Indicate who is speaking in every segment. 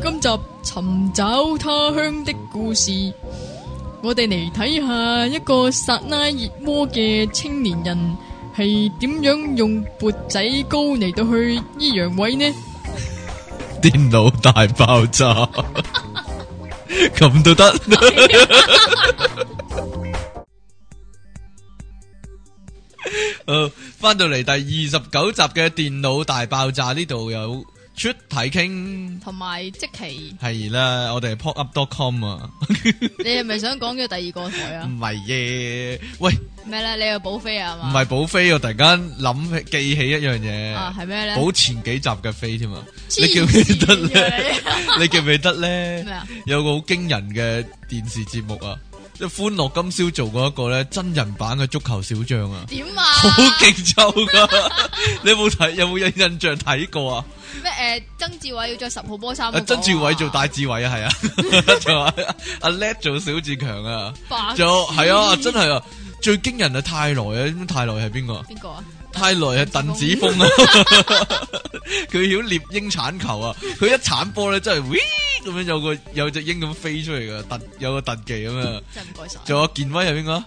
Speaker 1: 今集尋找他鄉的故事，我哋嚟睇下一個薩拉熱窩嘅青年人係點樣用缽仔糕嚟到去醫陽痿呢？
Speaker 2: 電腦大爆 炸，咁都 得。誒，翻到嚟第二十九集嘅電腦大爆炸呢度有出體傾，
Speaker 1: 同埋即期，
Speaker 2: 係啦，我哋係 popup.com 啊，
Speaker 1: 你係咪想講咗第二個台啊
Speaker 2: 唔？係嘅，喂，
Speaker 1: 咩咧？你又補飛啊
Speaker 2: 唔
Speaker 1: 嘛？
Speaker 2: 係補飛，我突然間諗起記起一樣嘢，
Speaker 1: 啊，係咩咧？
Speaker 2: 補前幾集嘅飛添啊，
Speaker 1: 黐
Speaker 2: 你記唔記得
Speaker 1: 線
Speaker 2: 咧？
Speaker 1: 嘅你
Speaker 2: 你記唔記得咧
Speaker 1: 咩？啊？
Speaker 2: 有個好驚人嘅電視節目啊，即係《歡樂今宵》做過一個咧真人版嘅足球小將啊，
Speaker 1: 點啊？
Speaker 2: 好勁抽噶！你有冇睇？有冇印印象睇過啊？
Speaker 1: 咩？誒，曾志偉要着十號波衫嗰個
Speaker 2: 阿
Speaker 1: 啊。
Speaker 2: 曾志偉做大志偉啊，係啊， 仲有阿叻做小志強啊，
Speaker 1: 白
Speaker 2: 仲有係啊，
Speaker 1: 痴
Speaker 2: 真係啊！最驚人啊，泰來啊，咁泰來係邊個啊？
Speaker 1: 邊個啊？
Speaker 2: 泰來係鄧子 峰啊，佢曉獵鷹鏟球啊，佢一鏟波咧真係，喂咁樣有個有隻鷹咁飛出嚟噶，特有個特技咁啊樣。
Speaker 1: 真係唔該晒。
Speaker 2: 仲有健威係邊個？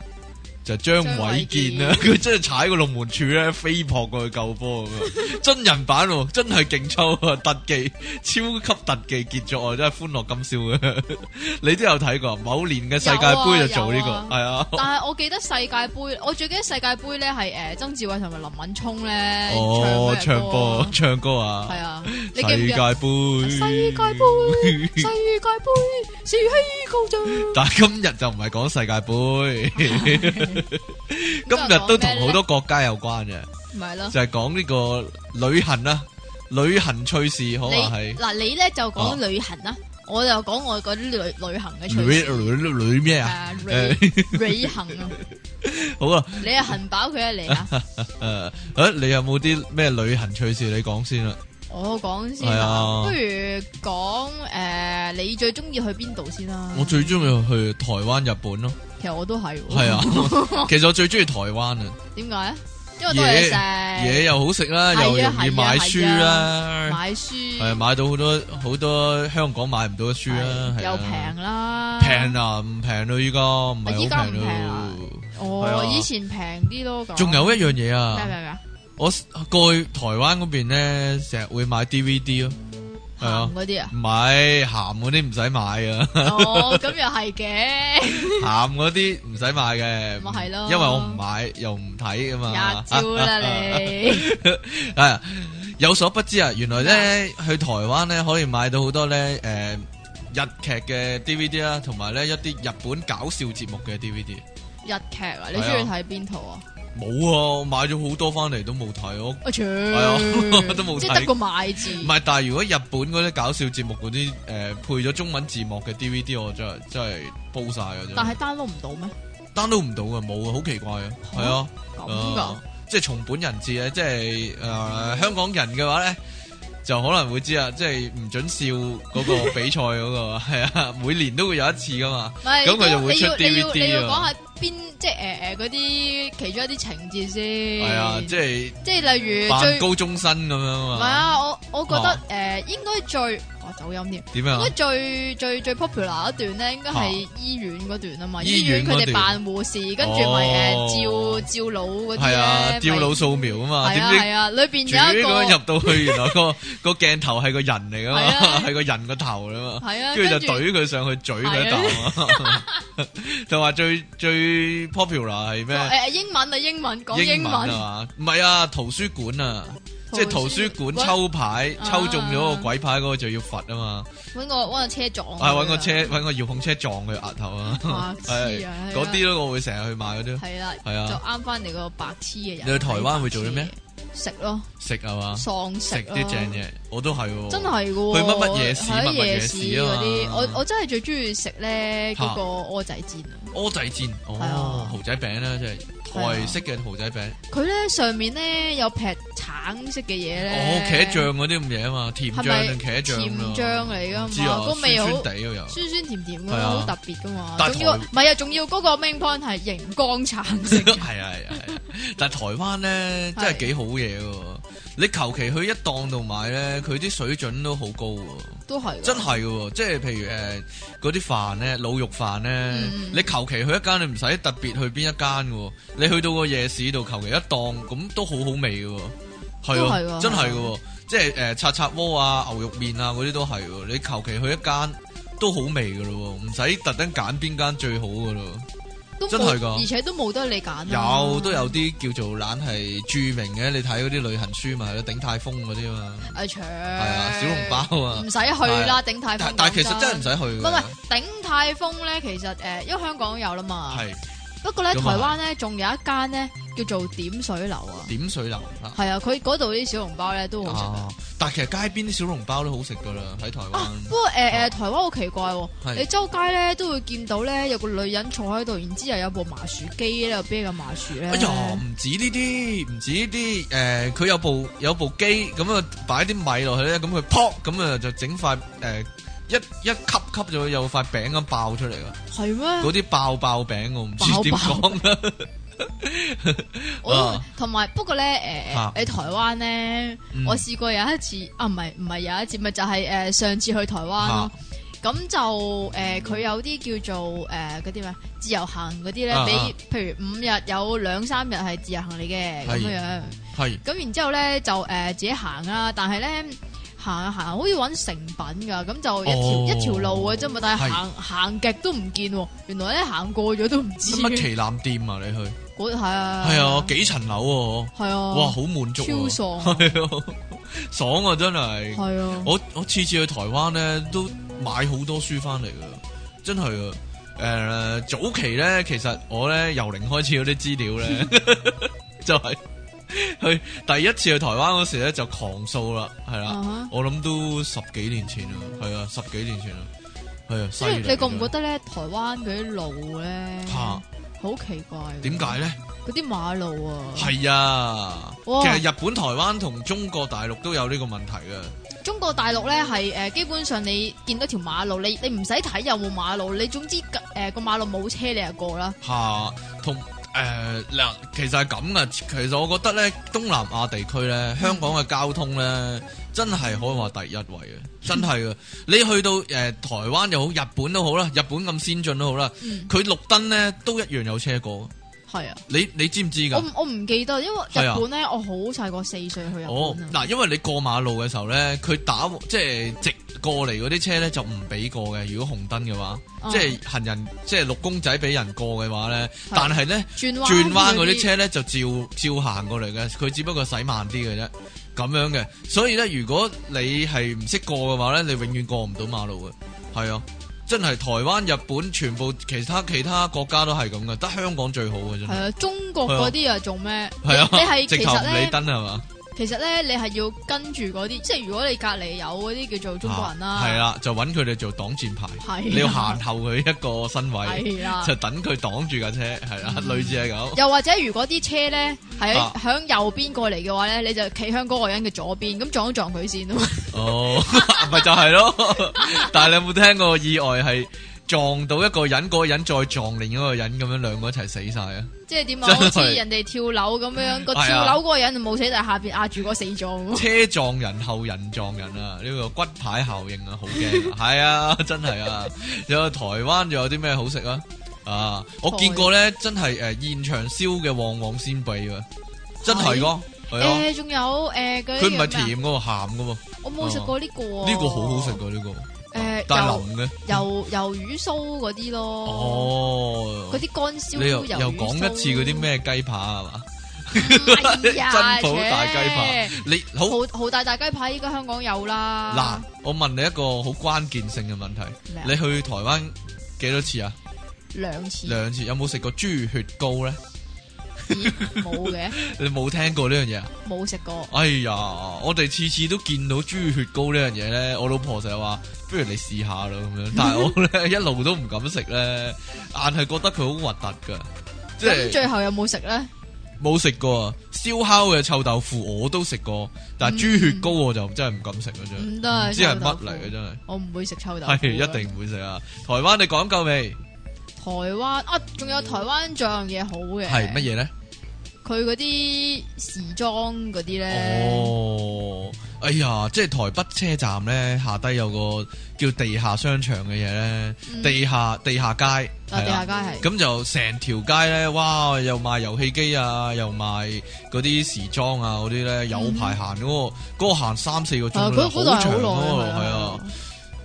Speaker 2: 就張偉健啦， 佢真係踩個龍門柱咧，飛撲過去救波咁樣，真人版喎，真係勁抽啊！特技，超級特技傑作啊，真係歡樂今宵嘅。 你都有睇過，某年嘅世界盃就做呢、
Speaker 1: 有啊
Speaker 2: 個，係啊，
Speaker 1: 但係我記得世界盃，我最記得世界盃咧係誒曾志偉同埋林敏聰咧
Speaker 2: 哦，
Speaker 1: 唱
Speaker 2: 唱
Speaker 1: 咩
Speaker 2: 歌
Speaker 1: 歌，
Speaker 2: 唱歌啊，
Speaker 1: 係 啊，你記唔
Speaker 2: 世
Speaker 1: 記
Speaker 2: 界
Speaker 1: 得？
Speaker 2: 盃，
Speaker 1: 世界盃，世界盃是虛構像。
Speaker 2: 但係今日就唔係講世界盃， 今日都同好多國家有關嘅。
Speaker 1: 唔啊係咯，
Speaker 2: 就係講呢個旅行啦，旅行趣事可
Speaker 1: 你
Speaker 2: 話係
Speaker 1: 嗱你咧就講旅行啦，我就講我嗰啲旅旅行嘅趣
Speaker 2: 旅
Speaker 1: 事。
Speaker 2: 旅旅咩
Speaker 1: 係
Speaker 2: 啊
Speaker 1: 啊？ 旅
Speaker 2: 誒，
Speaker 1: 旅行啊，
Speaker 2: 好啊，
Speaker 1: 你係行飽佢一嚟 啊！
Speaker 2: 誒，誒，你有冇啲咩旅行趣事？你講先啊啦。
Speaker 1: 我哦講先
Speaker 2: 係
Speaker 1: 啊，
Speaker 2: 啊
Speaker 1: 不如講誒你最中意去邊度先啦？
Speaker 2: 我最中意去台灣、日本咯，
Speaker 1: 其實我都係喎，
Speaker 2: 係啊。 其實我最中意台灣啊，
Speaker 1: 點解咧？因為多嘢食，
Speaker 2: 嘢嘢又好食啦，
Speaker 1: 係啊
Speaker 2: 又容易買書啦，
Speaker 1: 買
Speaker 2: 係啊
Speaker 1: 書，
Speaker 2: 買到好多好多香港買唔到嘅書啦，
Speaker 1: 係
Speaker 2: 係啊
Speaker 1: 又平啦，
Speaker 2: 平啊，唔平咯依家，唔係
Speaker 1: 依家
Speaker 2: 好
Speaker 1: 唔
Speaker 2: 平
Speaker 1: 平啊
Speaker 2: 咯。係
Speaker 1: 哦
Speaker 2: 啊，
Speaker 1: 以前平啲咯，咁
Speaker 2: 仲有一樣嘢啊
Speaker 1: 咩。咩咩，
Speaker 2: 我過去台灣嗰邊咧，成日會買 DVD 咯，係啊
Speaker 1: 鹹嗰 啲啊，
Speaker 2: 唔係鹹嗰啲唔使買 啊，
Speaker 1: 哦，咁又係嘅，
Speaker 2: 鹹嗰啲唔使買
Speaker 1: 咪
Speaker 2: 嘅，
Speaker 1: 係咯
Speaker 2: 因為我唔買又唔睇噶嘛
Speaker 1: 廿。招啦你，
Speaker 2: 係有所不知啊，原來咧去台灣咧可以買到好多咧誒、呃日劇嘅 DVD 啦，同埋咧一啲日本搞笑節目嘅 DVD。
Speaker 1: 日劇啊，你中意睇邊套 啊？
Speaker 2: 冇啊，我買咗好多翻嚟都冇睇我。
Speaker 1: 我全
Speaker 2: 係啊都冇睇
Speaker 1: 即係得個買字，
Speaker 2: 唔係，但係如果日本嗰啲搞笑節目嗰啲誒配咗中文字幕嘅 DVD，我真係真係煲晒㗎真
Speaker 1: 但係
Speaker 2: 係。
Speaker 1: download 唔到咩？
Speaker 2: download 唔到㗎，冇啊，好奇怪啊，係啊，
Speaker 1: 咁
Speaker 2: 啊
Speaker 1: 噶，
Speaker 2: 即係從本人字咧，即係誒、呃香港人嘅話咧，就可能會知啊，即係唔准笑嗰個比賽嗰、個，係啊，每年都會有一次噶 嘛，
Speaker 1: 唔係
Speaker 2: 咁佢就會
Speaker 1: 你
Speaker 2: 出
Speaker 1: 要你要
Speaker 2: DVD
Speaker 1: 你要
Speaker 2: 啊
Speaker 1: 講下邊，即係誒誒嗰啲其中一啲情節先，
Speaker 2: 係啊，即係
Speaker 1: 即係例如
Speaker 2: 扮
Speaker 1: 最。
Speaker 2: 高中生咁樣
Speaker 1: 唔
Speaker 2: 啊
Speaker 1: 係
Speaker 2: 嘛，
Speaker 1: 啊，我我覺得
Speaker 2: 啊
Speaker 1: 誒應該最我走音添，
Speaker 2: 點
Speaker 1: 應該
Speaker 2: 樣啊
Speaker 1: 最最最 popular 一段咧，應該係醫院嗰段啊嘛。醫
Speaker 2: 哦醫院
Speaker 1: 院佢
Speaker 2: 嗰
Speaker 1: 哋
Speaker 2: 段
Speaker 1: 扮護士，跟住咪誒照
Speaker 2: 哦
Speaker 1: 照腦嗰
Speaker 2: 啊？
Speaker 1: 啲
Speaker 2: 係啊，
Speaker 1: 咧，
Speaker 2: 吊
Speaker 1: 咪
Speaker 2: 腦掃描啊嘛，
Speaker 1: 係
Speaker 2: 點
Speaker 1: 啊
Speaker 2: 知？
Speaker 1: 係啊，裏邊
Speaker 2: 主咁
Speaker 1: 有一個
Speaker 2: 樣入到去，原來個 個鏡頭係個人嚟噶
Speaker 1: 係啊
Speaker 2: 嘛，係個人個頭嚟嘛，
Speaker 1: 係啊，
Speaker 2: 跟住
Speaker 1: 住
Speaker 2: 就懟佢上去嘴佢一啖啊！ 就話最最 popular 係咩？
Speaker 1: 誒英文啊英文講
Speaker 2: 英
Speaker 1: 英
Speaker 2: 文啊嘛，唔係啊，圖書館啊，即係圖書館抽牌，
Speaker 1: 啊
Speaker 2: 抽中咗個鬼牌嗰個就要罰啊嘛，
Speaker 1: 揾個揾個車撞佢
Speaker 2: 啊搵個車搵個遙控車撞佢額頭啊，
Speaker 1: 白痴啊
Speaker 2: 係
Speaker 1: 係啊
Speaker 2: 嗰啲咯，我會成日去買嗰啲
Speaker 1: 係啦，
Speaker 2: 係啊
Speaker 1: 就啱翻嚟個白痴嘅人。
Speaker 2: 你去台灣會做啲
Speaker 1: 白
Speaker 2: 咩
Speaker 1: 痴嘅？食咯，
Speaker 2: 食係嘛，
Speaker 1: 喪
Speaker 2: 食
Speaker 1: 食咯
Speaker 2: 啲正嘢，我都係喎，
Speaker 1: 真係嘅喎，
Speaker 2: 哦去乜乜夜市
Speaker 1: 喺
Speaker 2: 乜乜
Speaker 1: 夜
Speaker 2: 夜
Speaker 1: 市
Speaker 2: 市
Speaker 1: 嗰
Speaker 2: 啊
Speaker 1: 啲，
Speaker 2: 嘛嗯
Speaker 1: 我我真係最中意食咧嗰
Speaker 2: 嚇
Speaker 1: 個蚵仔煎啊！
Speaker 2: 蚵仔煎，
Speaker 1: 係啊
Speaker 2: 哦，蠔仔餅啦，即係台式嘅蠔仔餅，
Speaker 1: 佢咧上面咧有劈橙色嘅嘢
Speaker 2: 哦
Speaker 1: 咧，，
Speaker 2: 茄醬嗰啲咁嘢啊嘛，甜
Speaker 1: 啊係
Speaker 2: 醬
Speaker 1: 咪
Speaker 2: 定茄醬
Speaker 1: 甜
Speaker 2: 啊
Speaker 1: 醬嚟㗎
Speaker 2: 唔知啊
Speaker 1: 嘛個味好
Speaker 2: 酸酸地㗎又，
Speaker 1: 酸酸甜甜咁
Speaker 2: 係
Speaker 1: 樣，好
Speaker 2: 啊
Speaker 1: 特別噶嘛。
Speaker 2: 但係
Speaker 1: 仲要
Speaker 2: 台嗯
Speaker 1: 唔係啊，仲要嗰個 main point 係熒光橙色，
Speaker 2: 係啊係啊係啊，但係台灣咧真係幾好嘢喎，你求其去一檔度買咧，佢啲水準都好高喎，
Speaker 1: 都係㗎
Speaker 2: 真係嘅喎。即係譬如誒嗰啲飯咧，滷肉飯咧，
Speaker 1: 嗯
Speaker 2: 你求其去一間，你唔使特別去邊一間嘅喎。你去到個夜市度求其一檔，咁都好好味嘅喎。係
Speaker 1: 都係
Speaker 2: 啊，
Speaker 1: 㗎
Speaker 2: 真係嘅
Speaker 1: 係
Speaker 2: 喎。即係誒擦擦鍋啊、牛肉麵啊嗰啲都係喎。你求其去一間都好味嘅咯喎，唔使特登揀邊間最好嘅咯。
Speaker 1: 都冇
Speaker 2: 真係㗎
Speaker 1: 而且都冇得你揀啊啦。
Speaker 2: 有都有啲叫做懶係著名嘅，你睇嗰啲旅行書咪係咯，頂泰豐嗰啲嘛，
Speaker 1: 阿長
Speaker 2: 係啊，小籠包啊
Speaker 1: 唔，使去啦，頂泰豐
Speaker 2: 但。但係其實真係唔
Speaker 1: 唔
Speaker 2: 使去
Speaker 1: 唔
Speaker 2: 㗎。
Speaker 1: 係唔係頂泰豐咧，其實誒，因為香港有啦嘛。
Speaker 2: 係
Speaker 1: 不過咧，
Speaker 2: 咁
Speaker 1: 台
Speaker 2: 啊
Speaker 1: 灣咧仲有一間咧叫做點水樓啊。
Speaker 2: 點水樓啊
Speaker 1: 係啊，佢嗰度啲小籠包咧都好食㗎。
Speaker 2: 啊！但係其實街邊啲小籠包都好食㗎啦，喺台
Speaker 1: 啊
Speaker 2: 灣。
Speaker 1: 不過誒誒，台灣好奇怪喎，
Speaker 2: 係
Speaker 1: 你周街咧都會見到咧有個女人坐喺度，然之後有部麻薯機咧，有啤緊麻薯咧。
Speaker 2: 哎呀，唔止呢啲，唔止呢啲，誒、佢有部有部機，咁啊擺啲米落去咧，咁佢撲，咁啊就整塊誒、一一吸吸咗有塊餅咁爆出嚟啊！
Speaker 1: 係咩
Speaker 2: 嗰？啲爆爆餅我唔知點講 啦，
Speaker 1: 我都
Speaker 2: 啊
Speaker 1: 同埋不過咧，誒、
Speaker 2: 啊
Speaker 1: 誒，你台灣咧，
Speaker 2: 嗯
Speaker 1: 我試過有一次啊，唔係唔係有一次，咪就係、誒、上次去台灣咯
Speaker 2: 啊。
Speaker 1: 咁就誒，佢、有啲叫做誒呃嗰啲咩自由行嗰啲咧
Speaker 2: 啊，
Speaker 1: 俾、
Speaker 2: 啊
Speaker 1: 譬如五日有兩三日係自由行嚟嘅咁
Speaker 2: 係
Speaker 1: 樣。
Speaker 2: 係
Speaker 1: 咁然之後咧就誒、呃自己行啦，但係咧行下行下好似揾成品㗎，咁就一條、
Speaker 2: 哦
Speaker 1: 一條路嘅啫嘛，但係
Speaker 2: 係
Speaker 1: 行行極都唔見喎，原來咧行過咗都唔知。
Speaker 2: 乜旗艦店啊？你去
Speaker 1: 嗰係啊，
Speaker 2: 係啊，幾層樓喎，
Speaker 1: 係啊，
Speaker 2: 哇，好滿足
Speaker 1: 超
Speaker 2: 喎，
Speaker 1: 爽，
Speaker 2: 係啊，爽啊，真係。
Speaker 1: 係啊，
Speaker 2: 我我次次去台灣咧，都買好多書翻嚟噶，真係啊！誒、早期咧，其實我咧由零開始嗰啲資料咧， 就係去第一次去台灣嗰時咧就狂掃啦，係啦
Speaker 1: 啊哈
Speaker 2: 我諗都十幾年前啦，係啊，十幾年前啦，係啊，犀
Speaker 1: 所以
Speaker 2: 利！
Speaker 1: 你覺唔覺得咧台灣嗰啲路咧
Speaker 2: 嚇
Speaker 1: 好奇怪㗎？
Speaker 2: 點解咧？
Speaker 1: 嗰啲馬路啊，
Speaker 2: 係啊，其
Speaker 1: 哇
Speaker 2: 實日本、台灣同中國大陸都有呢個問題嘅，
Speaker 1: 中國大陸咧係誒呃基本上你見到條馬路，你你唔使睇有冇馬路，你總之誒個馬路冇車你就過啦。
Speaker 2: 嚇同誒嗱，其實係咁噶。其實我覺得咧，東南亞地區
Speaker 1: 嗯
Speaker 2: 咧，香港嘅交通咧，真係可以話第一位嘅，真係嘅。你去到誒、呃台灣又好，日本都好啦，日本咁先進都好啦，
Speaker 1: 嗯，
Speaker 2: 佢綠燈咧都一樣有車過。
Speaker 1: 係啊。
Speaker 2: 你你知唔知
Speaker 1: 我
Speaker 2: 㗎？
Speaker 1: 唔我唔記得，因為日
Speaker 2: 嗯係啊
Speaker 1: 本咧，我好細個四歲去日
Speaker 2: 哦
Speaker 1: 本，啊。
Speaker 2: 嗱，因為你過馬路嘅時候咧，佢打即係直過嚟嗰啲車咧就唔俾過嘅。如果紅燈嘅話，
Speaker 1: 啊
Speaker 2: 即係行人即係綠公仔俾人過嘅話咧，但係咧
Speaker 1: 轉彎
Speaker 2: 轉彎嗰啲，車咧就照照行過嚟嘅，佢只不過駛慢啲嘅啫，咁樣嘅。所以咧，如果你係唔識過嘅話咧，你永遠過唔到馬路嘅，係啊。真係台灣、日本全部其他其他國家都係咁嘅，得香港最好嘅真
Speaker 1: 係
Speaker 2: 係。
Speaker 1: 啊，中國嗰啲啊做咩？
Speaker 2: 係啊，
Speaker 1: 你係
Speaker 2: 直
Speaker 1: 其
Speaker 2: 頭
Speaker 1: 實
Speaker 2: 唔理燈
Speaker 1: 咧，
Speaker 2: 係嘛？
Speaker 1: 其實咧，你係要跟住嗰啲，即係如果你隔離有嗰啲叫做中國人啊啦，
Speaker 2: 啊係，啦，就揾佢哋做擋箭 牌，
Speaker 1: 係啊
Speaker 2: 你要行後佢一個身位，
Speaker 1: 係 啦
Speaker 2: 就。等佢擋住架車，係啦，
Speaker 1: 啊嗯
Speaker 2: 類似係咁。
Speaker 1: 又或者如果啲車咧係
Speaker 2: 啊
Speaker 1: 喺響右邊過嚟嘅話咧，你就企響嗰個人嘅左邊，咁撞一撞佢先咯。
Speaker 2: 哦， 咪就係咯。但係你有冇聽過意外係撞到一個人，嗰個人再撞另一個人，咁樣兩個一齊死晒 啊？
Speaker 1: 即係點啊？
Speaker 2: 真係
Speaker 1: 好似人哋跳樓咁樣，個
Speaker 2: 係啊
Speaker 1: 跳樓嗰個人就冇死，但係下邊壓住嗰死咗。
Speaker 2: 車撞人後人撞人啊！呢個骨牌效應啊，好驚啊！係啊，真係啊！有台灣仲有啲咩好食啊？啊，我見過咧，真係誒現場燒嘅旺旺仙貝啊，真係噶， 係啊。
Speaker 1: 誒，仲有誒嗰啲
Speaker 2: 佢
Speaker 1: 叫
Speaker 2: 唔係
Speaker 1: 咩啊
Speaker 2: 甜嘅喎，鹹嘅喎，呢
Speaker 1: 我冇食過呢個喎。
Speaker 2: 個好好食嘅呢
Speaker 1: 哦
Speaker 2: 個，
Speaker 1: 誒，
Speaker 2: 但
Speaker 1: 油
Speaker 2: 係腍嘅。
Speaker 1: 油魷魚酥嗰啲咯，
Speaker 2: 哦
Speaker 1: 嗰，啲乾燒
Speaker 2: 你又
Speaker 1: 魷魚
Speaker 2: 又講一次嗰啲
Speaker 1: 咩？
Speaker 2: 咩雞扒係嘛？
Speaker 1: 珍
Speaker 2: 珍寶大雞
Speaker 1: 扒，
Speaker 2: 你好
Speaker 1: 豪豪大大雞扒依家香港有
Speaker 2: 嗱
Speaker 1: 啦。，
Speaker 2: 我問你一個好關鍵性嘅問題，
Speaker 1: 咩啊
Speaker 2: 你去台灣幾多次啊？
Speaker 1: 兩次
Speaker 2: 兩次，有冇食過豬血糕咧？
Speaker 1: 咦冇嘅，
Speaker 2: 你冇聽過呢樣嘢啊？
Speaker 1: 冇食過。
Speaker 2: 哎呀，我哋次次都見到豬血糕呢樣嘢咧，我老婆成日話，不如你試下啦咁樣，但係我咧一路都唔敢食咧，硬係覺得佢好核突噶，即
Speaker 1: 咁
Speaker 2: 係
Speaker 1: 最後有冇食咧？
Speaker 2: 冇食過啊！燒烤嘅臭豆腐我都食過，但係豬血糕我就真係唔敢食嘅
Speaker 1: 唔
Speaker 2: 真
Speaker 1: 得啊
Speaker 2: 係，唔知係
Speaker 1: 臭豆
Speaker 2: 乜
Speaker 1: 腐
Speaker 2: 嚟嘅嗯真係，
Speaker 1: 我唔會食臭豆腐。
Speaker 2: 係一。定唔會食啊！台灣你講夠未？
Speaker 1: 台灣啊，仲有台灣仲有樣嘢好嘅。
Speaker 2: 係乜嘢咧？
Speaker 1: 佢嗰啲時裝嗰啲咧，
Speaker 2: 哦，哎呀，即係台北車站咧，下低有個叫地下商場嘅嘢咧，
Speaker 1: 嗯
Speaker 2: 地下地下街
Speaker 1: 啊
Speaker 2: 係
Speaker 1: 地下
Speaker 2: 啦
Speaker 1: 街係
Speaker 2: 咁就成條街咧，哇！又賣遊戲機啊，又賣嗰啲時裝啊，嗰啲咧有排行嗰個，嗰個行三四個
Speaker 1: 嗯啊
Speaker 2: 鐘
Speaker 1: 嗰
Speaker 2: 啦，
Speaker 1: 嗰度係
Speaker 2: 長
Speaker 1: 好
Speaker 2: 嗰
Speaker 1: 耐
Speaker 2: 度
Speaker 1: 啊
Speaker 2: 係啊。，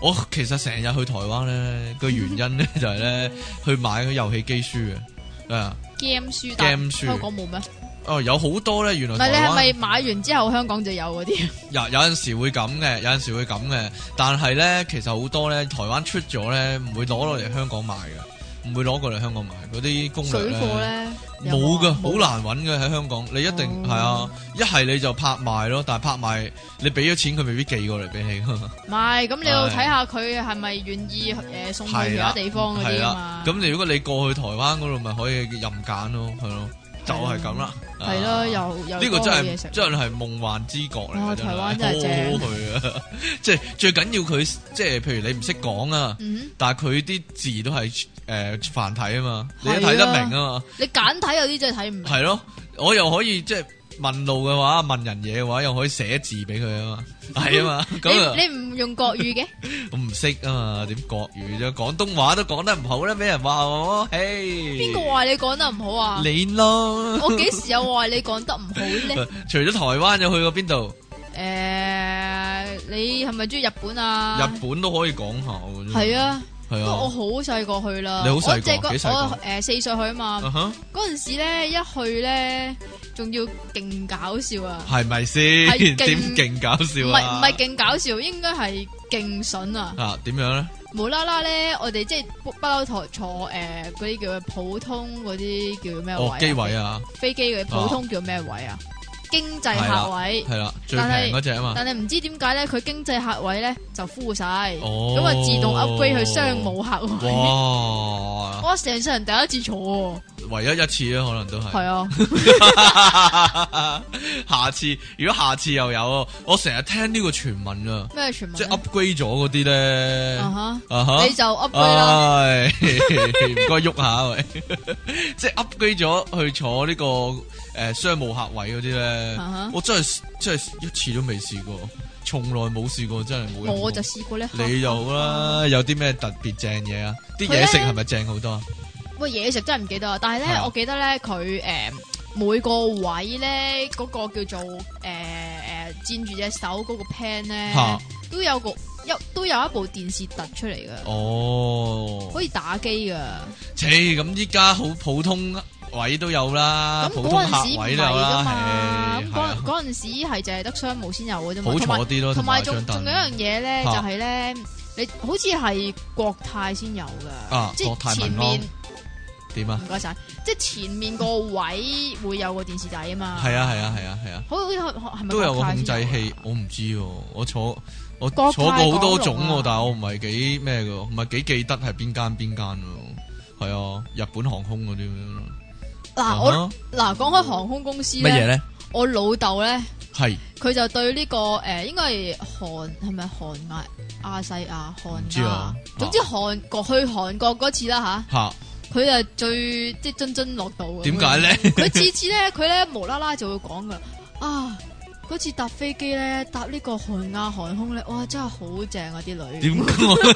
Speaker 2: 我其實成日去台灣咧，個原因咧就係咧去買嗰遊戲機書嘅，啊，
Speaker 1: game 書
Speaker 2: Game
Speaker 1: 但
Speaker 2: 書
Speaker 1: 香港冇咩？
Speaker 2: 哦有好多咧，原
Speaker 1: 唔
Speaker 2: 來
Speaker 1: 係你
Speaker 2: 台
Speaker 1: 係
Speaker 2: 灣。
Speaker 1: 咪買完之後香港就有嗰啲？
Speaker 2: 有有陣時會咁嘅，有陣時會咁嘅，但係咧，其實好多咧，台灣出咗咧，唔會攞落嚟香港賣嘅，唔會攞過嚟香港賣嗰啲攻略
Speaker 1: 水貨
Speaker 2: 咧，
Speaker 1: 咧
Speaker 2: 冇
Speaker 1: 噶，
Speaker 2: 嘅，好難揾嘅喺香港，你一定係、
Speaker 1: 哦
Speaker 2: 啊，一係你就拍賣咯，但係拍賣你俾咗錢，佢未必寄過嚟俾你㗎嘛，
Speaker 1: 唔係，咁你要
Speaker 2: 係
Speaker 1: 睇下佢係咪願意誒送去其
Speaker 2: 係
Speaker 1: 他
Speaker 2: 啦，
Speaker 1: 地方嗰
Speaker 2: 係
Speaker 1: 啲啊
Speaker 2: 啦
Speaker 1: 嘛。，
Speaker 2: 咁你如果你過去台灣嗰度，咪可以任揀咯，係咯，就係咁啦，
Speaker 1: 係
Speaker 2: 啊
Speaker 1: 咯，又又
Speaker 2: 呢個
Speaker 1: 多
Speaker 2: 真
Speaker 1: 嘢
Speaker 2: 係
Speaker 1: 食
Speaker 2: 真係夢幻之覺嚟
Speaker 1: 哇
Speaker 2: 嘅，
Speaker 1: 台灣真係
Speaker 2: 好好去啊！ 即係最緊要佢即係譬如你唔識講啊，
Speaker 1: 嗯
Speaker 2: 但係佢啲字都係誒繁體啊嘛，你
Speaker 1: 係
Speaker 2: 都
Speaker 1: 啊
Speaker 2: 睇得明啊嘛，
Speaker 1: 哼，你簡體有啲真係啊睇唔明。
Speaker 2: 係咯，我又可以即係問路嘅話，問人嘢嘅話，又可以寫字俾佢啊嘛，係 啊嘛，咁啊
Speaker 1: 你你唔用國語 嘅，
Speaker 2: 我唔識啊嘛，點國語啫？廣東話都講得唔好咧，俾人話我，嘿，
Speaker 1: 邊個話你講得唔好啊？
Speaker 2: 你咯？
Speaker 1: 我幾時有話你講得唔好咧？
Speaker 2: 除咗台灣，有去過邊度？
Speaker 1: 誒，呃你係咪中意日本啊？
Speaker 2: 日本都可以講下喎，真係
Speaker 1: 係啊，
Speaker 2: 係
Speaker 1: 不過我
Speaker 2: 啊，
Speaker 1: 好細個去啦，
Speaker 2: 你好細個
Speaker 1: 我隻
Speaker 2: 幾細個
Speaker 1: 我誒四歲去啊嘛，
Speaker 2: 啊哈，
Speaker 1: 嗰陣時咧一去咧仲要勁搞笑啊！
Speaker 2: 係咪先？
Speaker 1: 係勁
Speaker 2: 點勁搞
Speaker 1: 唔
Speaker 2: 笑
Speaker 1: 係唔
Speaker 2: 啊？
Speaker 1: 係勁搞笑，應該係勁筍啊！
Speaker 2: 啊？點樣咧？
Speaker 1: 無啦啦咧，我哋即係不不嬲台坐誒嗰啲叫普通嗰啲叫咩
Speaker 2: 哦，
Speaker 1: 位
Speaker 2: 機
Speaker 1: 啊？
Speaker 2: 位啊，
Speaker 1: 飛機嘅普通叫咩位啊？經濟
Speaker 2: 係啦
Speaker 1: 客位，
Speaker 2: 係啦，最平
Speaker 1: 但係
Speaker 2: 嗰只啊嘛。
Speaker 1: 但係唔知點解咧，佢經濟客位咧就 full 晒，
Speaker 2: 哦
Speaker 1: 咁啊自動 upgrade 去商務啊客位。
Speaker 2: 哇！
Speaker 1: 我成世人第一次坐
Speaker 2: 唯一一次啊，可能都
Speaker 1: 喎，係
Speaker 2: 係。
Speaker 1: 啊，
Speaker 2: 下次如果下次又有，我成日聽呢個傳聞啊，
Speaker 1: 咩傳聞
Speaker 2: 即係
Speaker 1: 呢？
Speaker 2: upgrade 咗嗰啲咧。
Speaker 1: 啊
Speaker 2: 啊
Speaker 1: 哈，
Speaker 2: 哈
Speaker 1: 你就 upgrade 啦，
Speaker 2: 唉，唔該喐下喂， 即係 upgrade 咗去坐呢、個誒、呃商務客位嗰啲咧
Speaker 1: 啊哈
Speaker 2: 我真係真係一次都未試過，從來冇試過，真係冇人。
Speaker 1: 我就試過咧。
Speaker 2: 你就好啦，有啲咩特別正嘢啊？啲
Speaker 1: 佢呢
Speaker 2: 嘢食係咪正好多？
Speaker 1: 喂，嘢食真係唔記得啊！但係咧
Speaker 2: 係啊，
Speaker 1: 我記得咧，佢誒每個位咧嗰個叫做誒誒佔住隻手嗰個 pan 咧
Speaker 2: 嚇，
Speaker 1: 都有個一都有一部電視突出嚟噶，
Speaker 2: 哦
Speaker 1: 可，以打機噶。
Speaker 2: 切咁依家好普通位都有啦，
Speaker 1: 咁
Speaker 2: 普
Speaker 1: 嗰
Speaker 2: 通
Speaker 1: 陣時
Speaker 2: 客
Speaker 1: 唔
Speaker 2: 位
Speaker 1: 係
Speaker 2: 都有
Speaker 1: 噶
Speaker 2: 啦，
Speaker 1: 嘛，
Speaker 2: 係
Speaker 1: 咁
Speaker 2: 係啊
Speaker 1: 嗰嗰陣時係就係得商務先有嘅啫嘛。
Speaker 2: 好
Speaker 1: 同埋
Speaker 2: 坐啲咯，
Speaker 1: 同埋
Speaker 2: 張
Speaker 1: 仲仲
Speaker 2: 凳
Speaker 1: 有一樣嘢咧，就
Speaker 2: 嚇
Speaker 1: 係咧，你好似係國泰先有噶
Speaker 2: 啊，
Speaker 1: 即
Speaker 2: 國泰
Speaker 1: 係前
Speaker 2: 民安
Speaker 1: 面
Speaker 2: 點啊？
Speaker 1: 唔該晒，即係前面個位會有個電視底啊嘛。
Speaker 2: 係啊係啊係啊係啊！
Speaker 1: 好好似係咪
Speaker 2: 都有個
Speaker 1: 國泰
Speaker 2: 控
Speaker 1: 先
Speaker 2: 制
Speaker 1: 㗎
Speaker 2: 器，我唔知喎。我坐我
Speaker 1: 國泰
Speaker 2: 坐過好多種
Speaker 1: 港龍
Speaker 2: 喎
Speaker 1: 啊，
Speaker 2: 但係我唔係幾咩嘅，唔係幾記得係邊間邊間喎。係啊，日本航空嗰啲咁樣咯。
Speaker 1: 嗱，我
Speaker 2: 啊
Speaker 1: 嗱講開航空公司
Speaker 2: 乜嘢
Speaker 1: 咧，
Speaker 2: 咧？
Speaker 1: 我老豆咧
Speaker 2: 係
Speaker 1: 佢就對呢個誒應該係韓係咪韓亞亞細亞
Speaker 2: 唔
Speaker 1: 韓
Speaker 2: 知啊
Speaker 1: 亞，總之韓國去韓國嗰次啦
Speaker 2: 嚇
Speaker 1: 吓，佢就最即係津津樂道咁樣。
Speaker 2: 點解咧？
Speaker 1: 佢次次咧，佢咧無啦啦就會講噶啊！嗰次搭飛機咧，搭呢個韓亞航空咧，哇，真係好正啊！啲女
Speaker 2: 點講？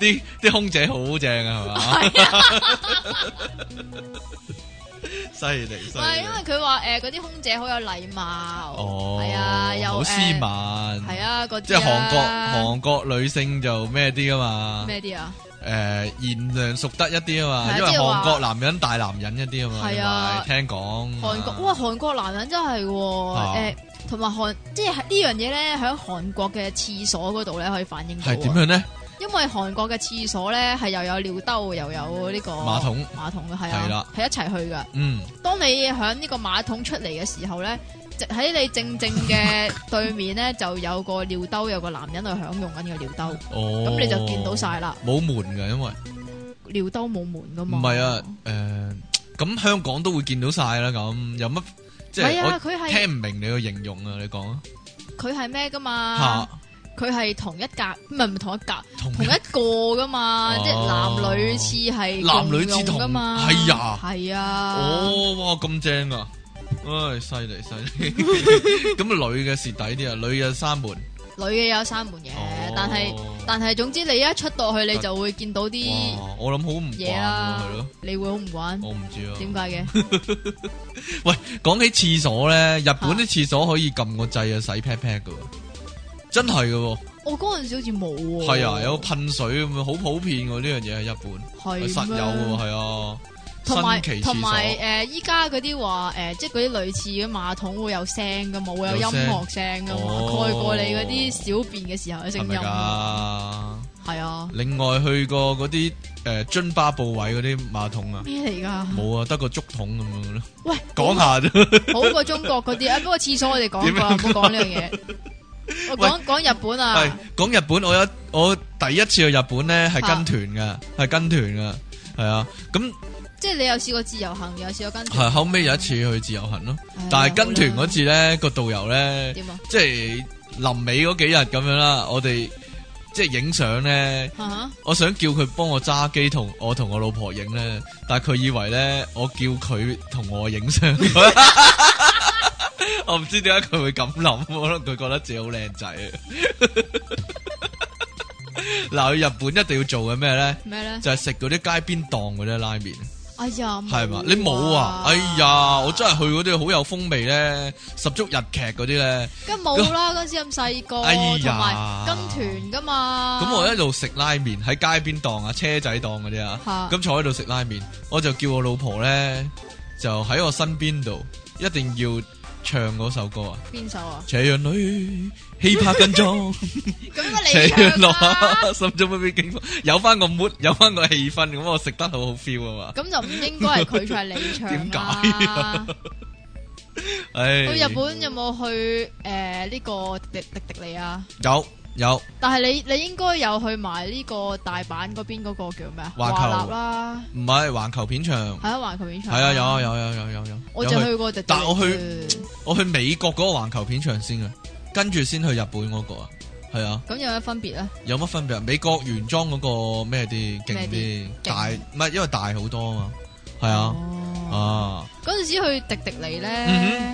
Speaker 2: 啲啲空姐好正啊，係嘛？ 犀利犀
Speaker 1: 啊唔係因為
Speaker 2: 利！
Speaker 1: 佢話誒嗰啲空姐好有禮貌，
Speaker 2: 哦，
Speaker 1: 係啊，又
Speaker 2: 好斯
Speaker 1: 誒
Speaker 2: 文，
Speaker 1: 係啊，嗰啲
Speaker 2: 即係韓國
Speaker 1: 啊
Speaker 2: 韓國女性就咩啲噶嘛？
Speaker 1: 咩啲啊？
Speaker 2: 誒賢良淑德一啲啊
Speaker 1: 係啊
Speaker 2: 嘛，因為
Speaker 1: 即係話
Speaker 2: 韓國男人大男人一啲啊嘛，
Speaker 1: 係啊
Speaker 2: 同埋聽講
Speaker 1: 韓國哇，韓國男人真係喎、
Speaker 2: 嗯啊
Speaker 1: 誒同埋韓即係呢樣嘢咧，喺韓國嘅廁所嗰度咧可以反映到啊
Speaker 2: 係點樣咧？
Speaker 1: 因為韓國嘅廁所咧係又有尿兜，又有呢個
Speaker 2: 馬桶
Speaker 1: 馬桶嘅係
Speaker 2: 係
Speaker 1: 啊
Speaker 2: 啦，
Speaker 1: 係一齊去噶。
Speaker 2: 嗯，
Speaker 1: 當你喺呢個馬桶出嚟嘅時候咧，直喺你正正嘅對面咧就有個尿兜，有個男人去享用緊個尿兜，
Speaker 2: 哦，
Speaker 1: 咁你就見到晒啦。
Speaker 2: 冇門嘅，因為
Speaker 1: 尿兜冇門噶
Speaker 2: 唔
Speaker 1: 嘛。
Speaker 2: 係啊，誒，咁香港都會見到晒啦，咁有乜即
Speaker 1: 唔係
Speaker 2: 係
Speaker 1: 啊，
Speaker 2: 我
Speaker 1: 佢係
Speaker 2: 聽唔明你個形容啊，你講啊
Speaker 1: 佢係咩噶嘛？
Speaker 2: 嚇
Speaker 1: 佢係同一格，唔係唔係同一格，
Speaker 2: 同
Speaker 1: 同一個噶嘛，
Speaker 2: 哦
Speaker 1: 即係男女廁係
Speaker 2: 男女之同
Speaker 1: 噶嘛，
Speaker 2: 係呀
Speaker 1: 係啊，
Speaker 2: 哦，哇，咁正啊！唉，犀利 犀利。咁女嘅蝕底啲啊，女嘅閂門。
Speaker 1: 女嘅有三門嘅
Speaker 2: 哦，
Speaker 1: 但係但係總之你一出到去你就會見到啲
Speaker 2: 哇，我諗好唔慣
Speaker 1: 嘢
Speaker 2: 啊，
Speaker 1: 啦
Speaker 2: 係咯，，
Speaker 1: 你會好唔慣？
Speaker 2: 我唔知啊。
Speaker 1: 點解嘅？
Speaker 2: 講起廁所咧，日本啲廁所可以撳個掣啊，洗 pat pat 噶，真係噶，
Speaker 1: 我嗰陣時好似冇喎，
Speaker 2: 係啊，有噴水咁啊，好普遍喎呢樣嘢喺日本，
Speaker 1: 係
Speaker 2: 實有
Speaker 1: 咩
Speaker 2: 喎，係啊，
Speaker 1: 同埋
Speaker 2: 新奇
Speaker 1: 同
Speaker 2: 廁所
Speaker 1: 埋誒，依家嗰啲話誒，即係嗰啲類似嘅馬桶會有聲噶嘛，會有音
Speaker 2: 有聲
Speaker 1: 樂聲噶嘛，
Speaker 2: 哦
Speaker 1: 蓋過你嗰啲小便嘅時候嘅聲
Speaker 2: 係
Speaker 1: 音
Speaker 2: 咪。㗎？
Speaker 1: 係啊，
Speaker 2: 另外去過嗰啲誒津巴布韋嗰啲馬桶啊，
Speaker 1: 咩嚟㗎？
Speaker 2: 冇啊，得個竹筒咁樣咯，
Speaker 1: 喂，
Speaker 2: 講下啫。
Speaker 1: 好過中國嗰啲啊，不過廁所我哋講
Speaker 2: 點
Speaker 1: 過，
Speaker 2: 樣
Speaker 1: 唔好講呢樣嘢。 我講講日本
Speaker 2: 係
Speaker 1: 啊，
Speaker 2: 講日本，我有我第一次去日本咧係跟團噶，係跟團噶，係啊。咁
Speaker 1: 即係你有試過自由行，又有試過跟團。
Speaker 2: 係後尾有一次去自由行咯，
Speaker 1: 唉
Speaker 2: 但係跟團
Speaker 1: 好
Speaker 2: 嗰
Speaker 1: 啦
Speaker 2: 次咧個導遊咧，
Speaker 1: 點啊？
Speaker 2: 即係臨尾嗰幾日咁樣啦，我哋即係影相咧。
Speaker 1: 啊哈
Speaker 2: 我想叫佢幫我揸機同我同我老婆影咧，但係佢以為咧我叫佢同我影相， 我唔知點解佢會咁諗，可能佢覺得自己好靚仔。 嗱，去日本一定要做嘅咩咧？
Speaker 1: 咩咧？
Speaker 2: 就係食嗰啲街邊檔嗰啲拉麵，
Speaker 1: 哎呀，
Speaker 2: 係嘛？你冇啊？哎呀，我真係去嗰啲好有風味咧，十足日劇嗰啲咧。
Speaker 1: 梗冇啦，嗰陣時咁細個，
Speaker 2: 哎呀
Speaker 1: 同埋跟團噶嘛。
Speaker 2: 咁我一路食拉麵喺街邊檔啊、車仔檔嗰啲啊，
Speaker 1: 嚇
Speaker 2: 咁坐喺度食拉麵，我就叫我老婆咧就喺我身邊度，一定要唱嗰首歌啊！
Speaker 1: 邊首啊？
Speaker 2: 斜陽裏氣魄更 壯，
Speaker 1: 咁咪
Speaker 2: 斜陽
Speaker 1: 你
Speaker 2: 落
Speaker 1: 唱啊啦。
Speaker 2: 下， 心中不必驚慌，有翻個 mood，有 翻個氣氛，咁我食得好好 feel 啊嘛！
Speaker 1: 咁就唔應該係佢唱，係你唱
Speaker 2: 點
Speaker 1: 啦。
Speaker 2: 解啊唉，
Speaker 1: 去日本有冇去誒呢個迪迪迪尼啊？
Speaker 2: 有有
Speaker 1: 但係你你應該有去埋呢個大阪嗰邊嗰個叫咩啊？
Speaker 2: 環球
Speaker 1: 華納啦，
Speaker 2: 唔係環球片場，
Speaker 1: 係啊，環球片場。
Speaker 2: 係啊有啊有有有有有，
Speaker 1: 我
Speaker 2: 有
Speaker 1: 就
Speaker 2: 去
Speaker 1: 去過迪迪尼啫，
Speaker 2: 但我去我去美國嗰個環球片場先啊，跟住先去日本嗰個啊，係啊。
Speaker 1: 咁有咩分別咧？
Speaker 2: 有乜分別啊？美國原裝嗰個咩啲勁
Speaker 1: 咩，
Speaker 2: 啲
Speaker 1: 啲勁
Speaker 2: 大唔係因為大好多啊嘛，係啊
Speaker 1: 哦，
Speaker 2: 啊，
Speaker 1: 嗰陣時去迪迪尼
Speaker 2: 嗯
Speaker 1: 咧，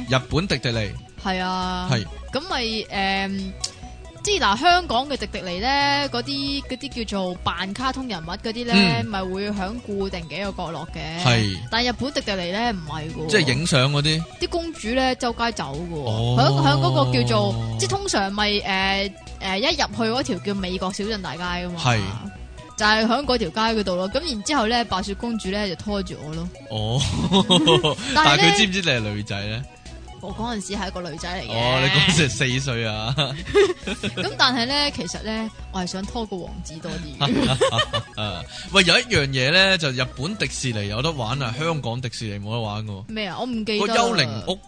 Speaker 2: 哼，日本迪迪尼
Speaker 1: 係啊，
Speaker 2: 係
Speaker 1: 咁咪誒，即係嗱，香港嘅迪迪尼咧，嗰啲嗰啲叫做扮卡通人物嗰啲咧，
Speaker 2: 嗯
Speaker 1: 咪會響固定幾個角落嘅。
Speaker 2: 係
Speaker 1: 但係日本迪迪尼咧唔係嘅喎，
Speaker 2: 即係影相嗰啲，
Speaker 1: 啲公主咧周街走嘅
Speaker 2: 哦
Speaker 1: 喎，響響嗰個叫做即係通常咪誒誒一入去嗰條叫美國小鎮大街噶嘛，
Speaker 2: 係
Speaker 1: 就係響嗰條街嗰度咯。咁然之後咧，白雪公主咧就拖住我咯。
Speaker 2: 哦，但
Speaker 1: 但係
Speaker 2: 係
Speaker 1: 呢
Speaker 2: 佢知唔知你係女仔咧？
Speaker 1: 我嗰陣時係一個女仔嚟嘅，
Speaker 2: 哦，你嗰時係四歲啊，
Speaker 1: 咁但係咧，其實咧我係想拖個王子多啲。
Speaker 2: 啊，喂，有一樣嘢咧，就日本迪士尼有得玩啊，香港迪士尼冇得玩嘅喎，
Speaker 1: 咩啊？我唔記得
Speaker 2: 個
Speaker 1: 啦
Speaker 2: 幽靈屋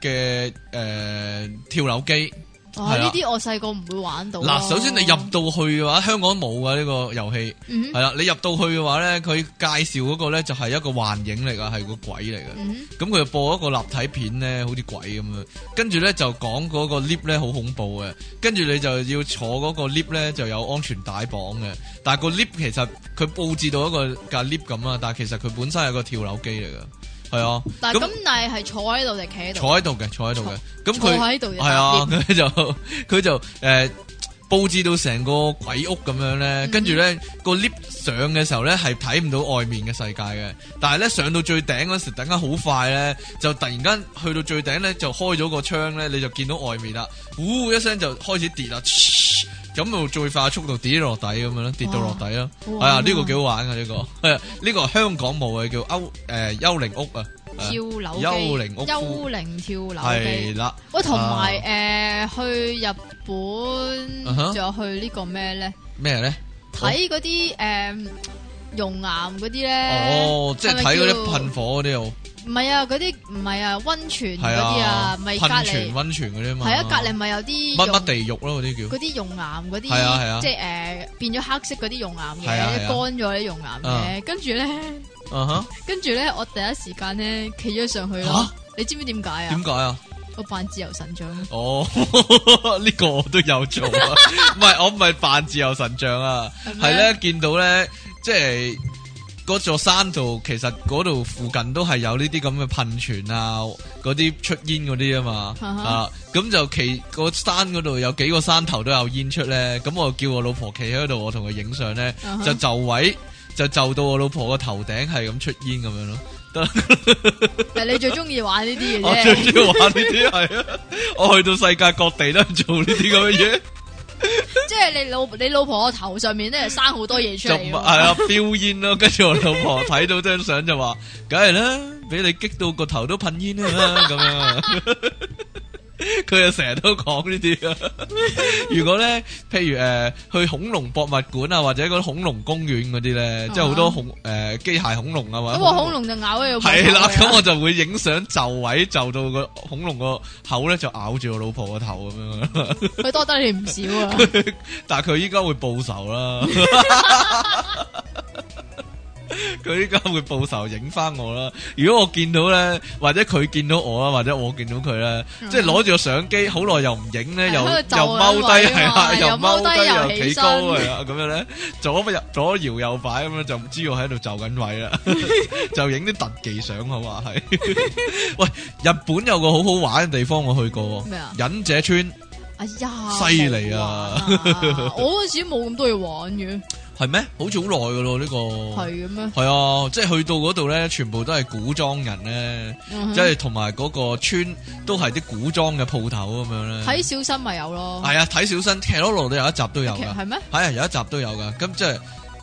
Speaker 2: 嘅誒跳樓機。
Speaker 1: 哦，
Speaker 2: 係啦
Speaker 1: 呢啲我細個唔會玩到咯。啊
Speaker 2: 嗱，首先你入到去嘅話，香港冇啊呢個遊戲。
Speaker 1: 嗯
Speaker 2: 系啦，你入到去嘅話咧，佢介紹嗰個咧就係一個幻影嚟噶，係個鬼嚟噶。
Speaker 1: 嗯
Speaker 2: 咁佢就播一個立體片咧，好似鬼咁樣。跟住咧就講嗰個 lift 咧好恐怖嘅，跟住你就要坐嗰個 lift 咧就有安全帶綁嘅。但係個 lift 其實佢佈置到一個架 lift 咁啊，但係其實佢本身係個跳樓機嚟噶，係啊。
Speaker 1: 但係咁但係係坐喺度定企喺度？
Speaker 2: 坐喺度嘅，坐喺度嘅。咁
Speaker 1: 坐
Speaker 2: 佢
Speaker 1: 喺度就
Speaker 2: 係啊，佢就佢就诶布置到成個鬼屋咁樣咧，
Speaker 1: 嗯
Speaker 2: 跟住咧個 lift 上嘅時候咧係睇唔到外面嘅世界嘅，但係咧上到最頂嗰時，突然間好快咧就突然間去到最頂咧就開咗個窗咧，你就見到外面啦，呼一聲就開始跌啦， 呯咁就最快嘅速度跌落底咁樣啦，跌到落底啦，
Speaker 1: 好
Speaker 2: 係
Speaker 1: 玩
Speaker 2: 啊
Speaker 1: 啊
Speaker 2: 呢個幾好玩嘅呢個，係 啊呢個香港冇嘅叫歐诶幽靈屋啊，
Speaker 1: 跳樓機、
Speaker 2: 幽靈屋夫
Speaker 1: 幽靈跳樓
Speaker 2: 係啊
Speaker 1: 機。
Speaker 2: 啦。
Speaker 1: 喂，同埋誒去日本，
Speaker 2: 啊哈
Speaker 1: 仲有去呢個咩咧？
Speaker 2: 咩咧？
Speaker 1: 睇嗰啲誒熔岩嗰啲咧，
Speaker 2: 哦，即係
Speaker 1: 係咪
Speaker 2: 睇嗰啲
Speaker 1: 叫
Speaker 2: 噴火嗰啲哦，
Speaker 1: 唔係啊，嗰啲唔係啊，温泉嗰
Speaker 2: 係
Speaker 1: 啲啊，咪隔
Speaker 2: 噴泉、
Speaker 1: 離
Speaker 2: 温泉嗰啲嘛，
Speaker 1: 係啊，隔離咪有啲
Speaker 2: 乜乜
Speaker 1: 熔
Speaker 2: 地獄咯，嗰啲叫
Speaker 1: 嗰啲熔岩嗰
Speaker 2: 係啊係啊
Speaker 1: 啲，即係誒變咗黑色嗰啲熔岩
Speaker 2: 係啊係
Speaker 1: 嘅，
Speaker 2: 啊
Speaker 1: 乾咗啲熔岩嘅，跟住咧，
Speaker 2: 啊
Speaker 1: 跟住咧，我第一時間咧企咗上去
Speaker 2: 吓
Speaker 1: 咯
Speaker 2: 吓，，
Speaker 1: 你知唔知點解啊？
Speaker 2: 點解啊？
Speaker 1: 我扮自由神啊 像，
Speaker 2: 哦，呢個我都有做 啊，唔係我唔係扮自由神像啊，
Speaker 1: 係咩
Speaker 2: 係咧見到咧，即係嗰座山度，其實嗰度附近都係有呢啲咁嘅噴泉啊，嗰啲出煙嗰啲啊嘛，
Speaker 1: 啊哈
Speaker 2: 啊，咁就其個山嗰度有幾個山頭都有煙出咧，咁我叫我老婆企喺度，我同佢影相咧
Speaker 1: 啊，哈
Speaker 2: 就就位就就到我老婆個頭頂係咁出煙咁樣咯。
Speaker 1: 但係你最中意玩呢啲嘅
Speaker 2: 我最
Speaker 1: 啫。
Speaker 2: 中意玩呢啲係啊！我去到世界各地都係做呢啲咁嘅嘢，
Speaker 1: 即係你老你老婆個頭上面咧生好多嘢出
Speaker 2: 就
Speaker 1: 嚟
Speaker 2: 唔係
Speaker 1: 喎，
Speaker 2: 啊飆煙咯。跟住我老婆睇到張相就話：，梗係啦，俾你激到個頭都噴煙啦咁樣啊。 佢又成日都講呢啲啊。如果咧，譬如誒、呃去恐龍博物館啊，或者嗰啲恐龍公園嗰啲咧，即係好多恐誒、呃、機械恐龍啊，或
Speaker 1: 哦咁
Speaker 2: 者
Speaker 1: 個恐龍就咬喺個啊
Speaker 2: 系 啦，咁
Speaker 1: 我
Speaker 2: 我就會影相就位就到個恐龍個口咧，就咬住我老婆個頭咁樣 啦。
Speaker 1: 佢多得你唔少啊！
Speaker 2: 但系佢依家會報仇啦， 佢依家會報仇影翻我啦。如果我見到咧，或者佢見到我啦，或者我見到 佢咧，
Speaker 1: 嗯
Speaker 2: 即係攞住個相機，好耐又唔影咧，
Speaker 1: 係
Speaker 2: 又
Speaker 1: 喺度
Speaker 2: 又
Speaker 1: 就兩
Speaker 2: 踎
Speaker 1: 位
Speaker 2: 低
Speaker 1: 啊
Speaker 2: 係啦，
Speaker 1: 嘛
Speaker 2: 又
Speaker 1: 又踎低
Speaker 2: 踎
Speaker 1: 又
Speaker 2: 低又
Speaker 1: 起
Speaker 2: 企
Speaker 1: 身
Speaker 2: 高係啊，咁樣咧，左入左搖右擺咁樣，就唔知我喺度就緊位 啦，就影啲特技相好嘛係。 喂，日本有個好好玩嘅地方我去過
Speaker 1: 咩啊
Speaker 2: 喎，忍者村
Speaker 1: 哎呀，
Speaker 2: 犀利啊
Speaker 1: 冇玩啊！我嗰時冇咁多嘢玩 嘅，
Speaker 2: 係咩？好似好耐噶咯呢個。
Speaker 1: 係嘅咩？
Speaker 2: 系啊，即系去到嗰度咧，全部都系古裝人咧，
Speaker 1: 嗯哼
Speaker 2: 即系同埋嗰個村都係啲古裝嘅鋪頭咁樣咧。
Speaker 1: 睇小新咪有咯，
Speaker 2: 嗯係啊，睇小新《騎羅羅》都有一集都有
Speaker 1: 其實
Speaker 2: 噶，
Speaker 1: 係咩？
Speaker 2: 係啊，有一集都有噶。咁即係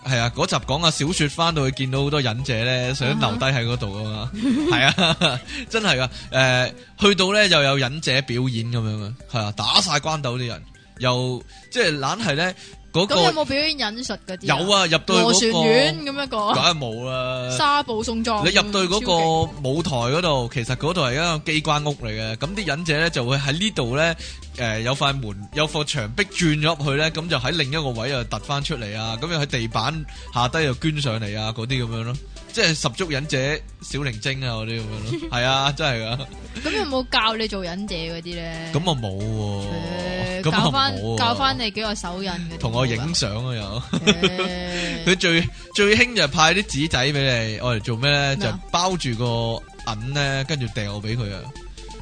Speaker 2: 係啊，嗰集講啊，小雪翻到去見到好多忍者咧，想
Speaker 1: 啊哈
Speaker 2: 留低喺嗰度啊嘛。 係啊，真係噶。诶，去到咧又有忍者表演咁樣啊，係啊，打晒關斗啲人，又即係懶係咧嗰
Speaker 1: 咁有
Speaker 2: 個
Speaker 1: 冇表演引述嗰啲？
Speaker 2: 有，啊，入到
Speaker 1: 螺旋
Speaker 2: 去嗰
Speaker 1: 丸咁一
Speaker 2: 個梗
Speaker 1: 個，
Speaker 2: 係冇啦。
Speaker 1: 沙布送葬。
Speaker 2: 你入到嗰
Speaker 1: 哦超勁
Speaker 2: 個舞台嗰度，其實嗰度係一個機關屋嚟嘅，咁啲忍者咧就會喺呢度咧，誒、有塊門有塊牆壁轉咗入去咧，咁就喺另一個位又突翻出嚟啊，咁又喺地板下低又捐上嚟啊，嗰啲咁樣咯，即係十足忍者小靈精啊嗰啲咁樣 咯，係啊，真係噶，
Speaker 1: 咁有冇教你做忍者嗰啲咧？
Speaker 2: 咁我冇
Speaker 1: 誒
Speaker 2: 喎，咁
Speaker 1: 教
Speaker 2: 我
Speaker 1: 翻
Speaker 2: 冇喎
Speaker 1: 教翻你幾個手印嘅，
Speaker 2: 同我影相啊又。
Speaker 1: 誒。
Speaker 2: 佢最最興就派啲紙仔俾你，我嚟做咩咧？
Speaker 1: 咩
Speaker 2: 就
Speaker 1: 啊
Speaker 2: 包住個銀咧，跟住掉俾佢啊！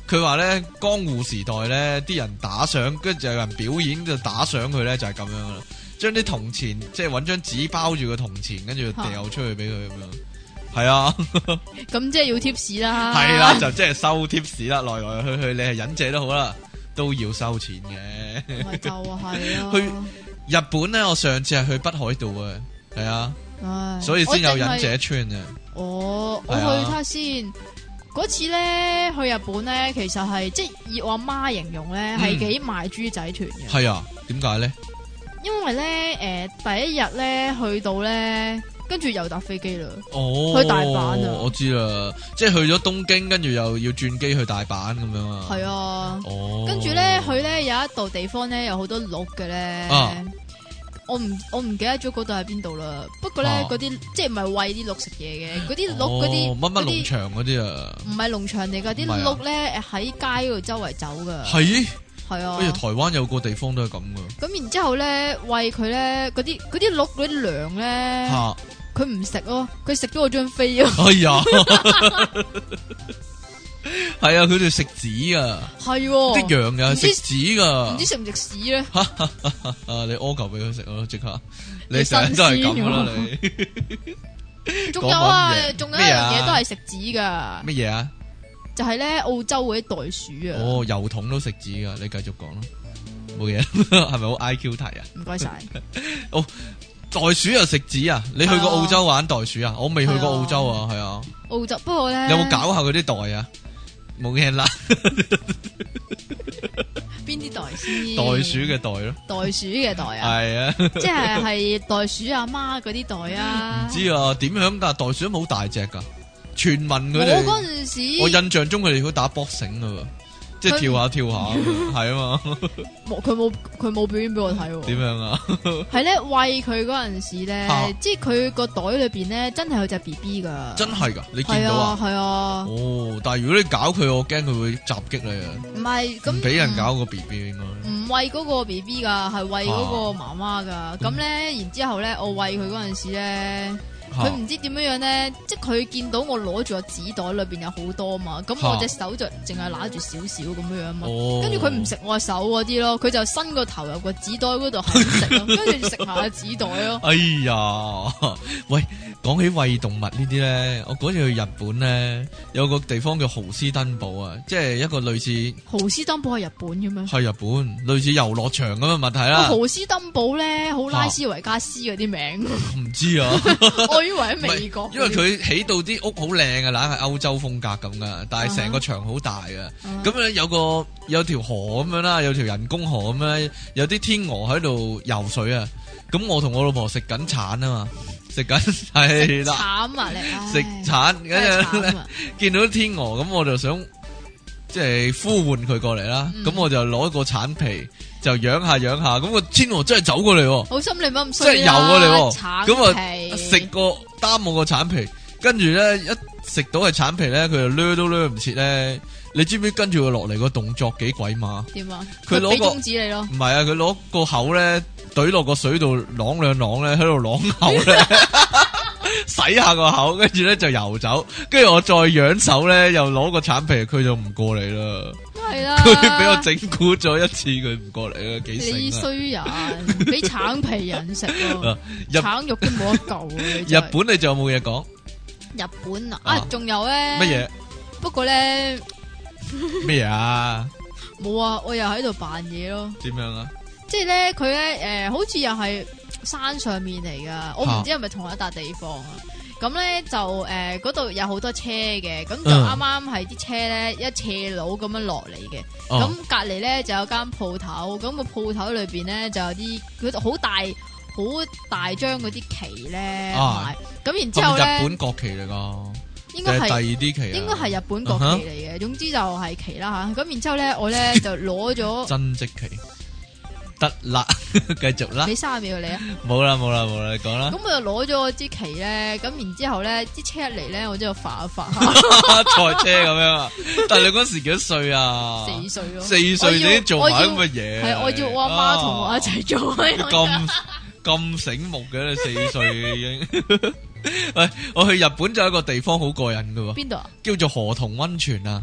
Speaker 2: 佢話咧，江湖時代咧，啲人打賞，跟住有人表演就打賞佢咧，就係咁樣啦。將啲銅錢，即係揾張紙包住個銅錢，跟住掉出去俾佢咁樣。係啊，
Speaker 1: 咁即係要貼士啦，
Speaker 2: 係啦，，就即係收貼士啦，來來去去，你係忍者都好啦，都要收錢嘅。
Speaker 1: 咪就係咯。
Speaker 2: 去日本咧，我上次係去北海道啊，係啊，
Speaker 1: 唉
Speaker 2: 所以先有忍。
Speaker 1: 我淨係
Speaker 2: 者村啊。
Speaker 1: 我我
Speaker 2: 係啊
Speaker 1: 去睇下先。嗰次咧去日本咧，其實係即係以我阿媽形容咧，係
Speaker 2: 嗯
Speaker 1: 幾賣豬仔團嘅。
Speaker 2: 係啊，點解咧？
Speaker 1: 因為咧，誒、第一日咧去到咧，跟住又搭飛機啦。
Speaker 2: 哦，
Speaker 1: 去大阪啊
Speaker 2: 我知啦，即係去咗東京，跟住又要轉機去大阪咁樣啊。
Speaker 1: 係啊，
Speaker 2: 哦，
Speaker 1: 跟住咧，佢咧有一度地方咧有好多鹿嘅咧
Speaker 2: 啊。
Speaker 1: 我唔我唔記得咗嗰度係邊度啦，不過咧
Speaker 2: 啊
Speaker 1: 嗰啲即係唔係餵啲鹿食嘢嘅，嗰啲鹿
Speaker 2: 哦
Speaker 1: 嗰啲
Speaker 2: 乜乜
Speaker 1: 嗰
Speaker 2: 農
Speaker 1: 啲
Speaker 2: 場嗰啲啊，
Speaker 1: 唔係農場嚟噶，
Speaker 2: 唔係啊
Speaker 1: 啲鹿咧喺街嗰度周圍走噶，
Speaker 2: 係，
Speaker 1: 係啊
Speaker 2: 好。似哎台灣有個地方都係咁噶。
Speaker 1: 咁然之後咧餵佢咧嗰啲嗰啲鹿嗰啲糧咧，
Speaker 2: 吓，
Speaker 1: 佢唔食咯，佢食咗我啊張飛咯。
Speaker 2: 哎呀， 係啊，佢哋食紙啊，
Speaker 1: 係
Speaker 2: 啲
Speaker 1: 喎，
Speaker 2: 羊又
Speaker 1: 哦唔
Speaker 2: 係食
Speaker 1: 知
Speaker 2: 紙噶
Speaker 1: 唔知。食唔食屎咧？
Speaker 2: 啊，你屙球俾佢食咯，即刻。
Speaker 1: 你
Speaker 2: 你成日都係咁㗎
Speaker 1: 新鮮
Speaker 2: 啦，
Speaker 1: 㗎
Speaker 2: 你
Speaker 1: 仲有啊
Speaker 2: 講乜嘢，
Speaker 1: 仲有一
Speaker 2: 咩
Speaker 1: 樣
Speaker 2: 啊
Speaker 1: 嘢都係食紙噶，
Speaker 2: 乜嘢啊？
Speaker 1: 就係咧澳洲嗰啲袋鼠啊。
Speaker 2: 哦，油桶都食紙噶，你繼續講啦，冇嘢， 係咪好 I Q 題啊？
Speaker 1: 唔該晒，
Speaker 2: 袋鼠又食紙啊？你去過
Speaker 1: 哦
Speaker 2: 澳洲玩袋鼠啊？我未去過澳洲啊，係啊。
Speaker 1: 澳洲不過咧，
Speaker 2: 有冇搞下嗰啲袋啊？冇嘢 啦，
Speaker 1: 邊啲袋先？
Speaker 2: 袋鼠嘅袋咯，
Speaker 1: 袋鼠嘅袋啊，
Speaker 2: 係啊，
Speaker 1: 即係係袋鼠阿媽嗰啲袋啊。
Speaker 2: 知啊，點樣㗎？袋鼠都冇大隻㗎，傳聞
Speaker 1: 我
Speaker 2: 佢哋，
Speaker 1: 嗰陣時
Speaker 2: 我印象中佢哋好打 boxing 噶，即系跳下跳下咁 樣，系啊嘛？
Speaker 1: 冇佢冇佢冇表演俾我睇喎。
Speaker 2: 点样啊？
Speaker 1: 系咧喂佢嗰阵时咧
Speaker 2: 嚇，
Speaker 1: 即系佢个袋里边咧真系有只 B B 噶，
Speaker 2: 真系噶，你见
Speaker 1: 系
Speaker 2: 到
Speaker 1: 啊
Speaker 2: 啊？
Speaker 1: 系啊，
Speaker 2: 哦，但系如果你搞佢，我惊佢会袭击你啊！
Speaker 1: 唔系
Speaker 2: 唔
Speaker 1: 咁嗯
Speaker 2: 俾人
Speaker 1: 唔
Speaker 2: 搞個 B B 應該。
Speaker 1: 唔喂嗰個 B B 噶，係喂嗰個
Speaker 2: 啊
Speaker 1: 媽媽噶。咁
Speaker 2: 嗯
Speaker 1: 咧，然之后咧，我喂佢嗰陣時咧，佢
Speaker 2: 嚇
Speaker 1: 唔知點樣樣咧，即係佢見到我攞住個紙袋，裏邊有好多嘛，咁
Speaker 2: 嚇
Speaker 1: 我隻手就淨係揦住少少咁樣樣嘛。
Speaker 2: 啊哦，
Speaker 1: 跟住佢唔食我手嗰啲咯，佢就伸個頭入個紙袋嗰度係咁食 咯，跟住食下個紙袋咯。
Speaker 2: 哎呀， 喂，講起喂動物呢啲咧，我嗰次去日本咧，有個地方叫豪斯登堡啊，即係一個類似
Speaker 1: 豪斯登堡係日本嘅咩？
Speaker 2: 係日本類似遊樂場咁嘅物體啦，
Speaker 1: 豪斯登堡咧，好拉斯維加斯嗰啲名，
Speaker 2: 唔知 啊。
Speaker 1: 我以為喺
Speaker 2: 唔係
Speaker 1: 美國嗰啲。
Speaker 2: 因為佢起到啲屋好靚啊，硬係歐洲風格咁噶，但係成個場好大啊。
Speaker 1: 啊
Speaker 2: 咁樣有個有條河咁樣啦，有條人工河咁樣，有啲天鵝喺度游水啊。咁我同我老婆食緊橙啊嘛，食緊係啦，
Speaker 1: 慘啊你，
Speaker 2: 食
Speaker 1: 慘啊
Speaker 2: 橙，跟住咧見到天鵝，咁我就想即係呼喚佢過嚟啦。
Speaker 1: 嗯
Speaker 2: 咁我就攞個橙皮就仰下仰下，咁個天鵝真係走過嚟喎。
Speaker 1: 好心你乜咁
Speaker 2: 即係
Speaker 1: 衰
Speaker 2: 有啊你喎，
Speaker 1: 橙
Speaker 2: 咁啊
Speaker 1: 皮
Speaker 2: 食個擔我個橙皮，跟住咧一食到係橙皮咧，佢就掠都掠唔切咧。你知唔知跟住佢落嚟個動作幾鬼馬？
Speaker 1: 點啊？
Speaker 2: 佢
Speaker 1: 佢
Speaker 2: 攞
Speaker 1: 俾
Speaker 2: 個
Speaker 1: 中指你 咯，
Speaker 2: 唔係啊，佢攞個口咧，懟落個水度，啷兩啷咧，喺度啷口咧，洗下個口，跟住咧就游走，跟住我再仰手咧，又攞個橙皮，佢就唔過嚟啦。
Speaker 1: 係啦，
Speaker 2: 佢俾我整蠱咗一次，佢唔過嚟啦，幾
Speaker 1: 你
Speaker 2: 醒啊！
Speaker 1: 衰人，俾橙皮人食 咯，
Speaker 2: 日
Speaker 1: 橙肉都冇得救啊你
Speaker 2: 日
Speaker 1: 真係
Speaker 2: 本你仲有冇嘢講？
Speaker 1: 日本啊，
Speaker 2: 啊
Speaker 1: 啊仲有咧
Speaker 2: 乜嘢？？
Speaker 1: 不過咧
Speaker 2: 咩啊？
Speaker 1: 冇啊，我又喺度扮嘢咯，
Speaker 2: 点样啊？
Speaker 1: 即係咧佢咧誒，好似又係山上面嚟噶，我
Speaker 2: 啊
Speaker 1: 唔知係咪同一笪地方啊。咁咧就誒嗰度有好多車嘅，咁就
Speaker 2: 嗯
Speaker 1: 啱啱係啲車咧一斜路咁樣落嚟嘅。咁
Speaker 2: 哦，
Speaker 1: 隔離咧就有間鋪頭，咁、個鋪頭裏邊咧就有啲佢好大好大張嗰啲旗咧
Speaker 2: 啊
Speaker 1: 賣，咁然之
Speaker 2: 係咪
Speaker 1: 後
Speaker 2: 日
Speaker 1: 咧
Speaker 2: 本國旗嚟噶，
Speaker 1: 應
Speaker 2: 定
Speaker 1: 該
Speaker 2: 係
Speaker 1: 係
Speaker 2: 第二啲旗啊？
Speaker 1: 應該係日本國旗嚟嘅，總之就係旗啦嚇。咁然之後咧，我 咧就攞咗
Speaker 2: 真迹旗。得啦， 繼續啦，
Speaker 1: 俾三十秒你啊，
Speaker 2: 冇啦冇啦冇啦，你講啦
Speaker 1: 咁，我就攞咗我支旗咧，咁然之後咧啲車一嚟咧，我就發一發 下
Speaker 2: 賽車咁樣啊！但係你嗰時幾多歲啊？
Speaker 1: 四歲咯，
Speaker 2: 四歲你都做
Speaker 1: 我
Speaker 2: 埋
Speaker 1: 要
Speaker 2: 咁嘅嘢，
Speaker 1: 係我要我阿媽同我一齊做啊，因為
Speaker 2: 咁咁醒目嘅你四歲已經。 喂，我去日本就有一個地方好過癮嘅喎，
Speaker 1: 邊度啊？
Speaker 2: 叫做河童温泉啊。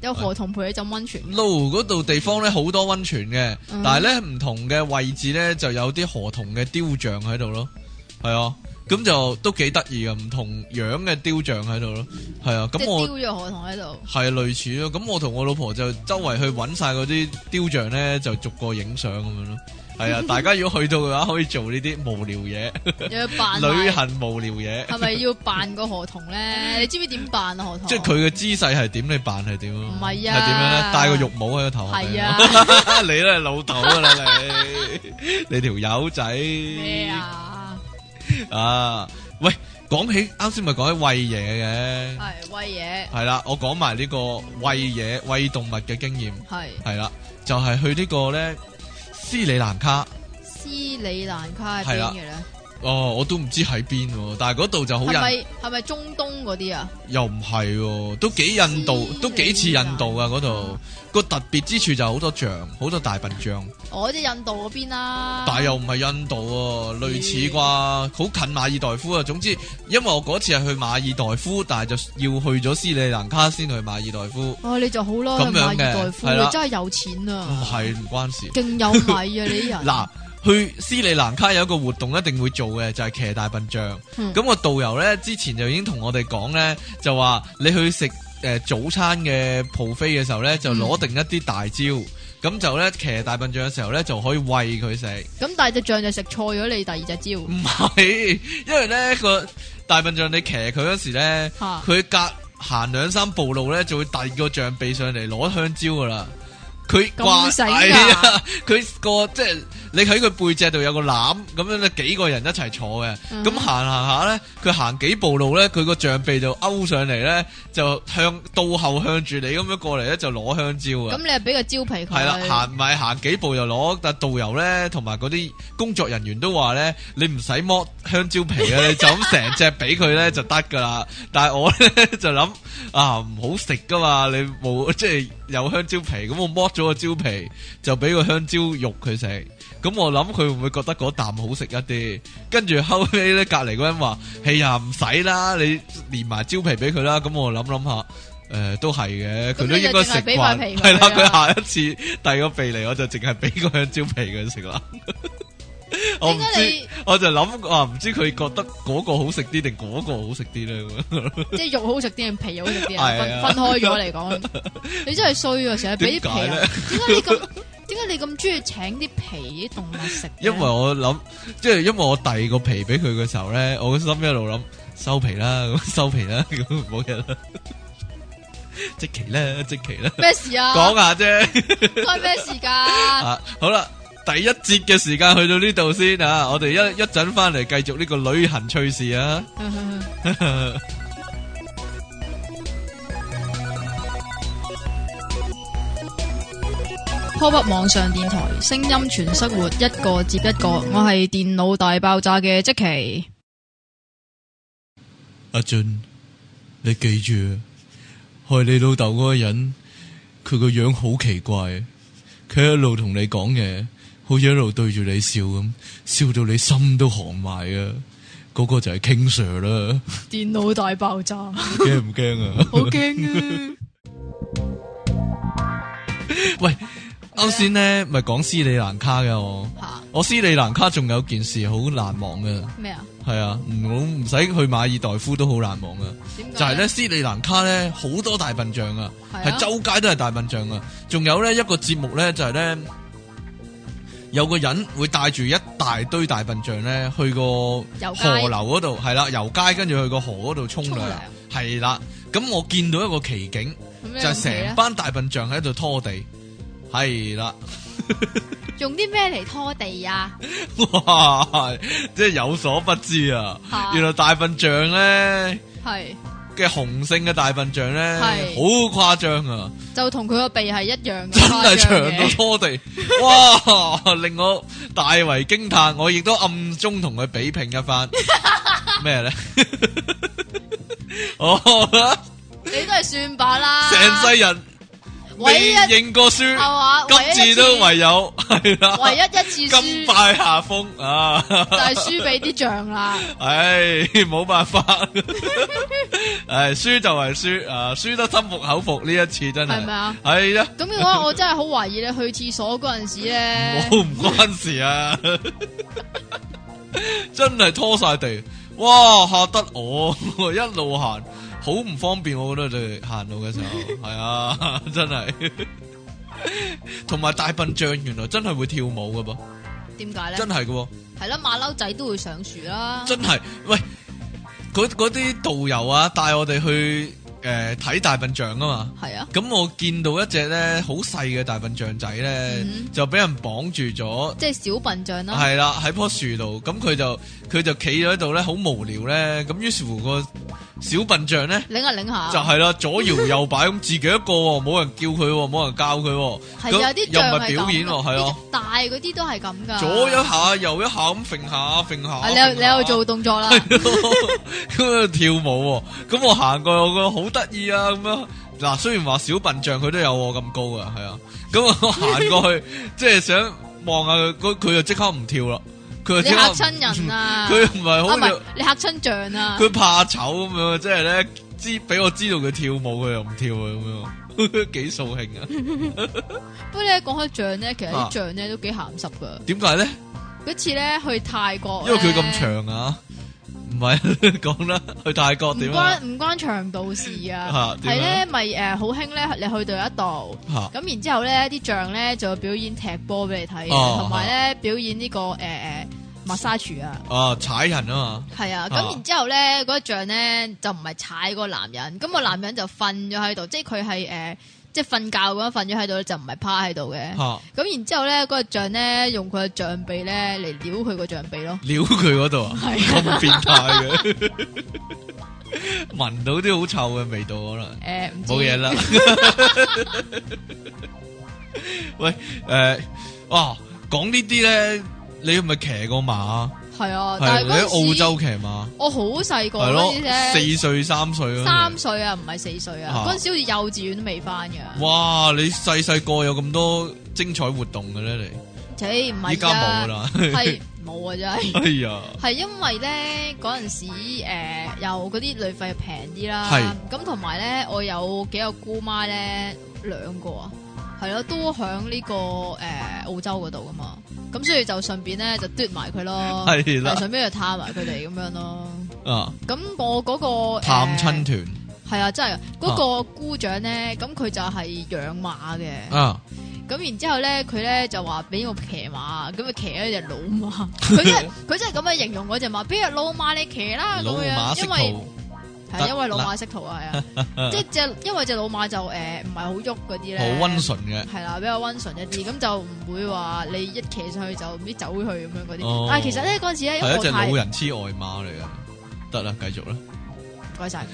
Speaker 1: 有河童陪你浸温泉，
Speaker 2: 路嗰度地方咧好多温泉嘅，
Speaker 1: 嗯
Speaker 2: 但系咧唔同嘅位置咧就有啲河童嘅雕像喺度咯，系啊，咁就都幾得意嘅，唔同樣嘅雕像喺度咯，係啊，
Speaker 1: 即
Speaker 2: 咁
Speaker 1: 係
Speaker 2: 我
Speaker 1: 丟咗河童喺度。
Speaker 2: 係類似咯，咁我同我老婆就周圍去揾晒嗰啲雕像咧，就逐個影相咁樣咯，係啊，大家如果去到嘅話，可以做呢啲無聊嘢，
Speaker 1: 又要扮埋哦
Speaker 2: 旅行無聊 嘢，
Speaker 1: 系咪要扮個河童 咧？你知唔知點扮啊河童？
Speaker 2: 即係佢嘅姿勢係點，你扮係點
Speaker 1: 唔
Speaker 2: 咯，
Speaker 1: 係
Speaker 2: 係
Speaker 1: 啊
Speaker 2: 點樣咧？戴個浴帽喺個頭下
Speaker 1: 係
Speaker 2: 底咯
Speaker 1: 啊
Speaker 2: 你都系老豆噶啦，你 你条友仔
Speaker 1: 咩啊？
Speaker 2: 啊？喂，讲起啱先咪讲起喂嘢嘅，
Speaker 1: 係喂嘢，
Speaker 2: 系啦，我讲埋呢个喂嘢喂动物嘅经验，
Speaker 1: 係
Speaker 2: 系啦，就系、去呢個咧斯里蘭卡，
Speaker 1: 斯里蘭卡喺邊嘅咧？
Speaker 2: 哦，我都唔知喺邊喎，但係嗰度就好
Speaker 1: 係
Speaker 2: 印，
Speaker 1: 咪係咪中東嗰啲啊？
Speaker 2: 又唔係喎，都幾印度
Speaker 1: 斯里蘭，卡
Speaker 2: 都幾似印度啊噶嗰度。個特別之處就係好多象，好多大笨象，
Speaker 1: 我即係印度嗰邊啦。
Speaker 2: 但又唔係印度喎，類似啩，好近馬爾代夫啊。總之，因為我嗰次係去馬爾代夫，但係就要去咗斯里蘭卡先去馬爾代夫，
Speaker 1: 哦，你就好啦，
Speaker 2: 咁
Speaker 1: 去馬
Speaker 2: 樣嘅
Speaker 1: 爾代夫，
Speaker 2: 係啦
Speaker 1: 你真係有錢
Speaker 2: 唔
Speaker 1: 啊！
Speaker 2: 係唔關事。
Speaker 1: 勁有米啊！你啲人
Speaker 2: 嗱，去斯里蘭卡有一個活動一定會做嘅，就係、騎大笨象。
Speaker 1: 嗯
Speaker 2: 咁、個導遊呢，之前就已經同我哋講呢，就話你去食誒、呃早餐嘅 buffet 嘅時候呢，就攞定一啲大蕉，咁、就呢，騎大笨象嘅時候呢，就可以喂佢食。
Speaker 1: 咁，但係只象就食錯咗你第二隻蕉
Speaker 2: 唔係，因為呢個大笨象你騎佢嗰時呢，
Speaker 1: 嚇
Speaker 3: 啊
Speaker 2: 佢隔行兩三步路呢，就會遞個象鼻上嚟攞香蕉噶啦。佢掛
Speaker 3: 咁醒㗎
Speaker 2: 係啊，佢個即係你喺佢背脊度有個籃咁樣咧，幾個人一齊坐嘅。
Speaker 3: 嗯
Speaker 2: 咁行行下咧，佢行幾步路咧，佢個象鼻就勾上嚟咧，就向倒後向住你咁樣過嚟咧，就攞香蕉啊
Speaker 1: 咁。你係俾個蕉 皮佢，
Speaker 2: 係啦，行咪行幾步就攞，但導遊咧同埋嗰啲工作人員都話咧，你唔使剝香蕉皮啊，你就咁成隻俾佢咧就得噶啦。但係我咧就諗啊，唔好食噶嘛，你冇即係有香蕉皮，咁我剝咗個蕉皮就俾個香蕉肉佢食。咁我諗佢會唔會覺得嗰啖好食一啲？跟住後尾咧，隔離嗰人話：哎呀，唔使啦，你連埋蕉皮俾佢啦。咁我諗諗下。誒、都係嘅，佢都應該食
Speaker 1: 咁你就淨係俾塊
Speaker 2: 慣，
Speaker 1: 皮
Speaker 2: 係啦。
Speaker 1: 佢
Speaker 2: 佢
Speaker 1: 啊
Speaker 2: 下一次遞個鼻嚟，我就淨係俾個香蕉皮佢食啦。 我唔
Speaker 1: 點解
Speaker 2: 知
Speaker 1: 你，
Speaker 2: 我就諗啊，唔知佢覺得嗰個好食啲定嗰個好食啲咧咁樣。
Speaker 1: 即係肉啊好食啲定皮好食啲
Speaker 2: 係
Speaker 1: 啊？
Speaker 2: 啊
Speaker 1: 分分開咗嚟講，你真係衰啊！成日俾
Speaker 2: 點
Speaker 1: 啲
Speaker 2: 解
Speaker 1: 皮
Speaker 2: 咧
Speaker 1: 啊，點解你咁？點解你咁中意請啲皮啲動物食嘅？
Speaker 2: 因為我諗，即係因為我遞個皮俾佢嘅時候咧，我個心一路諗收皮啦，咁 收皮啦，咁冇嘢啦， 即期啦，即期啦，
Speaker 1: 咩事啊？
Speaker 2: 講下啫。
Speaker 1: 關咩事 㗎？
Speaker 2: 啊，好啦，第一節嘅時間去到呢度先啊，我哋一一陣翻嚟繼續呢個旅行趣事啊。
Speaker 3: p o 網上電台，聲音全生活，一個接一個。我係電腦大爆炸嘅即奇，
Speaker 2: 阿俊，你記住啊，害你老豆嗰個人，佢個樣好奇怪，佢一路同你講嘢，好似一路對住你笑咁，笑到你心都寒埋啊！嗰、個就係 King Sir 啦，
Speaker 3: 電腦大爆炸，好
Speaker 2: 驚唔驚啊？
Speaker 3: 驚啊！
Speaker 2: 喂，啱先咧咪講斯里蘭卡嘅我，
Speaker 1: 啊嚇
Speaker 2: 我斯里蘭卡仲有件事好難忘嘅。
Speaker 1: 咩啊？
Speaker 2: 系啊，唔好唔使去馬爾代夫都好難忘啊！
Speaker 1: 點解？
Speaker 2: 就係咧，斯里蘭卡咧好多大笨象啊，
Speaker 1: 係啊
Speaker 2: 係周街都係大笨象啊！仲有咧一個節目咧就係咧，有個人會帶住一大堆大笨象咧去個
Speaker 1: 遊街
Speaker 2: 河流嗰度，係啦，遊街跟住去個河嗰度沖
Speaker 1: 沖
Speaker 2: 涼
Speaker 1: 涼，
Speaker 2: 係啦。咁我見到一個奇景，
Speaker 1: 咁樣
Speaker 2: 就
Speaker 1: 嚟
Speaker 2: 係
Speaker 1: 啊
Speaker 2: 成班大笨象喺度拖地，係啦。
Speaker 1: 用啲咩嚟拖地啊？
Speaker 2: 哇！即係有所不知啊！
Speaker 1: 嚇
Speaker 2: 原來大笨象咧
Speaker 1: 係
Speaker 2: 嘅雄性嘅大笨象咧，
Speaker 1: 係
Speaker 2: 好誇張啊！
Speaker 1: 就同佢個鼻係一樣嘅，
Speaker 2: 真
Speaker 1: 誇
Speaker 2: 係
Speaker 1: 張
Speaker 2: 長到
Speaker 1: 嘅
Speaker 2: 拖地，哇！令我大為驚嘆，我亦都暗中同佢比拼一番。咩咧？ 哦，
Speaker 1: 啊你都係算吧啦。
Speaker 2: 成世人
Speaker 1: 唯
Speaker 2: 未
Speaker 1: 一
Speaker 2: 認過
Speaker 1: 係
Speaker 2: 輸，
Speaker 1: 嘛？
Speaker 2: 今次都唯有係啦，
Speaker 1: 唯一一次
Speaker 2: 甘
Speaker 1: 輸
Speaker 2: 拜下風啊！
Speaker 1: 就係輸俾啲象啦。
Speaker 2: 唉，冇辦法， 唉，輸就係輸啊，輸得心服口服呢一次真係，
Speaker 1: 係咪啊？
Speaker 2: 係啊，
Speaker 1: 咁嘅 話，我真係好懷疑你去廁所嗰陣時咧，
Speaker 2: 我唔關事啊， 真係拖晒地，哇嚇得我 一路行，好唔方便，我覺得你行路嘅時候，係啊， 真係，同埋大笨象原來真係會跳舞噶噃，
Speaker 1: 點解咧？
Speaker 2: 真係噶喎。
Speaker 1: 係啦，馬騮仔都會上樹啦。
Speaker 2: 真係，喂，嗰嗰啲導遊啊，帶我哋去诶睇、大笨象啊嘛。
Speaker 1: 係啊，
Speaker 2: 咁我見到一隻咧好細嘅大笨象仔咧，
Speaker 1: 嗯
Speaker 2: 就俾人綁住咗，
Speaker 1: 即係小笨象啦。
Speaker 2: 係啦喺棵樹度。咁佢就佢就企咗喺度咧，好無聊咧。咁於是乎個小笨象咧。
Speaker 1: 擰下擰下，
Speaker 2: 就係啦，左搖右擺咁，自己一個喎，冇人叫佢喎，冇人教佢喎，
Speaker 1: 係啊，
Speaker 2: 咁
Speaker 1: 啲
Speaker 2: 又
Speaker 1: 象
Speaker 2: 唔
Speaker 1: 係
Speaker 2: 係表演喎，係啊，
Speaker 1: 啊，大嗰啲都係咁噶。
Speaker 2: 左一下右一下咁揈下揈下，
Speaker 1: 啊，你有
Speaker 2: 揈
Speaker 1: 你有
Speaker 2: 下
Speaker 1: 做動作啦，
Speaker 2: 咁啊跳舞喎，咁我行過我覺得好得意啊咁樣。嗱，雖然話小笨象佢都有我咁高啊，係啊，咁我行過去即係想望下佢，佢佢就即刻唔跳啦，佢就
Speaker 1: 你
Speaker 2: 即刻
Speaker 1: 嚇
Speaker 2: 唔
Speaker 1: 親人啊！
Speaker 2: 佢唔係
Speaker 1: 啊，
Speaker 2: 好
Speaker 1: 唔係你嚇親象啊！
Speaker 2: 佢怕醜咁樣，即係咧知俾我知道佢跳舞，佢又唔跳啊咁樣， 幾掃興啊！
Speaker 1: 嗯不過咧講開象咧，其實
Speaker 2: 啊
Speaker 1: 啲象咧都幾鹹濕噶。
Speaker 2: 點解咧？
Speaker 1: 嗰次咧去泰國，
Speaker 2: 因為佢咁，長啊，唔係 講啦，去泰國
Speaker 1: 唔
Speaker 2: 點啊
Speaker 1: 關？唔關長度事
Speaker 2: 啊 啊
Speaker 1: 啊，
Speaker 2: 點
Speaker 1: 係
Speaker 2: 啊
Speaker 1: 咧咪誒好興咧，你去到一度。
Speaker 2: 嚇
Speaker 1: 咁然之後咧，啲象咧就會表演踢波俾你睇，啊
Speaker 2: 哦
Speaker 1: 同埋咧表演呢、個誒誒 massage 啊，
Speaker 2: 啊踩人啊嘛！
Speaker 1: 係啊。
Speaker 2: 哦
Speaker 1: 咁然之後咧，嗰、個象咧就唔係踩個男人，咁、個男人就瞓咗喺度，即係佢係誒即系瞓覺咁樣瞓咗喺度就唔係趴喺度嘅。
Speaker 2: 吓
Speaker 1: 咁然之后咧，嗰個象咧用佢嘅象鼻咧嚟撩佢個象鼻咯。
Speaker 2: 撩佢嗰度啊，
Speaker 1: 係
Speaker 2: 咁變態嘅， 聞到啲好臭嘅味道可能。
Speaker 1: 诶，唔知
Speaker 2: 冇嘢。啦。 喂，诶、哇，講呢啲咧，你係咪騎過馬？
Speaker 1: 係啊，
Speaker 2: 係
Speaker 1: 但
Speaker 2: 你
Speaker 1: 係嗰
Speaker 2: 喺
Speaker 1: 陣時
Speaker 2: 澳洲騎馬，
Speaker 1: 我好細個
Speaker 2: 係
Speaker 1: 嗰
Speaker 2: 咯
Speaker 1: 陣時，咧，
Speaker 2: 四歲三歲嗰陣
Speaker 1: 三歲啊，唔係四歲啊。
Speaker 2: 啊
Speaker 1: 嗰陣時好似幼稚園都未翻嘅。
Speaker 2: 哇！你細細個有咁多精彩活動嘅咧，你
Speaker 1: 切唔
Speaker 2: 依
Speaker 1: 係啊
Speaker 2: 家冇㗎
Speaker 1: 㗎，
Speaker 2: 啦。
Speaker 1: 係冇啊，真係。
Speaker 2: 哎呀，
Speaker 1: 係因為咧嗰陣時誒、呃又嗰啲旅費平啲啦，
Speaker 2: 係
Speaker 1: 咁同埋咧我有幾個姑媽咧兩個啊，係咯都喺呢、個誒、呃澳洲嗰度噶嘛，咁所以就順便咧就嘟埋佢咯，
Speaker 2: 係啦
Speaker 1: 係順便就探埋佢哋咁樣咯。
Speaker 2: 啊，
Speaker 1: 咁我嗰、個
Speaker 2: 探親
Speaker 1: 團
Speaker 2: 團
Speaker 1: 係啊，真係嗰、個姑丈咧，咁佢就係養馬嘅，
Speaker 2: 啊，
Speaker 1: 咁然之後咧，佢咧就話俾我騎馬，咁啊騎咗只老 馬，佢真係佢真係咁樣形容嗰只馬，俾只老馬你騎 啦啊咁
Speaker 2: 老
Speaker 1: 樣，
Speaker 2: 馬識
Speaker 1: 因為
Speaker 2: 途
Speaker 1: 係
Speaker 2: 得
Speaker 1: 因為老馬識途啊， 係啊，即係只因為只老馬就誒唔係好喐嗰啲咧，
Speaker 2: 好温，順嘅，
Speaker 1: 係啦，比較温順一啲，咁就唔會話你一騎上去就唔知走去咁樣嗰
Speaker 2: 哦
Speaker 1: 啲。但係其實咧嗰陣時咧，因為
Speaker 2: 係一
Speaker 1: 我
Speaker 2: 隻老
Speaker 1: 太唔
Speaker 2: 人痴呆馬嚟嘅。得啦，繼續啦，
Speaker 1: 該晒，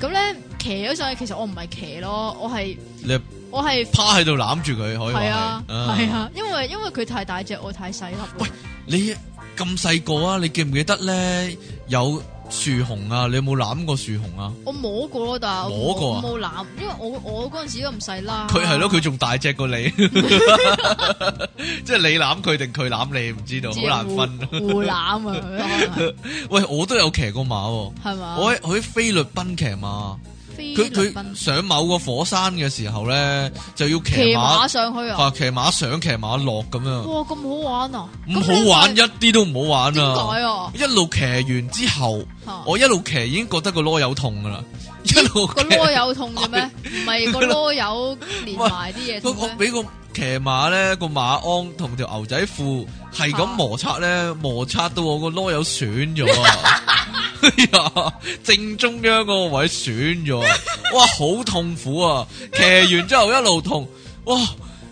Speaker 1: 咁咧騎咗上去，其實我唔係騎咯，我係
Speaker 2: 你係
Speaker 1: 我係
Speaker 2: 趴喺度攬住佢，可以話
Speaker 1: 係啊係
Speaker 2: 係
Speaker 1: 啊，因為因為佢太大隻，我太細粒喎。
Speaker 2: 你咁細個啊，你記唔記得咧有樹熊啊？你有冇攬過樹熊啊？
Speaker 1: 我摸過咯，但係我
Speaker 2: 摸過啊
Speaker 1: 冇攬，因為我我嗰陣時都咁細啦。
Speaker 2: 佢係咯，，佢仲大隻過你， 即係你攬佢定佢攬你，唔知道，
Speaker 1: 啊
Speaker 2: 好難分。
Speaker 1: 互互攬啊，可能係
Speaker 2: 喂，我都有騎過馬喎，
Speaker 1: 係嘛？
Speaker 2: 我喺我喺菲律賓騎馬，
Speaker 1: 啊菲律
Speaker 2: 佢
Speaker 1: 賓
Speaker 2: 佢上某個火山嘅時候咧，就要騎
Speaker 1: 騎馬
Speaker 2: 馬，
Speaker 1: 上哦去啊！
Speaker 2: 啊騎馬上騎馬落咁樣，
Speaker 1: 哇，咁好玩啊！
Speaker 2: 唔好玩一
Speaker 1: 呀？
Speaker 2: 啲都唔好玩
Speaker 1: 點
Speaker 2: 啊！
Speaker 1: 解 啊？
Speaker 2: 一路騎完之後。
Speaker 1: 嚇
Speaker 2: 我一路騎已經覺得個籮柚痛噶啦，一路
Speaker 1: 個
Speaker 2: 騎
Speaker 1: 啰柚痛嘅 咩？唔係個啰柚連埋啲嘢
Speaker 2: 不
Speaker 1: 痛
Speaker 2: 過
Speaker 1: 咩？
Speaker 2: 俾個騎馬咧個馬鞍同條牛仔褲係
Speaker 1: 啊
Speaker 2: 咁摩擦咧，摩擦到我個籮柚損 咗啊！哎呀，正中央嗰個位損咗，啊哇，好痛苦啊！騎完之後一路痛，哇！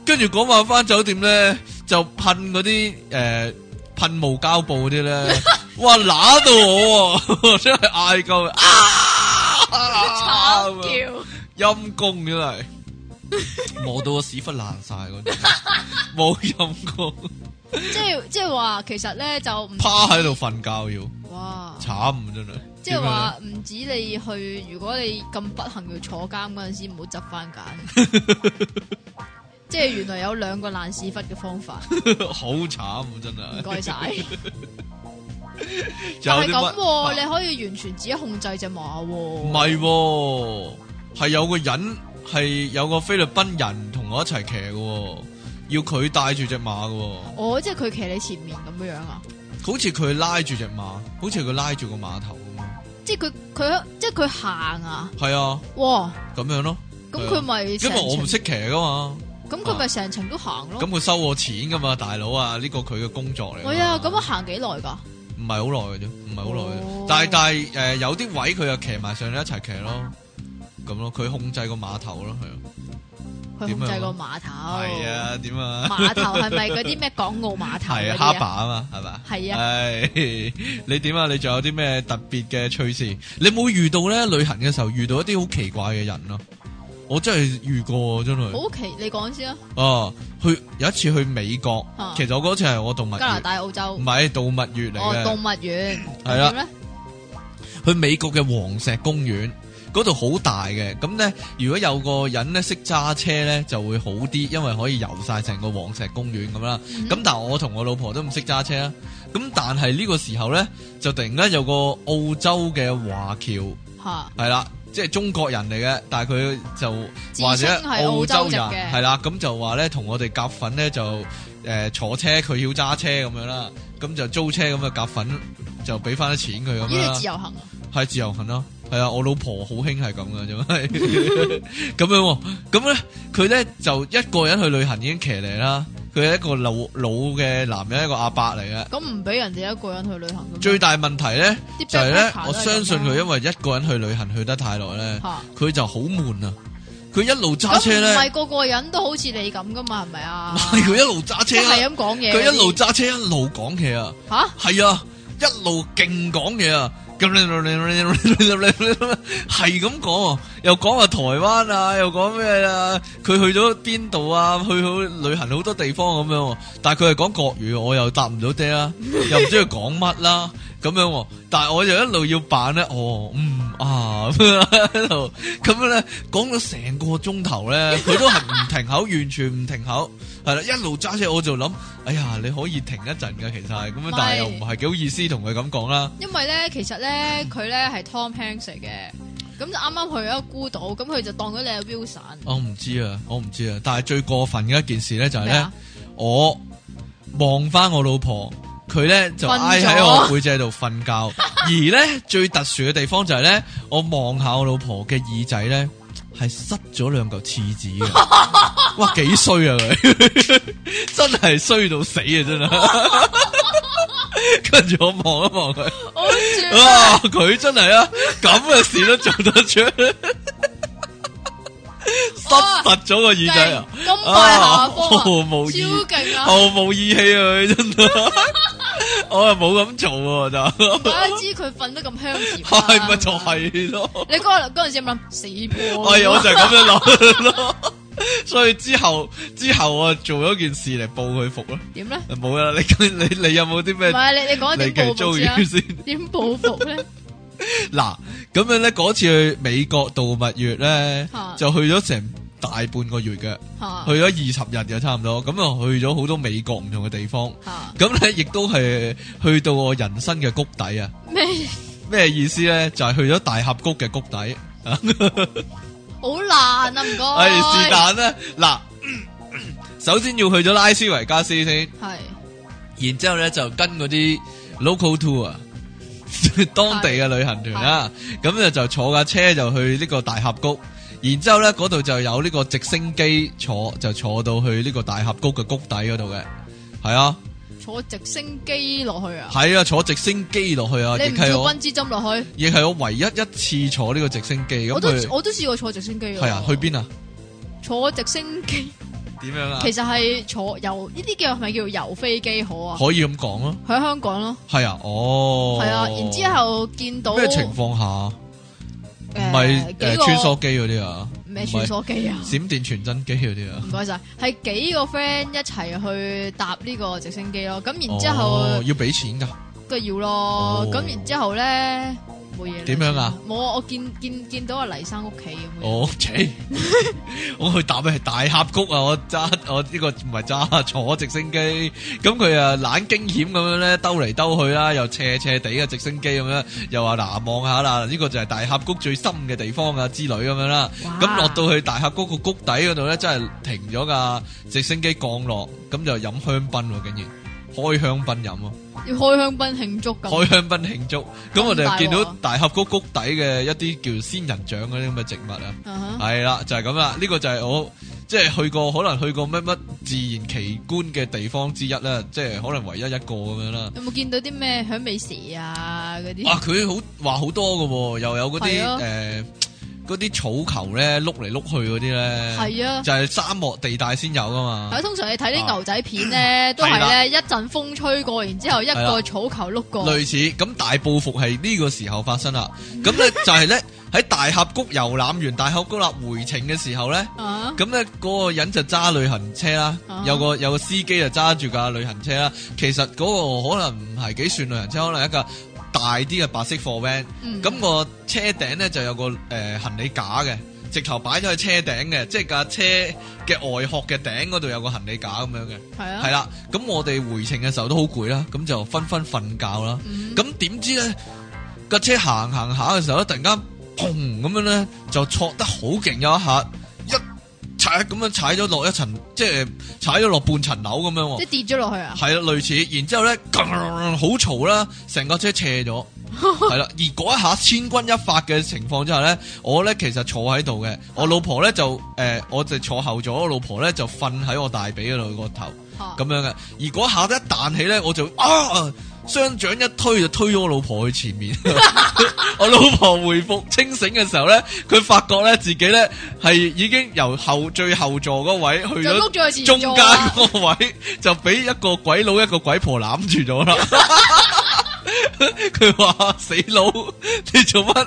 Speaker 2: 跟住嗰晚翻酒店咧，就噴嗰啲誒噴霧膠布嗰 啲咧，哇！揦到我喎， 真係嗌救啊！
Speaker 1: 慘叫！
Speaker 2: 阴公真 系磨到個屎忽爛晒嗰種，冇陰公，
Speaker 1: 即係即係話，其實咧就唔
Speaker 2: 趴喺度瞓覺要
Speaker 1: 哇！
Speaker 2: 慘啊真係。
Speaker 1: 即係
Speaker 2: 啊
Speaker 1: 話唔止你去，如果你咁不幸要坐監嗰陣時，唔好執番揀。 即係原來有兩個爛屎忽嘅方 法，
Speaker 2: 點樣呢好慘啊真
Speaker 1: 唔
Speaker 2: 係。
Speaker 1: 該 晒。
Speaker 2: 仲
Speaker 1: 但係
Speaker 2: 有啲
Speaker 1: 咁
Speaker 2: 乜？
Speaker 1: 喎，你可以完全自己控制只馬
Speaker 2: 唔
Speaker 1: 喎。
Speaker 2: 係喎，係有個人係有個菲律賓人同我一齊騎嘅喎，要佢帶住只馬嘅喎，
Speaker 1: 哦，即係佢騎你前面咁樣啊！
Speaker 2: 好似佢拉住只馬，好似佢拉住個馬頭咁樣。
Speaker 1: 即係佢佢即係佢行啊！
Speaker 2: 係啊，
Speaker 1: 哇！
Speaker 2: 咁樣咯，
Speaker 1: 咁佢咪
Speaker 2: 啊因
Speaker 1: 成
Speaker 2: 為我唔
Speaker 1: 程
Speaker 2: 識騎噶嘛。
Speaker 1: 咁佢咪成程都行
Speaker 2: 咁
Speaker 1: 咯？啊
Speaker 2: 佢收我錢噶嘛，大佬啊，呢個佢嘅工作嚟㗎嘛。
Speaker 1: 喂啊！咁行幾耐㗎？
Speaker 2: 唔係好耐嘅啫，唔係好耐嘅啫
Speaker 1: 哦。
Speaker 2: 但係但係誒有啲位佢又騎埋上嚟一齊騎咯，咁咯，佢控制個碼頭咯，係咯。
Speaker 1: 佢控制個碼頭。
Speaker 2: 啊係，啊，點啊？
Speaker 1: 哦碼頭係咪嗰啲咩港澳碼頭
Speaker 2: 係
Speaker 1: 嗰
Speaker 2: 啊，
Speaker 1: 啲
Speaker 2: 哈
Speaker 1: 啊
Speaker 2: 巴啊嘛，係嘛？
Speaker 1: 係啊
Speaker 2: 係 你點啊？你仲有啲咩特別嘅趣事？你冇遇到咧旅行嘅時候遇到一啲好奇怪嘅人咯？我真係遇過，真係。
Speaker 1: 好奇，你講先啊！
Speaker 2: 啊，去有一次去美國
Speaker 1: 啊，
Speaker 2: 其實我嗰次係我動物
Speaker 1: 加拿
Speaker 2: 園，
Speaker 1: 大、澳洲
Speaker 2: 唔。係動物園嚟
Speaker 1: 哦，
Speaker 2: 嘅。
Speaker 1: 動物園
Speaker 2: 係啦
Speaker 1: 咁點咧
Speaker 2: 去美國嘅黃石公園，嗰度好大嘅。咁呢，如果有個人呢識揸車呢，就會好啲，因為可以遊晒成個黃石公園咁啦。
Speaker 1: 嗯
Speaker 2: 咁、但係我同我老婆都唔識揸車啦。咁但係呢個時候呢，就突然間有個澳洲嘅華僑
Speaker 1: 嚇，
Speaker 2: 係啦。即係中國人嚟嘅，但係佢就
Speaker 1: 自稱
Speaker 2: 或者
Speaker 1: 係澳洲
Speaker 2: 洲
Speaker 1: 籍
Speaker 2: 人
Speaker 1: 嘅
Speaker 2: 係啦，咁就話呢，同我哋夾粉呢，就誒、呃坐車，佢要揸車咁樣啦，咁就租車咁嘅夾粉就俾翻啲錢佢咁
Speaker 1: 呢
Speaker 2: 樣啦
Speaker 1: 啲自由行啊！
Speaker 2: 係自由行啦，係啊，我老婆好興係咁嘅啫嘛， 咁樣喎，咁咧佢咧就一個人去旅行已經騎嚟啦，佢係一個老老嘅男人，一個阿伯嚟嘅。
Speaker 1: 咁唔俾人哋一個人去旅行咁。
Speaker 2: 最大問題咧
Speaker 1: 啲
Speaker 2: 就係咧
Speaker 1: 啊 backpacker，都係
Speaker 2: 我相信
Speaker 1: 咁
Speaker 2: 佢
Speaker 1: 啦
Speaker 2: 因為一個人去旅行去得太耐咧，
Speaker 1: 嚇
Speaker 2: 佢就好悶啊，佢一路揸
Speaker 1: 咁
Speaker 2: 車
Speaker 1: 唔係
Speaker 2: 咧，
Speaker 1: 個個人都好似你咁噶嘛，係咪啊
Speaker 2: 唔？係佢一路揸
Speaker 1: 即
Speaker 2: 車
Speaker 1: 係
Speaker 2: 啊，
Speaker 1: 咁講嘢嗰啲。
Speaker 2: 佢一路揸車一路講嘢啊，
Speaker 1: 吓
Speaker 2: 係啊，一路勁講嘢啊。咁係咁講啊，又講下台灣啊，又講咩啊？佢去咗邊度啊？去好旅行好多地方咁樣喎，但係佢係講國語，我又答唔到爹啦，又唔知佢講乜啦，咁樣喎。但係我就一路要扮咧，哦，嗯啊咁樣喺度，咁樣咧講咗成個鐘頭咧，佢都係唔停口，完全唔停口，係啦，一路揸車我就諗，哎呀，你可以停一陣㗎，其實係咁樣，但係又唔係幾好意思同佢咁講啦。
Speaker 1: 因為咧，其實咧佢咧係 Tom Hanks 嚟嘅，咁就啱啱去咗一個孤島，咁佢就當咗你係 Wilson。
Speaker 2: 我唔知啊，我唔知啊。但係最過分嘅一件事咧，就係
Speaker 1: 咩
Speaker 2: 咧
Speaker 1: 啊，
Speaker 2: 我望翻我老婆，佢咧就
Speaker 1: 瞓咗
Speaker 2: 挨喺我背脊度瞓覺。而咧最特殊嘅地方就係咧，我望下我老婆嘅耳仔咧，係塞咗兩嚿廁 紙嘅。哇，幾衰啊佢！ 真係衰到死啊！真係。 跟住我望一望佢，
Speaker 1: 我住
Speaker 2: 啊！佢真係啊，咁嘅事都做得出，塞
Speaker 1: 哦
Speaker 2: 實咗個耳仔啊！
Speaker 1: 金幣下
Speaker 2: 啊毫
Speaker 1: 方
Speaker 2: 無
Speaker 1: 啊，
Speaker 2: 意
Speaker 1: 超勁啊！
Speaker 2: 毫無義氣啊！佢真係，我又冇咁做喎， 就
Speaker 1: 大家知佢瞓得咁香甜啊，
Speaker 2: 係咪就係咯？
Speaker 1: 你嗰嗰阵时有冇諗死波？啊
Speaker 2: 哎係我就係咁樣諗咯。所以之後之後我做咗件事嚟報佢服咯，
Speaker 1: 點咧？
Speaker 2: 冇啦！你你你有冇啲
Speaker 1: 唔
Speaker 2: 咩
Speaker 1: 係你你講一
Speaker 2: 離
Speaker 1: 點
Speaker 2: 奇
Speaker 1: 報
Speaker 2: 遭
Speaker 1: 復
Speaker 2: 遇
Speaker 1: 先啊？
Speaker 2: 先？
Speaker 1: 點報復 咧？
Speaker 2: 嗱，咁樣咧，嗰次去美國度蜜月咧
Speaker 1: 啊，
Speaker 2: 就去咗成大半個月嘅，
Speaker 1: 吓
Speaker 2: 去咗二十日嘅差唔多，咁啊去咗好多美國唔同嘅地方，
Speaker 1: 吓
Speaker 2: 咁咧亦都係去到我人生嘅谷底啊！
Speaker 1: 咩？
Speaker 2: 咩意思咧？就係去咗大峽谷嘅谷底，
Speaker 1: 好爛啊！唔該。
Speaker 2: 唉哎是但啦。嗱，首先要去咗拉斯維加斯先，
Speaker 1: 係
Speaker 2: 然之后咧就跟嗰啲 local tour 啊。 當地嘅旅行團啦，咁咧就坐架車就去呢個大峽谷，然之後咧嗰度就有呢個直升機坐，就坐到去呢個大峽谷嘅谷底嗰度嘅，係啊，
Speaker 1: 坐直升機落去啊！
Speaker 2: 係啊，坐直升機落去啊，
Speaker 1: 你
Speaker 2: 亦
Speaker 1: 唔
Speaker 2: 係
Speaker 1: 跳
Speaker 2: 我
Speaker 1: 温之針落去？
Speaker 2: 亦係我唯一一次坐呢個直升機，咁
Speaker 1: 我都
Speaker 2: 佢
Speaker 1: 我都試過坐直升機㗎
Speaker 2: 係啊，去邊啊？
Speaker 1: 坐直升機
Speaker 2: 點樣啊？
Speaker 1: 其實係坐遊呢啲叫係咪叫遊飛機好啊？
Speaker 2: 可以咁講咯，
Speaker 1: 喺香港咯，
Speaker 2: 係啊，哦，
Speaker 1: 係啊。然之後見到
Speaker 2: 咩情況下唔
Speaker 1: 誒
Speaker 2: 係
Speaker 1: 幾
Speaker 2: 誒
Speaker 1: 個
Speaker 2: 穿梭機嗰啲啊？
Speaker 1: 咩穿梭機啊
Speaker 2: 唔？係閃電傳真機嗰啲啊？
Speaker 1: 唔該晒，係幾個 friend 一齊去搭呢個直升機咯。咁然之
Speaker 2: 哦
Speaker 1: 後
Speaker 2: 要俾錢㗎。
Speaker 1: 都要咯
Speaker 2: 哦。
Speaker 1: 咁然之後咧冇嘢啦。
Speaker 2: 點樣啊？
Speaker 1: 冇啊！我見見見到阿黎生屋企咁樣。
Speaker 2: 我 切，我去搭嘅系大峽谷啊！我揸我呢個唔係揸坐直升機，咁佢啊懶驚險咁樣咧兜嚟兜去啦，又斜斜地嘅直升機咁樣，又話嗱望下啦，呢個就係大峽谷最深嘅地方啊之類咁樣啦。
Speaker 1: 哇
Speaker 2: 咁落到去大峽谷個谷底嗰度咧，真係停咗架直升機降落，咁就飲香檳喎，竟然開香檳飲啊！
Speaker 1: 要開香檳慶祝咁。
Speaker 2: 開香檳慶祝，咁我哋就見
Speaker 1: 咁啊
Speaker 2: 到大峽谷谷底嘅一啲叫仙人掌嗰啲咁嘅植物啊。
Speaker 1: 啊哈
Speaker 2: 系啦，就係咁啦。呢、個就係我即係去過，可能去過乜乜自然奇觀嘅地方之一啦，即係可能唯一一個咁樣啦。
Speaker 1: 有冇見到啲咩響尾蛇啊嗰啲？
Speaker 2: 哇！佢好話好多嘅喎，又有嗰
Speaker 1: 係
Speaker 2: 啲
Speaker 1: 啊
Speaker 2: 誒嗰啲草球咧，碌嚟碌去嗰啲咧，
Speaker 1: 係啊。
Speaker 2: 就係沙漠地帶先有噶嘛
Speaker 1: 係。通常你睇啲牛仔片 咧，都係咧一陣風吹過，然之後一
Speaker 2: 係
Speaker 1: 個
Speaker 2: 啦
Speaker 1: 草球碌過，
Speaker 2: 類似咁大報復係呢個時候發生啦。咁咧就係咧喺大峽谷遊覽完大峽谷啦，回程嘅時候咧。
Speaker 1: 啊，
Speaker 2: 咁咧，嗰個人就揸旅行車啦
Speaker 1: 啊，
Speaker 2: 有個有個司機就揸住架旅行車啦。其實嗰個可能唔係幾算旅行車，可能係一架大啲嘅白色貨 van。
Speaker 1: 嗯
Speaker 2: 咁個車頂咧就有個誒、呃行李架嘅，直頭擺咗喺車頂嘅，即係架車嘅外殼嘅頂嗰度有個行李架咁樣嘅。
Speaker 1: 係啊，
Speaker 2: 係啦，咁我哋回程嘅時候都好攰啦，咁就紛紛瞓覺啦。
Speaker 1: 嗯
Speaker 2: 咁點知咧架車行行下嘅時候咧，突然間砰咁樣咧就挫得好勁有一下，一踩咁樣踩咗落一層，即係踩咗落半層樓咁樣喎。
Speaker 1: 即係跌咗落去啊，
Speaker 2: 係啦，類似，然之後咧，嘭好嘈啦，成架車斜咗，係啦，而嗰一下千鈞一髮嘅情況之下咧，我咧其實坐喺度嘅，我老婆咧就誒、呃我就坐後咗，我老婆咧就瞓喺我大髀嗰度個頭。
Speaker 1: 嚇
Speaker 2: 咁樣嘅。而嗰下一彈起咧，我就啊，雙掌一推就推咗我老婆去前面。 我老婆回復清醒嘅時候咧，佢發覺咧自己咧係已經由後最後座嗰位去
Speaker 1: 就碌
Speaker 2: 咗
Speaker 1: 咗去
Speaker 2: 中
Speaker 1: 前座
Speaker 2: 間
Speaker 1: 啊！
Speaker 2: 嗰個位，就俾一個鬼佬一個鬼婆攬住咗啦。 佢話：死佬，你做乜？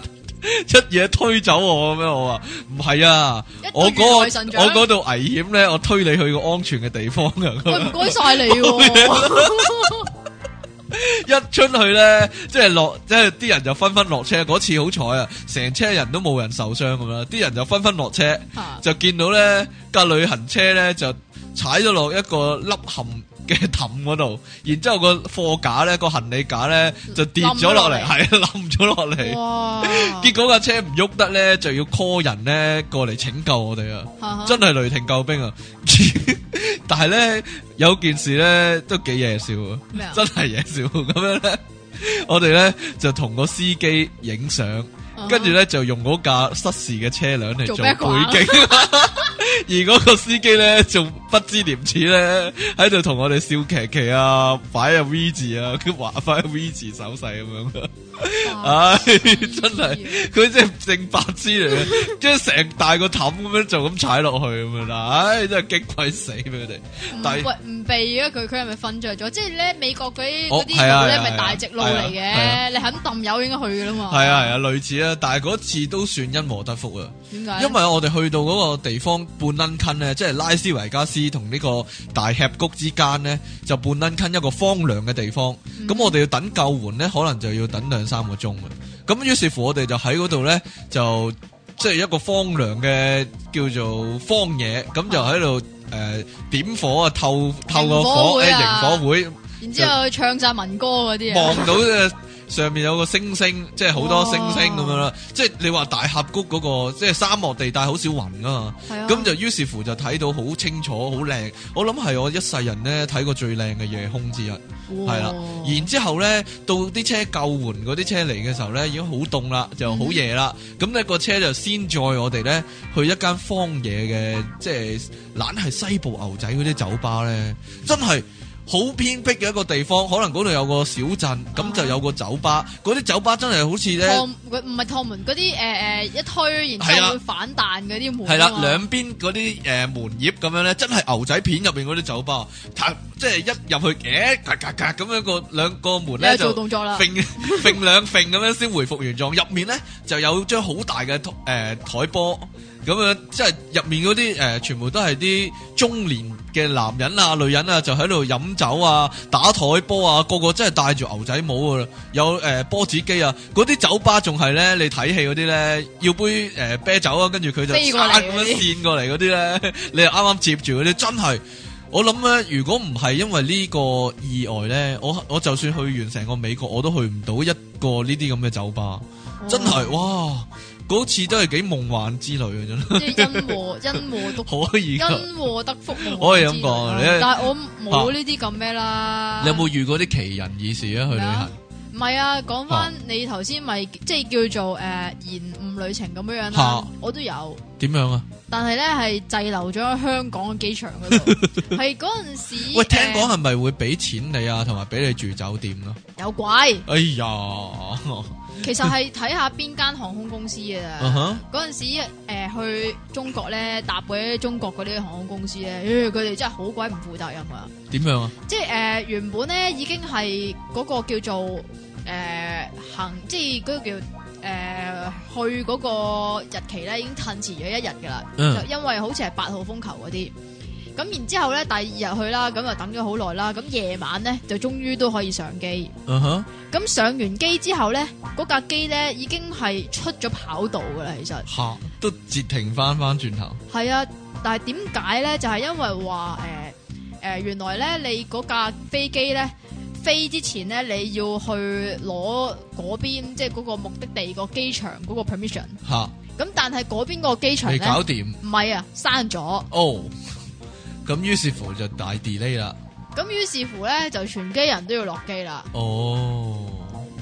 Speaker 2: 一嘢推走我咁樣，我話唔係啊，
Speaker 1: 一
Speaker 2: 我
Speaker 1: 推
Speaker 2: 嗰、
Speaker 1: 原來神
Speaker 2: 個
Speaker 1: 掌
Speaker 2: 我嗰度危險咧，我推你去個安全嘅地方啊！咁
Speaker 1: 喂，
Speaker 2: 樣
Speaker 1: 唔該晒你 喎，
Speaker 2: 一出去咧，即係落，即係啲人就紛紛落車。嗰次好彩啊，成車人都冇人受傷咁啦，啲人就紛紛落車，
Speaker 1: 嚇
Speaker 2: 就見到咧架旅行車咧就踩咗落一個凹陷嘅氹嗰度，然之後個貨架咧個行李架咧就跌咗落嚟，
Speaker 1: 冧咗落嚟
Speaker 2: 係啊冧咗落嚟。
Speaker 1: 哇！
Speaker 2: 結果架車唔喐得咧，就要 call 人咧過嚟拯救我哋啊！
Speaker 1: 嚇嚇
Speaker 2: 真係雷霆救兵啊！ 但係咧有件事咧都幾嘢笑啊！
Speaker 1: 咩啊
Speaker 2: 真係嘢笑咁樣咧， 我哋咧就同個司機影相，跟住咧就用嗰架失事嘅車輛嚟
Speaker 1: 啊做咩
Speaker 2: 做背景。 而嗰個司機咧，仲不知廉恥咧，喺度同我哋笑騎騎啊，擺啊 V 字啊，佢 畫翻 V 字手勢咁樣。
Speaker 1: 啊
Speaker 2: 唉，真係 佢真係正白痴嚟嘅，即係成大個氹咁樣就咁踩落去咁樣啦。唉，真係激鬼死俾佢哋。
Speaker 1: 唔
Speaker 2: 但係
Speaker 1: 喂唔避嘅佢，佢係咪瞓着咗？即係咧美國嗰啲
Speaker 2: 哦
Speaker 1: 嗰啲
Speaker 2: 係啊
Speaker 1: 路咧，
Speaker 2: 係啊係啊
Speaker 1: 咪大直路嚟
Speaker 2: 係啊係啊
Speaker 1: 嘅，你肯抌油應該去噶啦嘛。
Speaker 2: 係啊係啊，類似啊，但係嗰次都算因禍得福啊。
Speaker 1: 點解？
Speaker 2: 因為我哋去到嗰個地方半撚坑咧，即係拉斯維加斯同呢個大峽谷之間咧，就半撚坑一個荒涼嘅地方。
Speaker 1: 嗯
Speaker 2: 咁、我哋要等救援咧，可能就要等兩三個鐘啊。咁於是乎我哋就喺嗰度咧，就即係一個荒涼嘅叫做荒野，咁就喺度誒點火啊，透透個
Speaker 1: 啊營火
Speaker 2: 火誒
Speaker 1: 會啊
Speaker 2: 營火會。
Speaker 1: 然之後唱晒民歌嗰啲啊
Speaker 2: 望，到嘅上面有個星星，即係好
Speaker 1: 哦
Speaker 2: 多星星咁樣啦。即係你話大峽谷嗰、個，即係沙漠地帶好少雲噶嘛。
Speaker 1: 係啊
Speaker 2: 咁就於是乎就睇到好清楚、好靚。我諗係我一世人咧睇過最靚嘅夜空之一，係
Speaker 1: 哇
Speaker 2: 啦。然之後咧，到啲車救援嗰啲車嚟嘅時候咧，已經好凍啦，就好夜啦。咁呢、個車就先載我哋咧去一間荒野嘅，即係懶係西部牛仔嗰啲酒吧咧，真係。好偏僻嘅一個地方，可能嗰度有個小鎮，咁就有個酒吧。嗰啲酒吧真係好似咧，
Speaker 1: 趟佢唔係趟門嗰啲誒誒一推，然之
Speaker 2: 係啊
Speaker 1: 後會反彈嗰啲門。啊
Speaker 2: 係啦，兩邊嗰啲誒門葉咁樣咧，真係牛仔片入邊嗰啲酒吧，啪即係一入去，誒嘎嘎嘎咁樣個兩個門咧
Speaker 1: 你
Speaker 2: 就
Speaker 1: 做動作啦，
Speaker 2: 揈 揈兩揈咁樣先回復原狀。入面咧就有張好大嘅誒、呃台波，咁樣即係入面嗰啲誒全部都係啲中年嘅男人啊、女人啊，就喺度飲酒啊、打台波啊，個個真係戴住牛仔帽噶啦，有誒、呃波子機啊，嗰啲酒吧仲係咧，你睇戲嗰啲咧要杯誒、呃啤酒啊，跟住佢就
Speaker 1: 飛過嚟
Speaker 2: 咁樣扇過嚟嗰啲咧，你又啱啱接住嗰啲，真係。我諗咧，如果唔係因為呢個意外咧，我我就算去完成個美國，我都去唔到一個呢啲咁嘅酒吧，真
Speaker 1: 哦
Speaker 2: 係哇！嗰次都係幾夢幻之旅啊，真係
Speaker 1: 即係因禍因 禍得
Speaker 2: 可以噶。
Speaker 1: 因禍得福。
Speaker 2: 我可以咁講啊
Speaker 1: 我知
Speaker 2: 你啊
Speaker 1: 但係我冇呢啲咁咩啦。
Speaker 2: 你有冇遇過啲奇人異事啊？去旅
Speaker 1: 咩啊
Speaker 2: 行
Speaker 1: 唔係啊，講翻你頭先咪即係叫做誒呃延誤旅程咁樣樣啦
Speaker 2: 嚇，
Speaker 1: 我都有，
Speaker 2: 點樣啊？
Speaker 1: 但係咧係滯留咗喺香港嘅機場嗰 度，係嗰陣時
Speaker 2: 喂，聽
Speaker 1: 誒
Speaker 2: 講係啊咪會俾錢你啊，同埋俾你住酒店咯？
Speaker 1: 呃有鬼，
Speaker 2: 哎 呀，
Speaker 1: 其實 係睇下邊間航空公司嘅
Speaker 2: 啊
Speaker 1: 咋。
Speaker 2: 哈
Speaker 1: 嗰陣時誒去中國咧搭嗰啲中國嗰啲航空公司咧，咦佢哋真係好鬼唔負責任啊！
Speaker 2: 點樣啊？
Speaker 1: 即係誒、呃原本咧已經係嗰個叫做誒、呃行，即係嗰個叫誒、呃去嗰個日期咧已經褪遲咗一日噶啦，
Speaker 2: 嗯
Speaker 1: 就因為好似係八號風球嗰啲。咁然之後咧，第二日去啦，咁就等咗好耐啦。咁夜晚咧就終於都可以上機。
Speaker 2: 啊哈
Speaker 1: 咁上完機之後咧，嗰架機咧已經係出咗跑道噶啦，其實。
Speaker 2: 嚇都截停翻翻轉頭，
Speaker 1: 系啊，但系點解咧？就係因為話诶诶，原來咧你嗰架飛機咧飛之前咧，你要去攞嗰邊即係嗰個目的地個機場嗰個 permission。
Speaker 2: 嚇
Speaker 1: 咁但係嗰邊個機場
Speaker 2: 未
Speaker 1: 咧
Speaker 2: 搞掂。
Speaker 1: 唔係啊，刪咗。
Speaker 2: 哦，咁於是乎就大 delay 啦。
Speaker 1: 咁於是乎咧，就全機人都要落機啦。
Speaker 2: 哦，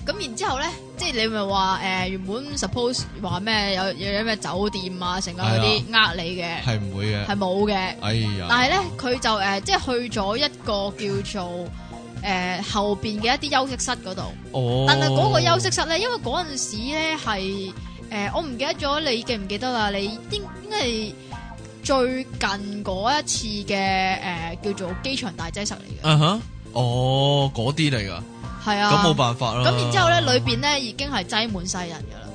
Speaker 1: 咁然之後咧，即係你咪話誒原本 suppose 話咩有有咩酒店啊，成啊嗰啲呃你嘅，
Speaker 2: 係唔會嘅。
Speaker 1: 係冇嘅。
Speaker 2: 哎呀，
Speaker 1: 但係咧，佢就誒、呃即係去咗一個叫做誒、诶后边嘅一啲休息室嗰度。
Speaker 2: 哦，
Speaker 1: 但係嗰個休息室咧，因為嗰陣時咧係誒，我唔記得咗你記唔記得啦？你應應該係最近嗰一次嘅誒、呃叫做機場大擠塞嚟嘅，
Speaker 2: 啊哈，哦，嗰啲嚟噶，
Speaker 1: 係啊。
Speaker 2: 咁冇辦法啦。
Speaker 1: 咁然之後咧，裏邊咧已經係擠滿晒人噶啦，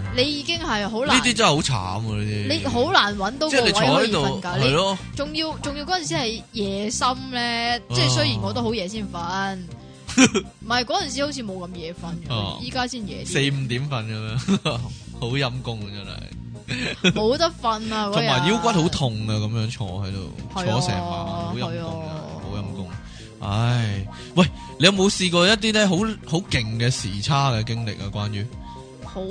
Speaker 2: 唉，
Speaker 1: 你已經係好
Speaker 2: 呢
Speaker 1: 難，
Speaker 2: 啲真係好慘啊！呢啲
Speaker 1: 你好難揾到
Speaker 2: 即
Speaker 1: 個
Speaker 2: 係
Speaker 1: 位
Speaker 2: 你坐
Speaker 1: 可
Speaker 2: 喺
Speaker 1: 以瞓
Speaker 2: 度
Speaker 1: 㗎。
Speaker 2: 係
Speaker 1: 你
Speaker 2: 咯，
Speaker 1: 仲要仲要嗰陣時係夜深咧，即係
Speaker 2: 啊
Speaker 1: 雖然我都好夜先 瞓，唔係嗰陣時好似冇咁夜瞓
Speaker 2: 啊
Speaker 1: 嘅，依家先夜
Speaker 2: 四
Speaker 1: 啲，
Speaker 2: 五點瞓咁樣， 好陰功啊真係。
Speaker 1: 冇得 瞓啊！嗰
Speaker 2: 同埋
Speaker 1: 日
Speaker 2: 腰骨好痛啊！咁樣坐喺度，坐
Speaker 1: 係啊
Speaker 2: 成晚，好陰功啊
Speaker 1: 係啊，
Speaker 2: 好陰功。唉，喂，你有冇試過一啲咧好好勁嘅時差嘅經歷啊？關於
Speaker 1: 好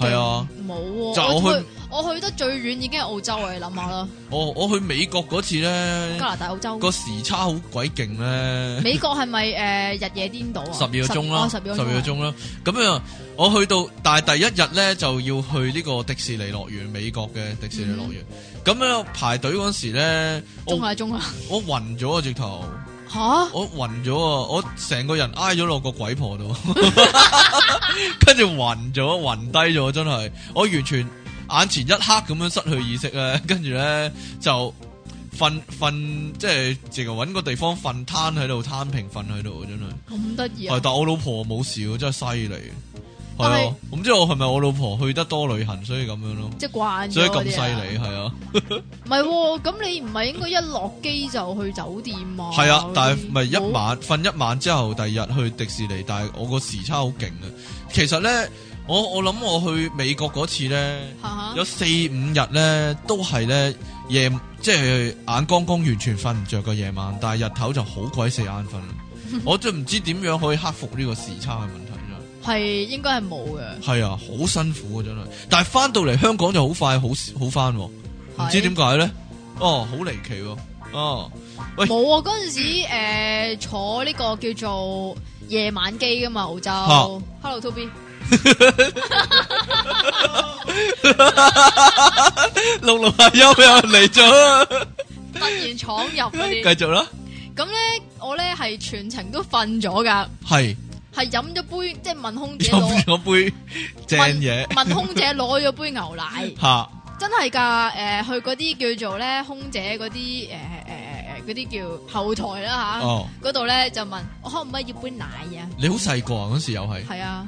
Speaker 2: 係啊，
Speaker 1: 冇
Speaker 2: 就
Speaker 1: 喎。
Speaker 2: 我
Speaker 1: 我
Speaker 2: 去
Speaker 1: 去我去得最遠已經係澳洲啊！你諗下啦，
Speaker 2: 我我去美國嗰次
Speaker 1: 加
Speaker 2: 咧，
Speaker 1: 拿大、澳洲、
Speaker 2: 個時差好鬼勁咧。
Speaker 1: 美國係咪诶日夜顛倒啊？
Speaker 2: 十二個鐘啦，
Speaker 1: 哦十
Speaker 2: 十
Speaker 1: 二
Speaker 2: 二
Speaker 1: 個鐘
Speaker 2: 個
Speaker 1: 啊。
Speaker 2: 鐘啦。咁樣我去到，但係第一日咧就要去呢個迪士尼樂園，美國嘅迪士尼樂
Speaker 1: 嗯
Speaker 2: 園。咁樣排隊嗰時咧，我
Speaker 1: 鐘下鐘下
Speaker 2: 我暈咗啊，直頭，
Speaker 1: 吓
Speaker 2: 我暈咗啊，我成個人挨咗落個鬼 婆度，跟住暈咗，暈低咗，真係，我完全眼前一黑咁樣失去意識咧，跟住咧就。瞓瞓即係直頭揾個地方瞓攤喺度攤平瞓喺度，真係。
Speaker 1: 咁得意
Speaker 2: 係
Speaker 1: 啊！
Speaker 2: 但我老婆冇事喎，真係犀利。係
Speaker 1: 但係
Speaker 2: 啊，咁即係我係咪我老婆去得多旅行，所以咁樣咯，
Speaker 1: 即係慣咗
Speaker 2: 所以咁
Speaker 1: 嗰啲
Speaker 2: 犀
Speaker 1: 啊
Speaker 2: 利，係啊，
Speaker 1: 唔係喎，咁你唔係應該一落機就去酒店啊？
Speaker 2: 係啊，但係咪一
Speaker 1: 冇
Speaker 2: 晚瞓一晚之後，第二日去迪士尼，但係我個時差好勁啊。其實咧，我我諗我去美國嗰次咧，
Speaker 1: 嚇嚇
Speaker 2: 有四五日咧都係咧夜，即係眼光光完全瞓唔着嘅夜晚，但係日頭就好鬼死 眼瞓。我真係唔知點樣可以克服呢個時差嘅問題真係
Speaker 1: 係應該係冇嘅，
Speaker 2: 系啊，好辛苦啊，真係。但係翻到嚟香港就好快，好好翻喎，唔知
Speaker 1: 係
Speaker 2: 點解咧？哦，好離奇喎！哦，喂
Speaker 1: 冇啊！嗰陣時誒坐呢個叫做夜晚機噶嘛，澳洲
Speaker 2: 嚇。
Speaker 1: Hello Toby，
Speaker 2: 六六阿優又嚟咗，
Speaker 1: 突然闖入嗰啲。
Speaker 2: 啊 繼續啦，
Speaker 1: 咁咧，我咧係全程都瞓咗噶，
Speaker 2: 係
Speaker 1: 係飲咗杯，即係問空姐
Speaker 2: 飲
Speaker 1: 攞
Speaker 2: 咗杯正嘢
Speaker 1: 問問空姐攞咗杯牛奶，
Speaker 2: 吓，
Speaker 1: 真係㗎。诶、去嗰啲叫做咧空姐嗰啲诶诶诶嗰啲叫後台啦吓，
Speaker 2: 哦，
Speaker 1: 嗰度咧就問我可唔可以要杯奶 啊？
Speaker 2: 你好細個啊，嗰時又係，
Speaker 1: 係啊，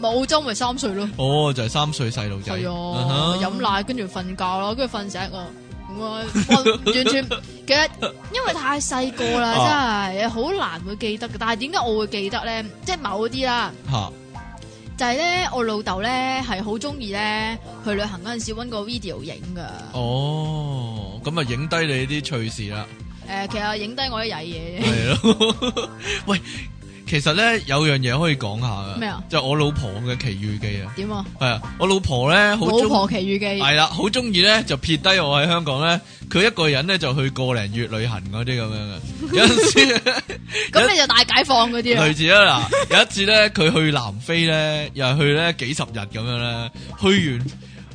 Speaker 1: 冇中咪三歲咯，
Speaker 2: 哦，就係三歲細路仔，
Speaker 1: 係
Speaker 2: 嗯
Speaker 1: 啊，
Speaker 2: 哼
Speaker 1: 飲奶跟住瞓覺咯，跟住瞓醒啊。我 我完全其實因為太細個
Speaker 2: 啊
Speaker 1: 啦，真係好難會記得嘅。但係點解我會記得咧？即係某啲啦。
Speaker 2: 吓，
Speaker 1: 就係咧，我老豆咧係好中意咧去旅行嗰陣時揾個 video 影噶。誒、
Speaker 2: 哦，咁啊影低你啲趣事 啦。
Speaker 1: 其實影低我啲曳嘢 啫。
Speaker 2: 系咯， 喂，其實咧有樣嘢可以講下噶，
Speaker 1: 咩啊？
Speaker 2: 就係我老婆嘅奇遇記啊，
Speaker 1: 點啊？
Speaker 2: 係啊，我老婆咧 好
Speaker 1: 老
Speaker 2: 中
Speaker 1: 婆奇遇記
Speaker 2: 係啦，好中意咧就撇低我喺香港咧，佢一個人咧就去個零月旅行嗰啲咁樣嘅， 有陣時
Speaker 1: 啊咁你就大解放嗰啲啊？
Speaker 2: 類似啦嗱，有一次咧佢去南非咧，又係去咧幾十日咁樣咧，去完。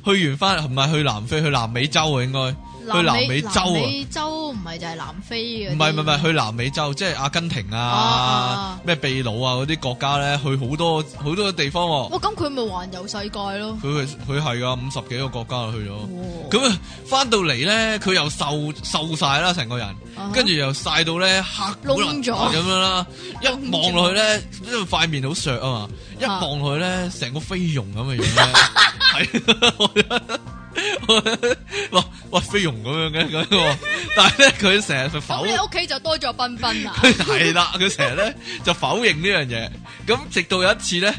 Speaker 2: 去完翻唔係去南非，去南美洲啊，應該唔去南美洲啊
Speaker 1: 南美洲唔係就係南非嘅。
Speaker 2: 係唔係唔係去南美洲，即係阿根廷啊
Speaker 1: 啊、
Speaker 2: 咩、秘魯啊嗰啲國家咧，去好多好多地方喎、
Speaker 1: 哇！咁佢咪環遊世界咯？
Speaker 2: 佢係佢係噶，五十幾個國家去咗。
Speaker 1: 咁
Speaker 2: 咁啊，翻到嚟咧，佢又瘦瘦晒啦，成個人，跟住又晒到咧黑古
Speaker 1: 啊窿咗
Speaker 2: 咁樣啦。一
Speaker 1: 窿咗
Speaker 2: 望落去咧，因為塊面好削啊嘛，一
Speaker 1: 啊
Speaker 2: 望落去咧，成個飛龍咁嘅 樣咧，係。 我哇哇飛龍咁樣嘅咁喎，但係咧佢成日就
Speaker 1: 咁
Speaker 2: 否
Speaker 1: 你屋企就多咗啊彬彬啦。
Speaker 2: 系啦，啊佢成日咧就否認呢樣嘢。咁直到有一次咧，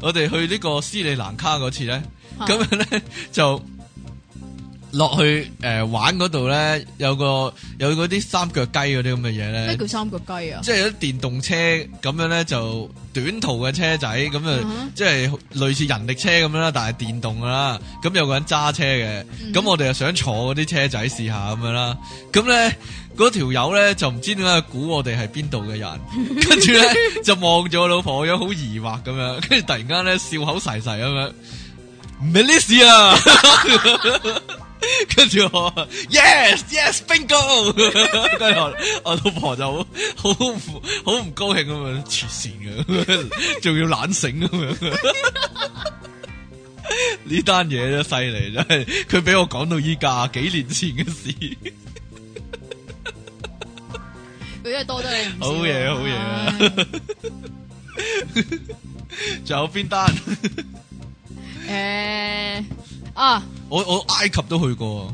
Speaker 2: 我哋去呢個斯里蘭卡嗰次咧，
Speaker 1: 啊
Speaker 2: 咁樣咧就落去诶、呃玩嗰度咧，有個有嗰啲三腳雞嗰啲咁嘅嘢
Speaker 1: 咩
Speaker 2: 咧，
Speaker 1: 叫三腳雞啊？
Speaker 2: 即係有啲電動車咁樣咧，就短途嘅車仔咁
Speaker 1: 嗯
Speaker 2: 啊
Speaker 1: 哼，
Speaker 2: 即係類似人力車咁樣啦，但係電動㗎啦。咁有個人揸車嘅，
Speaker 1: 嗯
Speaker 2: 咁我哋又想坐嗰啲車仔試下咁樣啦。咁咧嗰條友咧就唔知點解估我哋係邊度嘅人， 跟住咧就望住我老婆個樣好疑惑咁樣，跟住突然間咧笑口噬噬咁樣。唔係呢事啊！跟住我 yes yes bingo，跟住我我老婆就好好唔好唔高興咁樣，黐線嘅，仲要懶醒咁樣。呢單嘢真係犀利，真係佢俾我講到依家幾年前嘅事。
Speaker 1: 佢真係多得你唔少啊
Speaker 2: 好嘢好嘢啊
Speaker 1: 唉
Speaker 2: 仲有邊單？
Speaker 1: 诶啊！
Speaker 2: 我我埃及都去過，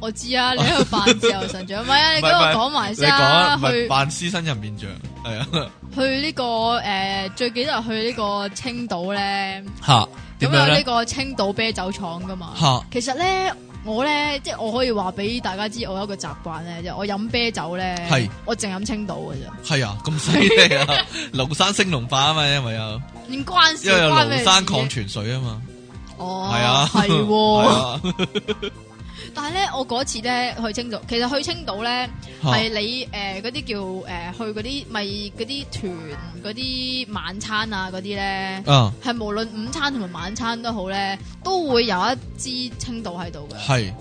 Speaker 1: 我知 啊，你喺度扮自由神像，唔係啊，你
Speaker 2: 唔
Speaker 1: 俾
Speaker 2: 係
Speaker 1: 我
Speaker 2: 唔係
Speaker 1: 講埋
Speaker 2: 你
Speaker 1: 先啊，
Speaker 2: 講唔
Speaker 1: 去
Speaker 2: 係扮獅身人面像，係啊
Speaker 1: 去呢個诶，最記得係去呢個青島咧，
Speaker 2: 吓
Speaker 1: 咁啊
Speaker 2: 點樣
Speaker 1: 有呢
Speaker 2: 咧
Speaker 1: 個青島啤酒廠噶嘛。
Speaker 2: 吓
Speaker 1: 其實咧，我咧即係我可以話俾大家知，我有一個習慣咧，就係我飲啤酒咧，
Speaker 2: 係
Speaker 1: 我淨飲青島嘅咋，
Speaker 2: 係啊咁犀利啊！ 龍山升龍霸啊嘛，因為有
Speaker 1: 唔關事，
Speaker 2: 因為有
Speaker 1: 關咩
Speaker 2: 龍
Speaker 1: 事
Speaker 2: 山礦泉水啊嘛，
Speaker 1: 哦，
Speaker 2: 係啊
Speaker 1: 係
Speaker 2: 係
Speaker 1: 喎。
Speaker 2: 啊
Speaker 1: 但係咧，我嗰次咧去青島，其實去青島咧。
Speaker 2: 嚇
Speaker 1: 係你誒嗰啲叫誒、呃去嗰啲咪嗰啲團嗰啲晚餐啊嗰啲咧，
Speaker 2: 啊
Speaker 1: 係無論午餐同埋晚餐都好咧，都會有一支青島喺度嘅。
Speaker 2: 係，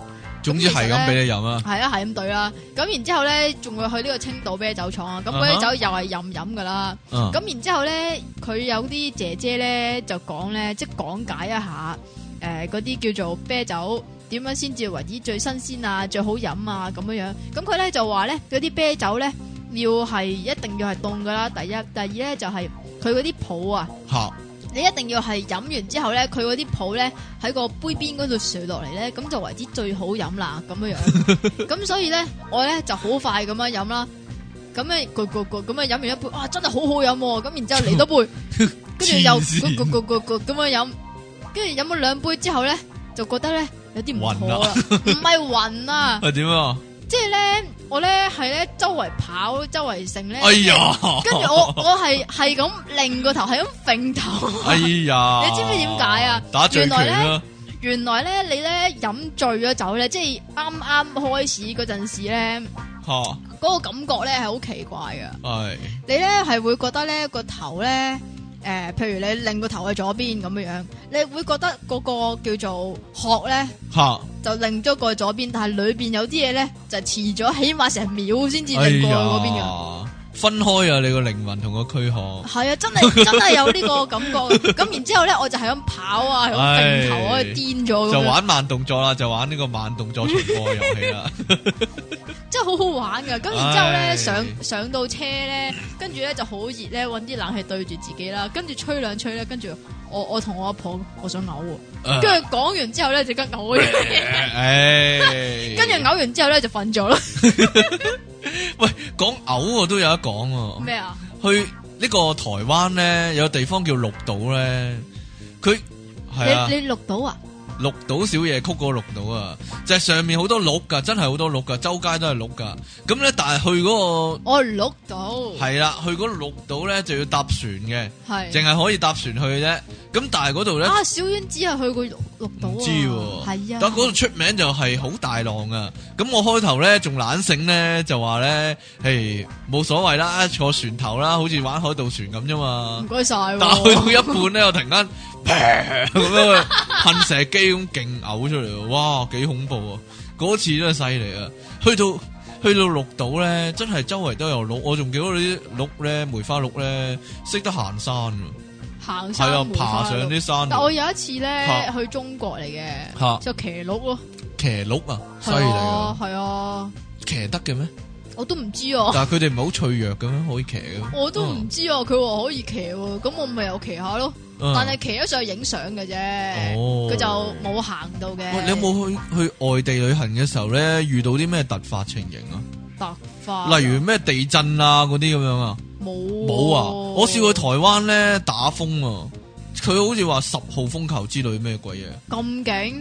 Speaker 2: 總之係咁俾你飲啊，
Speaker 1: 係啊，係咁對啦。咁然之後咧，仲會去呢個青島啤酒廠啊。咁嗰
Speaker 2: 啊
Speaker 1: 啲
Speaker 2: 哈
Speaker 1: 酒又係任飲噶啦。
Speaker 2: 嗯
Speaker 1: 咁然之後咧，佢有啲姐姐咧就講咧，即係講解一下誒嗰啲叫做啤酒點樣先至為之最新鮮啊、最好飲啊咁樣樣。咁佢咧就話咧，嗰啲啤酒咧要係一定要係凍噶啦。第一，第二咧就係佢嗰啲泡啊，
Speaker 2: 吓
Speaker 1: 你一定要係飲完之後咧，佢嗰啲泡咧喺個杯邊嗰度垂落嚟咧，咁就為之最好飲啦咁樣樣。咁所以咧，我咧就好快咁樣飲啦。咁咧，咕咕咕咁樣飲完一杯，哇，真係好好飲喎！咁然之後嚟多杯，跟住又
Speaker 2: 黐線
Speaker 1: 咕咕咕咕咕咁樣飲，跟住飲咗兩杯之後咧，就覺得咧有啲唔妥啦，唔係暈啊，
Speaker 2: 係點啊？
Speaker 1: 即係咧，我咧係咧周圍跑，周圍成咧，
Speaker 2: 哎呀，
Speaker 1: 跟住我我係係咁擰個頭，係咁揈頭。
Speaker 2: 哎呀，
Speaker 1: 你知唔知點解啊
Speaker 2: 打醉拳
Speaker 1: 原來
Speaker 2: 啦，
Speaker 1: 原來咧，你咧飲醉咗酒咧，即係啱啱開始嗰陣時咧，
Speaker 2: 吓
Speaker 1: 嗰、個感覺咧係好奇怪噶。
Speaker 2: 係
Speaker 1: 你咧係會覺得咧個頭咧，誒、譬如你擰個頭去左邊咁樣樣，你會覺得嗰個叫做殼咧
Speaker 2: 吓。
Speaker 1: 就擰咗過去左邊，但係裏邊有啲嘢咧就遲咗，起碼成秒先至擰過去嗰邊㗎。
Speaker 2: 呀哎分開啊！你個靈魂同個 軀殼，
Speaker 1: 係啊，真係真係有呢個感覺㗎。咁然之後咧，我就係咁跑啊，係咁
Speaker 2: 唉
Speaker 1: 揈頭啊，癲咗
Speaker 2: 就
Speaker 1: 咁樣，
Speaker 2: 玩慢動作啦，就玩呢個慢動作傳播遊戲啦。
Speaker 1: 真係好好玩㗎。咁然之後
Speaker 2: 唉
Speaker 1: 咧，上上到車咧，跟住咧就好熱咧，揾啲冷氣對住自己啦，跟住吹兩吹咧，跟住我我同我阿婆，我想嘔喎。
Speaker 2: 跟
Speaker 1: 跟住講完之後咧，就跟嘔咗 嘢，
Speaker 2: 哎诶，
Speaker 1: 跟住嘔完之後咧就瞓咗啦。
Speaker 2: 喂，講嘔我都有得講喎。
Speaker 1: 咩啊？
Speaker 2: 去呢個台灣咧，有個地方叫綠島咧，佢係啊
Speaker 1: 你，你錄到啊？
Speaker 2: 綠島小夜曲嗰個綠島啊，就係上面好多鹿噶，真係好多鹿噶，周街都係鹿噶。咁咧，但係去嗰個
Speaker 1: 我錄到，
Speaker 2: 係啦，去嗰個綠島咧就要搭船嘅，
Speaker 1: 哦係
Speaker 2: 淨係可以搭船去啫。咁但係嗰度咧。
Speaker 1: 啊！小丸子係去過錄錄到
Speaker 2: 唔
Speaker 1: 啊，
Speaker 2: 知喎
Speaker 1: 係啊，
Speaker 2: 但嗰度出名就係好大浪啊！咁我開頭咧仲懶醒咧，就話咧，誒冇所謂啦，坐船頭啦，好似玩海盜船咁啫嘛
Speaker 1: 唔。該晒喎，
Speaker 2: 但去到一半咧，我突然間砰咁樣噴射機咁勁嘔出嚟喎，哇幾恐怖啊！嗰次真係犀利啊！去到去到綠島咧，真係周圍都有鹿，我仲見到啲鹿咧，梅花鹿咧，識得行山喎，
Speaker 1: 行
Speaker 2: 係
Speaker 1: 山
Speaker 2: 啊
Speaker 1: 梅，花
Speaker 2: 爬上
Speaker 1: 鹿
Speaker 2: 啲山
Speaker 1: 但我
Speaker 2: 度，
Speaker 1: 有一次咧
Speaker 2: 嚇
Speaker 1: 去中國嚟嘅，
Speaker 2: 嚇
Speaker 1: 就騎鹿咯，
Speaker 2: 騎鹿啊，犀
Speaker 1: 係
Speaker 2: 利
Speaker 1: 啊
Speaker 2: 啊！，
Speaker 1: 係啊，
Speaker 2: 騎得嘅咩？
Speaker 1: 我都唔知 啊。
Speaker 2: 但系佢哋唔係好脆弱咁樣可以騎嘅。
Speaker 1: 我都唔知啊，佢話可以騎喎，咁我咪又騎下咯。
Speaker 2: 嗯，
Speaker 1: 但係騎咗上去影相嘅啫，
Speaker 2: 哦
Speaker 1: 佢就冇行到嘅。
Speaker 2: 喂，你有冇去去外地旅行嘅時候咧，遇到啲咩突發情形
Speaker 1: 突
Speaker 2: 啊？
Speaker 1: 發？
Speaker 2: 例如咩地震啊嗰啲咁樣啊？
Speaker 1: 冇
Speaker 2: 冇啊！
Speaker 1: 喎
Speaker 2: 我試過去台灣咧打風啊，佢好似話十號風球之類咩鬼嘢。
Speaker 1: 咁勁，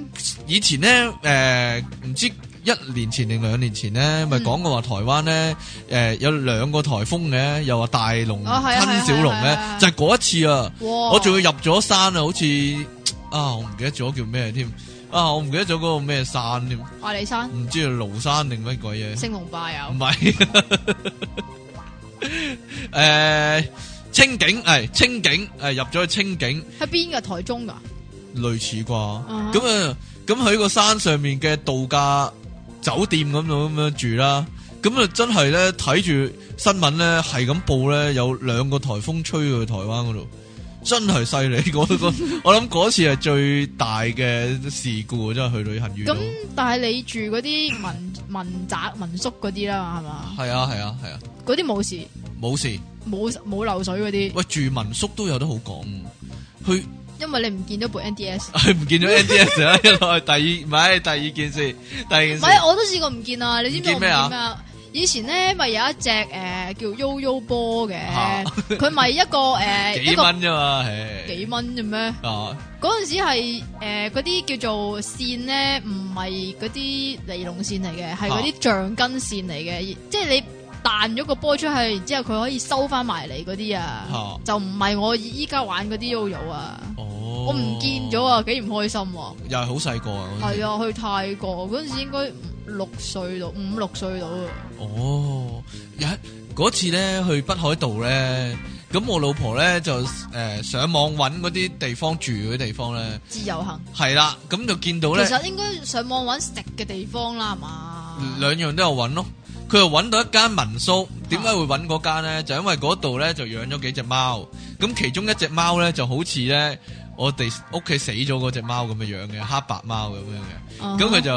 Speaker 2: 以前咧，诶、唔知一年前定兩年前咧，咪
Speaker 1: 嗯
Speaker 2: 講過話台灣咧，诶、有兩個颱風嘅，又話大龍
Speaker 1: 啊係啊係
Speaker 2: 吞
Speaker 1: 啊
Speaker 2: 小龍
Speaker 1: 係
Speaker 2: 咧
Speaker 1: 啊係啊，哦
Speaker 2: 就係嗰一次啊。
Speaker 1: 哇！
Speaker 2: 我仲要入咗山啊，好似啊，我唔記得咗叫咩添啊，我唔記得咗嗰個咩山添，
Speaker 1: 阿里山、
Speaker 2: 唔知係廬山定乜鬼嘢，
Speaker 1: 星龍啊霸有
Speaker 2: 唔，係 誒清境係清境誒入咗去清境，
Speaker 1: 喺邊噶？台中噶？
Speaker 2: 類似啩。
Speaker 1: 哈
Speaker 2: 咁啊，咁喺個山上面嘅度假酒店咁樣咁樣住啦。咁啊，真係咧睇住新聞咧，係咁報咧，有兩個颱風吹去台灣嗰度，真係犀利。我我我諗嗰次係最大嘅事故，啊真係去旅行遇到。
Speaker 1: 咁但係你住嗰啲民民宅民宿嗰啲啦嘛，係嘛？
Speaker 2: 係啊係啊係啊，
Speaker 1: 嗰啲冇事，
Speaker 2: 冇事。
Speaker 1: 冇冇漏水嗰啲，
Speaker 2: 喂，住民宿都有得好講，去。
Speaker 1: 因為你唔見到部 NDS。
Speaker 2: 系唔見咗 NDS 啦，一落去第二，唔係第二件事，第二件
Speaker 1: 唔
Speaker 2: 事
Speaker 1: 係，我都試過唔見啊！你知唔知我
Speaker 2: 唔見
Speaker 1: 唔
Speaker 2: 咩
Speaker 1: 見
Speaker 2: 啊
Speaker 1: 啊？以前咧咪有一隻诶叫 YoYo 波嘅
Speaker 2: 嚇，
Speaker 1: 佢咪一個诶
Speaker 2: 幾
Speaker 1: 一個
Speaker 2: 蚊啫嘛，唉
Speaker 1: 幾蚊啫咩？
Speaker 2: 啊，
Speaker 1: 嗰陣時係誒嗰啲叫做線咧，唔係嗰啲尼龍線嚟嘅，係嗰啲橡筋線嚟嘅，即係你彈咗個波出去，然之後佢可以收翻埋嚟嗰啲啊，
Speaker 2: 嚇
Speaker 1: 就唔係我依家玩嗰啲 YoYo 啊，
Speaker 2: 哦，
Speaker 1: 我
Speaker 2: 我
Speaker 1: 唔見咗，啊，幾唔開心喎！
Speaker 2: 又係好細個啊，嗰陣時
Speaker 1: 係，啊，去泰國嗰陣時應該五六歲到，五六歲到啊，
Speaker 2: 哦，有一嗰次咧去北海道咧，咁我老婆咧就誒上網揾嗰啲地方住嗰啲地方咧，
Speaker 1: 自由行。
Speaker 2: 係啦，咁就見到
Speaker 1: 其
Speaker 2: 咧
Speaker 1: 實應該上網揾食嘅地方啦，係嘛？
Speaker 2: 兩樣都有揾咯。佢又揾到一間民宿，點解會揾嗰間呢？就因為嗰度呢，就養咗幾隻貓，咁其中一隻貓呢，就好似呢我哋屋企死咗嗰隻貓咁嘅樣嘅，黑白貓咁樣嘅。咁佢就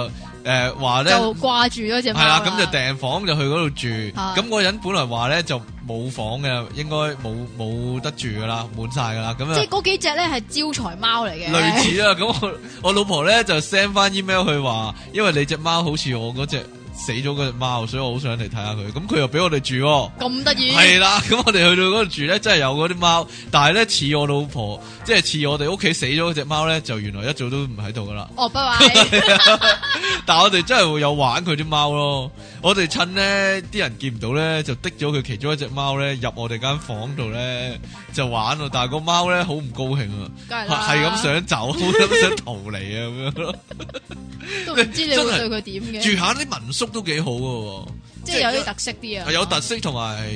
Speaker 2: 誒話呢，
Speaker 1: 哦就啊掛住咗只貓
Speaker 2: 係啦，咁就訂房就去嗰度住。
Speaker 1: 啊
Speaker 2: 咁嗰人本來話呢，就冇房嘅，應該冇冇得住噶啦，滿晒噶啦。咁啊
Speaker 1: 即係嗰幾隻咧係招財貓嚟嘅，
Speaker 2: 類似啊啦，咁我我老婆咧就 send 翻 email 去話，因為你只貓好似我嗰只死咗嗰只貓，所以我好想嚟睇下佢。咁佢又俾我哋住喎，
Speaker 1: 咁得意，
Speaker 2: 係啦。咁我哋去到嗰度住咧，真係有嗰啲貓，但係咧似我老婆，即係似我哋屋企死咗嗰只貓咧，就原來一早都唔喺度噶啦。
Speaker 1: 哦， 拜拜，
Speaker 2: 但係我哋真係會有玩佢啲貓咯。我哋趁呢啲人見唔到咧，就滴咗佢其中一隻貓咧入我哋間房度咧就玩咯。但係個貓咧好唔高興啊！
Speaker 1: 梗係啦，
Speaker 2: 系咁，想走， 咁想逃離啊咁樣咯。
Speaker 1: 都唔知你會對佢點
Speaker 2: 住
Speaker 1: 嘅，
Speaker 2: 下啲民宿都幾好嘅
Speaker 1: 即係有啲特色啲啊，
Speaker 2: 喎，有特色同埋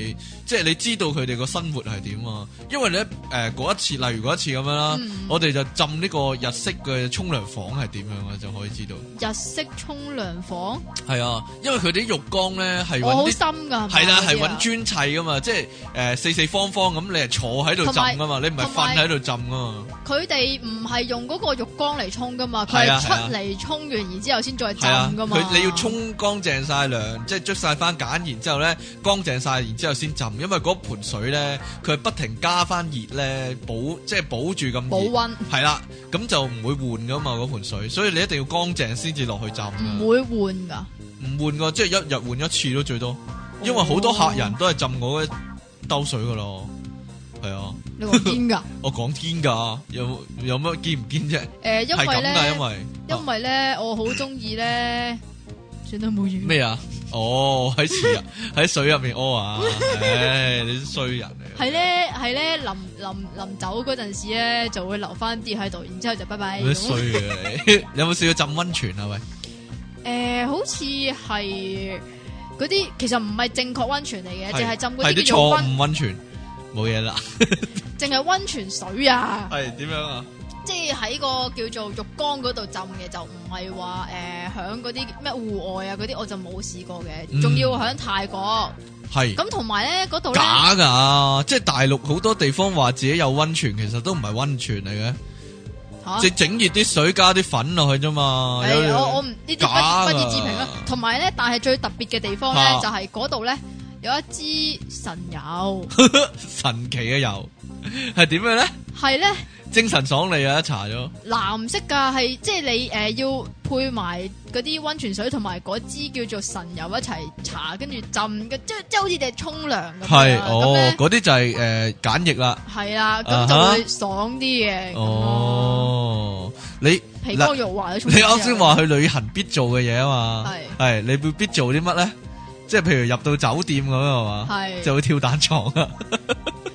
Speaker 2: 即係你知道佢哋個生活係點啊。因為咧誒嗰一次，例如嗰一次咁樣啦，
Speaker 1: 嗯
Speaker 2: 我哋就浸呢個日式嘅沖涼房係點樣啊，就可以知道。
Speaker 1: 日式沖涼房，
Speaker 2: 係啊，因為佢哋啲浴缸咧係
Speaker 1: 我好啊
Speaker 2: 揾啲
Speaker 1: 深㗎，
Speaker 2: 係啦，係
Speaker 1: 係
Speaker 2: 揾
Speaker 1: 咪
Speaker 2: 磚砌噶嘛，即係誒四四方方咁，你係坐喺度
Speaker 1: 同埋
Speaker 2: 浸噶嘛，你唔係
Speaker 1: 同埋
Speaker 2: 瞓喺度浸噶嘛。
Speaker 1: 佢哋唔係用嗰個浴缸嚟沖㗎嘛，佢
Speaker 2: 係啊
Speaker 1: 係出嚟沖完然之後先再浸
Speaker 2: 係啊，
Speaker 1: 㗎嘛，
Speaker 2: 佢你要沖乾淨晒涼，即係捽晒番梘，然之後咧乾淨晒，然之後先浸，因為嗰盆水咧佢係不停加翻熱咧，保即係保住咁
Speaker 1: 保
Speaker 2: 熱。
Speaker 1: 温，
Speaker 2: 係啦，咁就唔會換噶嘛嗰盆水，所以你一定要乾淨先至落去浸
Speaker 1: 唔
Speaker 2: 㗎。
Speaker 1: 會換㗎，
Speaker 2: 唔換噶，即係一日換一次咯，最多。
Speaker 1: 哦
Speaker 2: 因為好多客人都係浸我一兜水噶咯。係啊，
Speaker 1: 你話堅 㗎？
Speaker 2: 我講堅㗎，有有乜堅唔堅啫？
Speaker 1: 誒，因
Speaker 2: 係
Speaker 1: 為
Speaker 2: 咁㗎，因
Speaker 1: 咧，
Speaker 2: 為啊
Speaker 1: 因為咧，我好中意咧，算啦，冇嘢。
Speaker 2: 咩啊？哦，喺池入喺水入面屙啊！唉，你啲衰人嚟啊
Speaker 1: 係咧係咧，臨臨臨走嗰陣時咧，就會留翻啲喺度，然之後就拜拜。
Speaker 2: 嘅，你啲衰嘅 你。你有冇試過浸温泉啊？喂，
Speaker 1: 诶、好似係嗰啲，其實唔係正確温泉嚟嘅，淨係浸嗰
Speaker 2: 係
Speaker 1: 啲
Speaker 2: 啲
Speaker 1: 叫做
Speaker 2: 錯
Speaker 1: 温，
Speaker 2: 誤温泉，冇嘢啦。
Speaker 1: 淨係温泉水啊，
Speaker 2: 係點樣啊？
Speaker 1: 即係喺個叫做浴缸嗰度浸嘅，就唔係話诶响嗰啲咩戶外啊嗰啲，我就冇試過
Speaker 2: 嗯
Speaker 1: 嘅，仲、要響泰國。
Speaker 2: 係
Speaker 1: 咁同埋咧嗰度咧，
Speaker 2: 假㗎，即係大陸好多地方話自己有温泉，其實都唔係温泉嚟嘅，
Speaker 1: 吓
Speaker 2: 即係整熱啲水加啲粉落去啫嘛。
Speaker 1: 啊係
Speaker 2: 哦有
Speaker 1: 我我唔呢啲
Speaker 2: 假㗎
Speaker 1: 不不以置評啦。同埋咧，但係最特別嘅地方
Speaker 2: 啊
Speaker 1: 咧，就係嗰度咧有一支神油，
Speaker 2: 神奇嘅油係點樣咧？
Speaker 1: 係咧
Speaker 2: 精神爽利啊！一查咗，
Speaker 1: 藍色㗎，係即係你诶要配埋嗰啲温泉水同埋嗰支叫做神油一齊搽，跟住浸嘅，即即係好似你沖涼咁樣
Speaker 2: 係
Speaker 1: 啦。咁
Speaker 2: 哦，
Speaker 1: 咧
Speaker 2: 嗰啲就係誒簡易啦。
Speaker 1: 係啦，
Speaker 2: 啊
Speaker 1: 咁
Speaker 2: 哈
Speaker 1: 就會爽啲嘅。咁咯，
Speaker 2: 哦，你
Speaker 1: 皮
Speaker 2: 嗱
Speaker 1: 光肉滑嘅沖
Speaker 2: 你
Speaker 1: 涼
Speaker 2: 啱先話去旅行必做嘅嘢啊嘛，係你會必做啲乜咧？即係譬如入到酒店咁樣啊嘛，
Speaker 1: 係
Speaker 2: 就會跳彈床啊，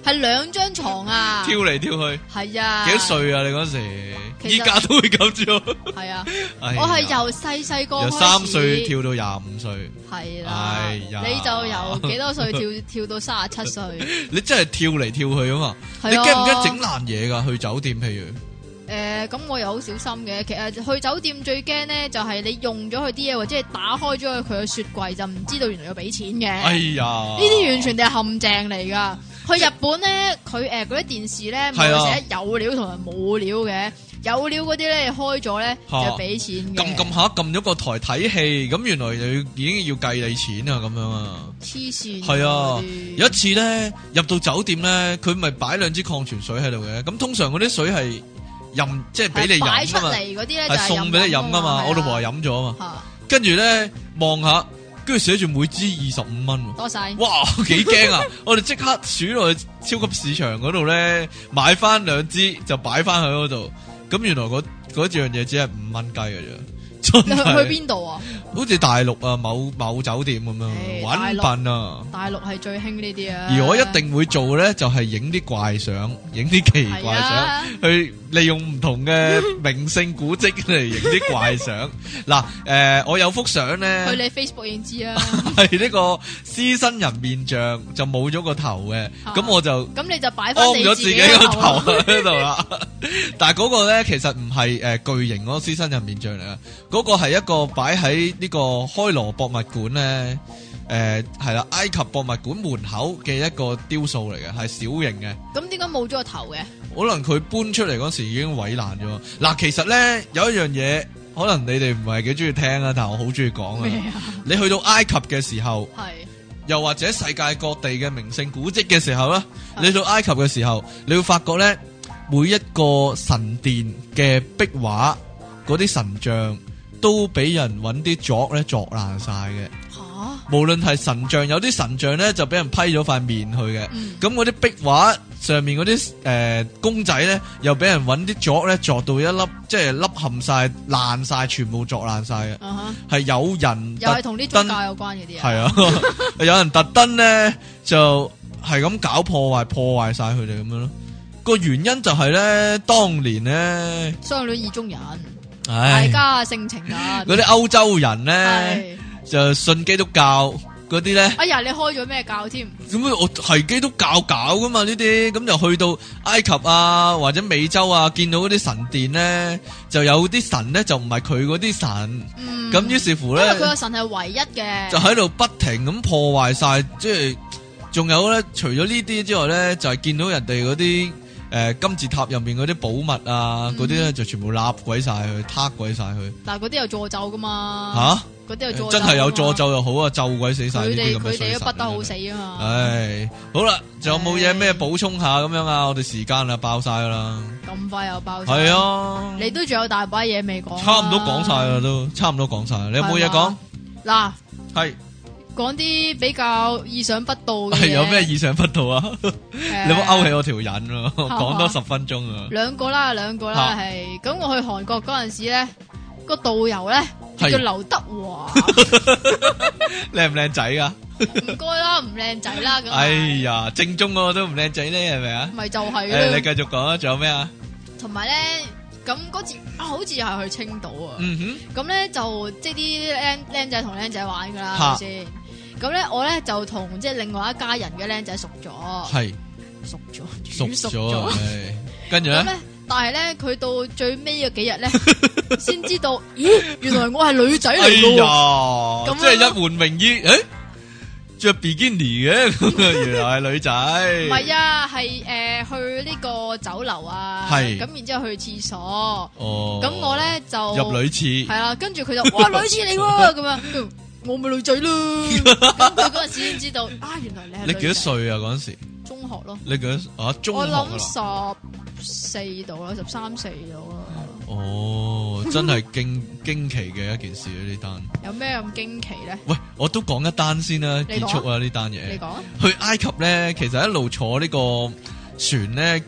Speaker 1: 係兩張床啊，
Speaker 2: 跳嚟跳去，
Speaker 1: 係啊，
Speaker 2: 幾多？歲啊？你嗰時
Speaker 1: 其實
Speaker 2: 依家都會咁做，
Speaker 1: 係啊，
Speaker 2: 哎呀
Speaker 1: 我係由細細個
Speaker 2: 由
Speaker 1: 開
Speaker 2: 三
Speaker 1: 始
Speaker 2: 歲跳到廿五歲，
Speaker 1: 系啦，
Speaker 2: 哎呀
Speaker 1: 你就由幾多歲跳 跳到三十七歲，
Speaker 2: 你真係跳嚟跳去啊嘛！
Speaker 1: 係
Speaker 2: 你驚唔驚
Speaker 1: 啊
Speaker 2: 整爛嘢㗎？去酒店譬如
Speaker 1: 诶，咁、我又好小心嘅。其實去酒店最驚咧，就係你用咗佢啲嘢，或者係打開咗佢嘅雪櫃，就唔知道原來要俾錢嘅。
Speaker 2: 哎呀，
Speaker 1: 呢啲完全就係陷阱嚟噶。去日本咧，佢誒嗰啲電視咧，咪
Speaker 2: 係啊
Speaker 1: 寫有料同埋冇料嘅。有料嗰啲咧，你開咗咧
Speaker 2: 嚇
Speaker 1: 就俾錢嘅。
Speaker 2: 撳撳下撳咗個台睇戲，咁原來就要已經要計你錢啊咁樣啊！
Speaker 1: 黐線㗎。
Speaker 2: 係
Speaker 1: 嗰
Speaker 2: 啊
Speaker 1: 啲
Speaker 2: 有一次咧入到酒店咧，佢咪擺兩支礦泉水喺度嘅，咁通常嗰啲水係任即係俾你
Speaker 1: 擺
Speaker 2: 飲
Speaker 1: 出
Speaker 2: 啊嘛，
Speaker 1: 嚟嗰啲咧就
Speaker 2: 係
Speaker 1: 係
Speaker 2: 送俾你飲啊嘛，我老婆
Speaker 1: 係
Speaker 2: 係飲咗啊嘛，
Speaker 1: 啊
Speaker 2: 跟住咧望下，跟住寫住每支二十五蚊喎
Speaker 1: 嚇。多晒。
Speaker 2: 哇， 我幾驚啊！我哋即刻鼠落去超級市場嗰度咧，買翻兩支就擺翻喺嗰度。咁原來嗰嗰樣嘢只係五蚊雞嘅 啫，
Speaker 1: 你
Speaker 2: 真
Speaker 1: 去
Speaker 2: 係
Speaker 1: 去邊度啊？
Speaker 2: 好似大陸啊某某酒店咁樣
Speaker 1: 唉
Speaker 2: 玩
Speaker 1: 大
Speaker 2: 笨啊！
Speaker 1: 大陸係最興呢啲啊。
Speaker 2: 而我一定會做咧，就係影啲怪相，影啲奇
Speaker 1: 係
Speaker 2: 怪相。
Speaker 1: 啊。
Speaker 2: 去利用唔 同嘅名勝古蹟嚟影啲怪相。嗱，诶，我有幅相咧，
Speaker 1: 去你 Facebook 已經 知啦，
Speaker 2: 係呢個獅身人面像，就冇咗個頭嘅，
Speaker 1: 啊
Speaker 2: 咁我就。
Speaker 1: 咁你就擺翻
Speaker 2: 安
Speaker 1: 你
Speaker 2: 咗自
Speaker 1: 己啊
Speaker 2: 己個
Speaker 1: 個
Speaker 2: 頭啊
Speaker 1: 頭。
Speaker 2: 喺度啦。 但係嗰個咧，其實唔係诶巨型嗰個獅身人面像嚟啊，嗰、個係一個擺喺呢個開羅博物館咧，诶係啦，埃及博物館門口嘅一個雕塑嚟嘅，係小型嘅。
Speaker 1: 咁點解冇咗個頭嘅？
Speaker 2: 可能佢搬出嚟嗰時已經毀爛咗。嗱，其實咧有一樣嘢，可能你哋唔係幾中意聽啊，但我好中意講
Speaker 1: 咩
Speaker 2: 啊。
Speaker 1: 啊？
Speaker 2: 你去到埃及嘅時候，
Speaker 1: 係
Speaker 2: 又或者世界各地嘅名勝古蹟嘅時候啦，
Speaker 1: 係
Speaker 2: 你去到埃及嘅時候，你會發覺咧，每一個神殿嘅壁畫嗰啲神像都俾人揾啲鑿咧鑿爛晒嘅。
Speaker 1: 吓？
Speaker 2: 無論係神像，有啲神像咧就俾人批咗塊面去嘅。
Speaker 1: 嗯
Speaker 2: 咁嗰啲壁畫上面嗰啲誒公仔咧，又俾人揾啲鑿咧鑿到一粒，即係凹陷晒、爛晒，全部鑿爛晒嘅，
Speaker 1: 啊哈
Speaker 2: 係有人
Speaker 1: 又係
Speaker 2: 特
Speaker 1: 同啲宗
Speaker 2: 登
Speaker 1: 教有關嗰啲啊？
Speaker 2: 係啊，有人特登咧就係咁搞破壞，破壞晒佢哋咁樣咯。個原因就係咧，當年咧，
Speaker 1: 相戀意中人，大
Speaker 2: 唉，
Speaker 1: 家性情啊，
Speaker 2: 嗰啲歐洲人咧
Speaker 1: 係
Speaker 2: 就信基督教嗰啲咧。
Speaker 1: 哎呀，你開咗咩教添？
Speaker 2: 咁我係基督教搞噶嘛呢啲，咁就去到埃及啊或者美洲啊，見到嗰啲神殿咧，就有啲神咧就唔係佢嗰啲神，
Speaker 1: 嗯，
Speaker 2: 咁於是乎
Speaker 1: 因
Speaker 2: 咧
Speaker 1: 為佢個神係唯一嘅，
Speaker 2: 就喺度不停咁破壞晒，即係仲有咧，除咗呢啲之外咧，就係見到人哋嗰啲誒金字塔入面嗰啲寶物
Speaker 1: 嗯
Speaker 2: 啊，嗰啲咧就全部揦鬼晒佢，撻鬼晒佢
Speaker 1: 但係嗰啲有助咒噶
Speaker 2: 嚇，
Speaker 1: 嘛，嗰啲有助，
Speaker 2: 真係有助，咒又好啊，咒鬼死晒呢
Speaker 1: 佢
Speaker 2: 啲
Speaker 1: 哋
Speaker 2: 咁嘅
Speaker 1: 佢
Speaker 2: 衰神
Speaker 1: 哋都不得
Speaker 2: 真
Speaker 1: 好
Speaker 2: 係
Speaker 1: 死啊嘛，
Speaker 2: 唉，好啦，仲有冇嘢
Speaker 1: 唉
Speaker 2: 咩補充下咁樣啊？我哋時間啊爆晒啦，
Speaker 1: 咁快又爆，
Speaker 2: 係，啊，
Speaker 1: 你都仲有大把嘢未講啊，
Speaker 2: 差唔多講晒啦，都差唔多講晒啦。你有冇嘢講？
Speaker 1: 嗱。
Speaker 2: 係
Speaker 1: 講啲比較意想不到嘅嘢
Speaker 2: 係 有咩？意想不到啊？
Speaker 1: 你
Speaker 2: 你有冇勾起我條癮 咯？
Speaker 1: 嘛
Speaker 2: 講多十分鐘啊！
Speaker 1: 兩個啦，兩個啦，
Speaker 2: 嚇
Speaker 1: 係咁我去韓國嗰陣時咧，個導遊咧叫
Speaker 2: 係
Speaker 1: 劉德華，
Speaker 2: 靚唔靚仔噶？
Speaker 1: 唔該啦，唔靚仔啦，咁
Speaker 2: 哎呀，正宗嗰個都唔靚仔咧，係咪啊？
Speaker 1: 咪就
Speaker 2: 誒，你
Speaker 1: 係咯。
Speaker 2: 繼續講啊！仲有咩啊？
Speaker 1: 同埋咧，咁嗰次啊，好似係去青島啊，
Speaker 2: 嗯
Speaker 1: 咁咧就即係啲僆僆仔同僆仔玩噶啦，係
Speaker 2: 嚇
Speaker 1: 咪先？咁咧我咧就同即係另外一家人嘅僆仔熟咗，
Speaker 2: 哼，係
Speaker 1: 熟咗，
Speaker 2: 熟
Speaker 1: 煮
Speaker 2: 咗啊，唉跟住
Speaker 1: 咁
Speaker 2: 咧，
Speaker 1: 咧，但系咧，佢到最尾嗰幾 日咧，先知道，咦，原來我係女仔
Speaker 2: 哎
Speaker 1: 嚟噶，
Speaker 2: 呀，
Speaker 1: 咁
Speaker 2: 即係一
Speaker 1: 樣
Speaker 2: 換泳衣，誒着 bikini 嘅， 原來係女仔。
Speaker 1: 唔係啊，係诶、呃去呢個酒樓啊，
Speaker 2: 係
Speaker 1: 咁然之后去廁所，
Speaker 2: 哦，
Speaker 1: 咁、我咧就
Speaker 2: 入女廁
Speaker 1: 係啦，跟住佢就哇女廁嚟喎， 咁樣，嗯我咪女仔咯，咁佢嗰陣時先知道，啊，原來你係
Speaker 2: 你
Speaker 1: 女
Speaker 2: 幾多
Speaker 1: 仔？
Speaker 2: 歲啊？嗰陣時
Speaker 1: 中學咯，
Speaker 2: 你幾多啊？中
Speaker 1: 我
Speaker 2: 學噶啦，
Speaker 1: 諗十四度啦，十三四度啦，
Speaker 2: 哦，真係驚驚奇嘅一件事啊！呢單，
Speaker 1: 有咩咁驚奇咧？
Speaker 2: 喂，我都講一單先啦，
Speaker 1: 你講
Speaker 2: 結束啊呢單
Speaker 1: 你
Speaker 2: 嘢。
Speaker 1: 講啊，
Speaker 2: 去埃及咧，其實一路坐呢個船咧，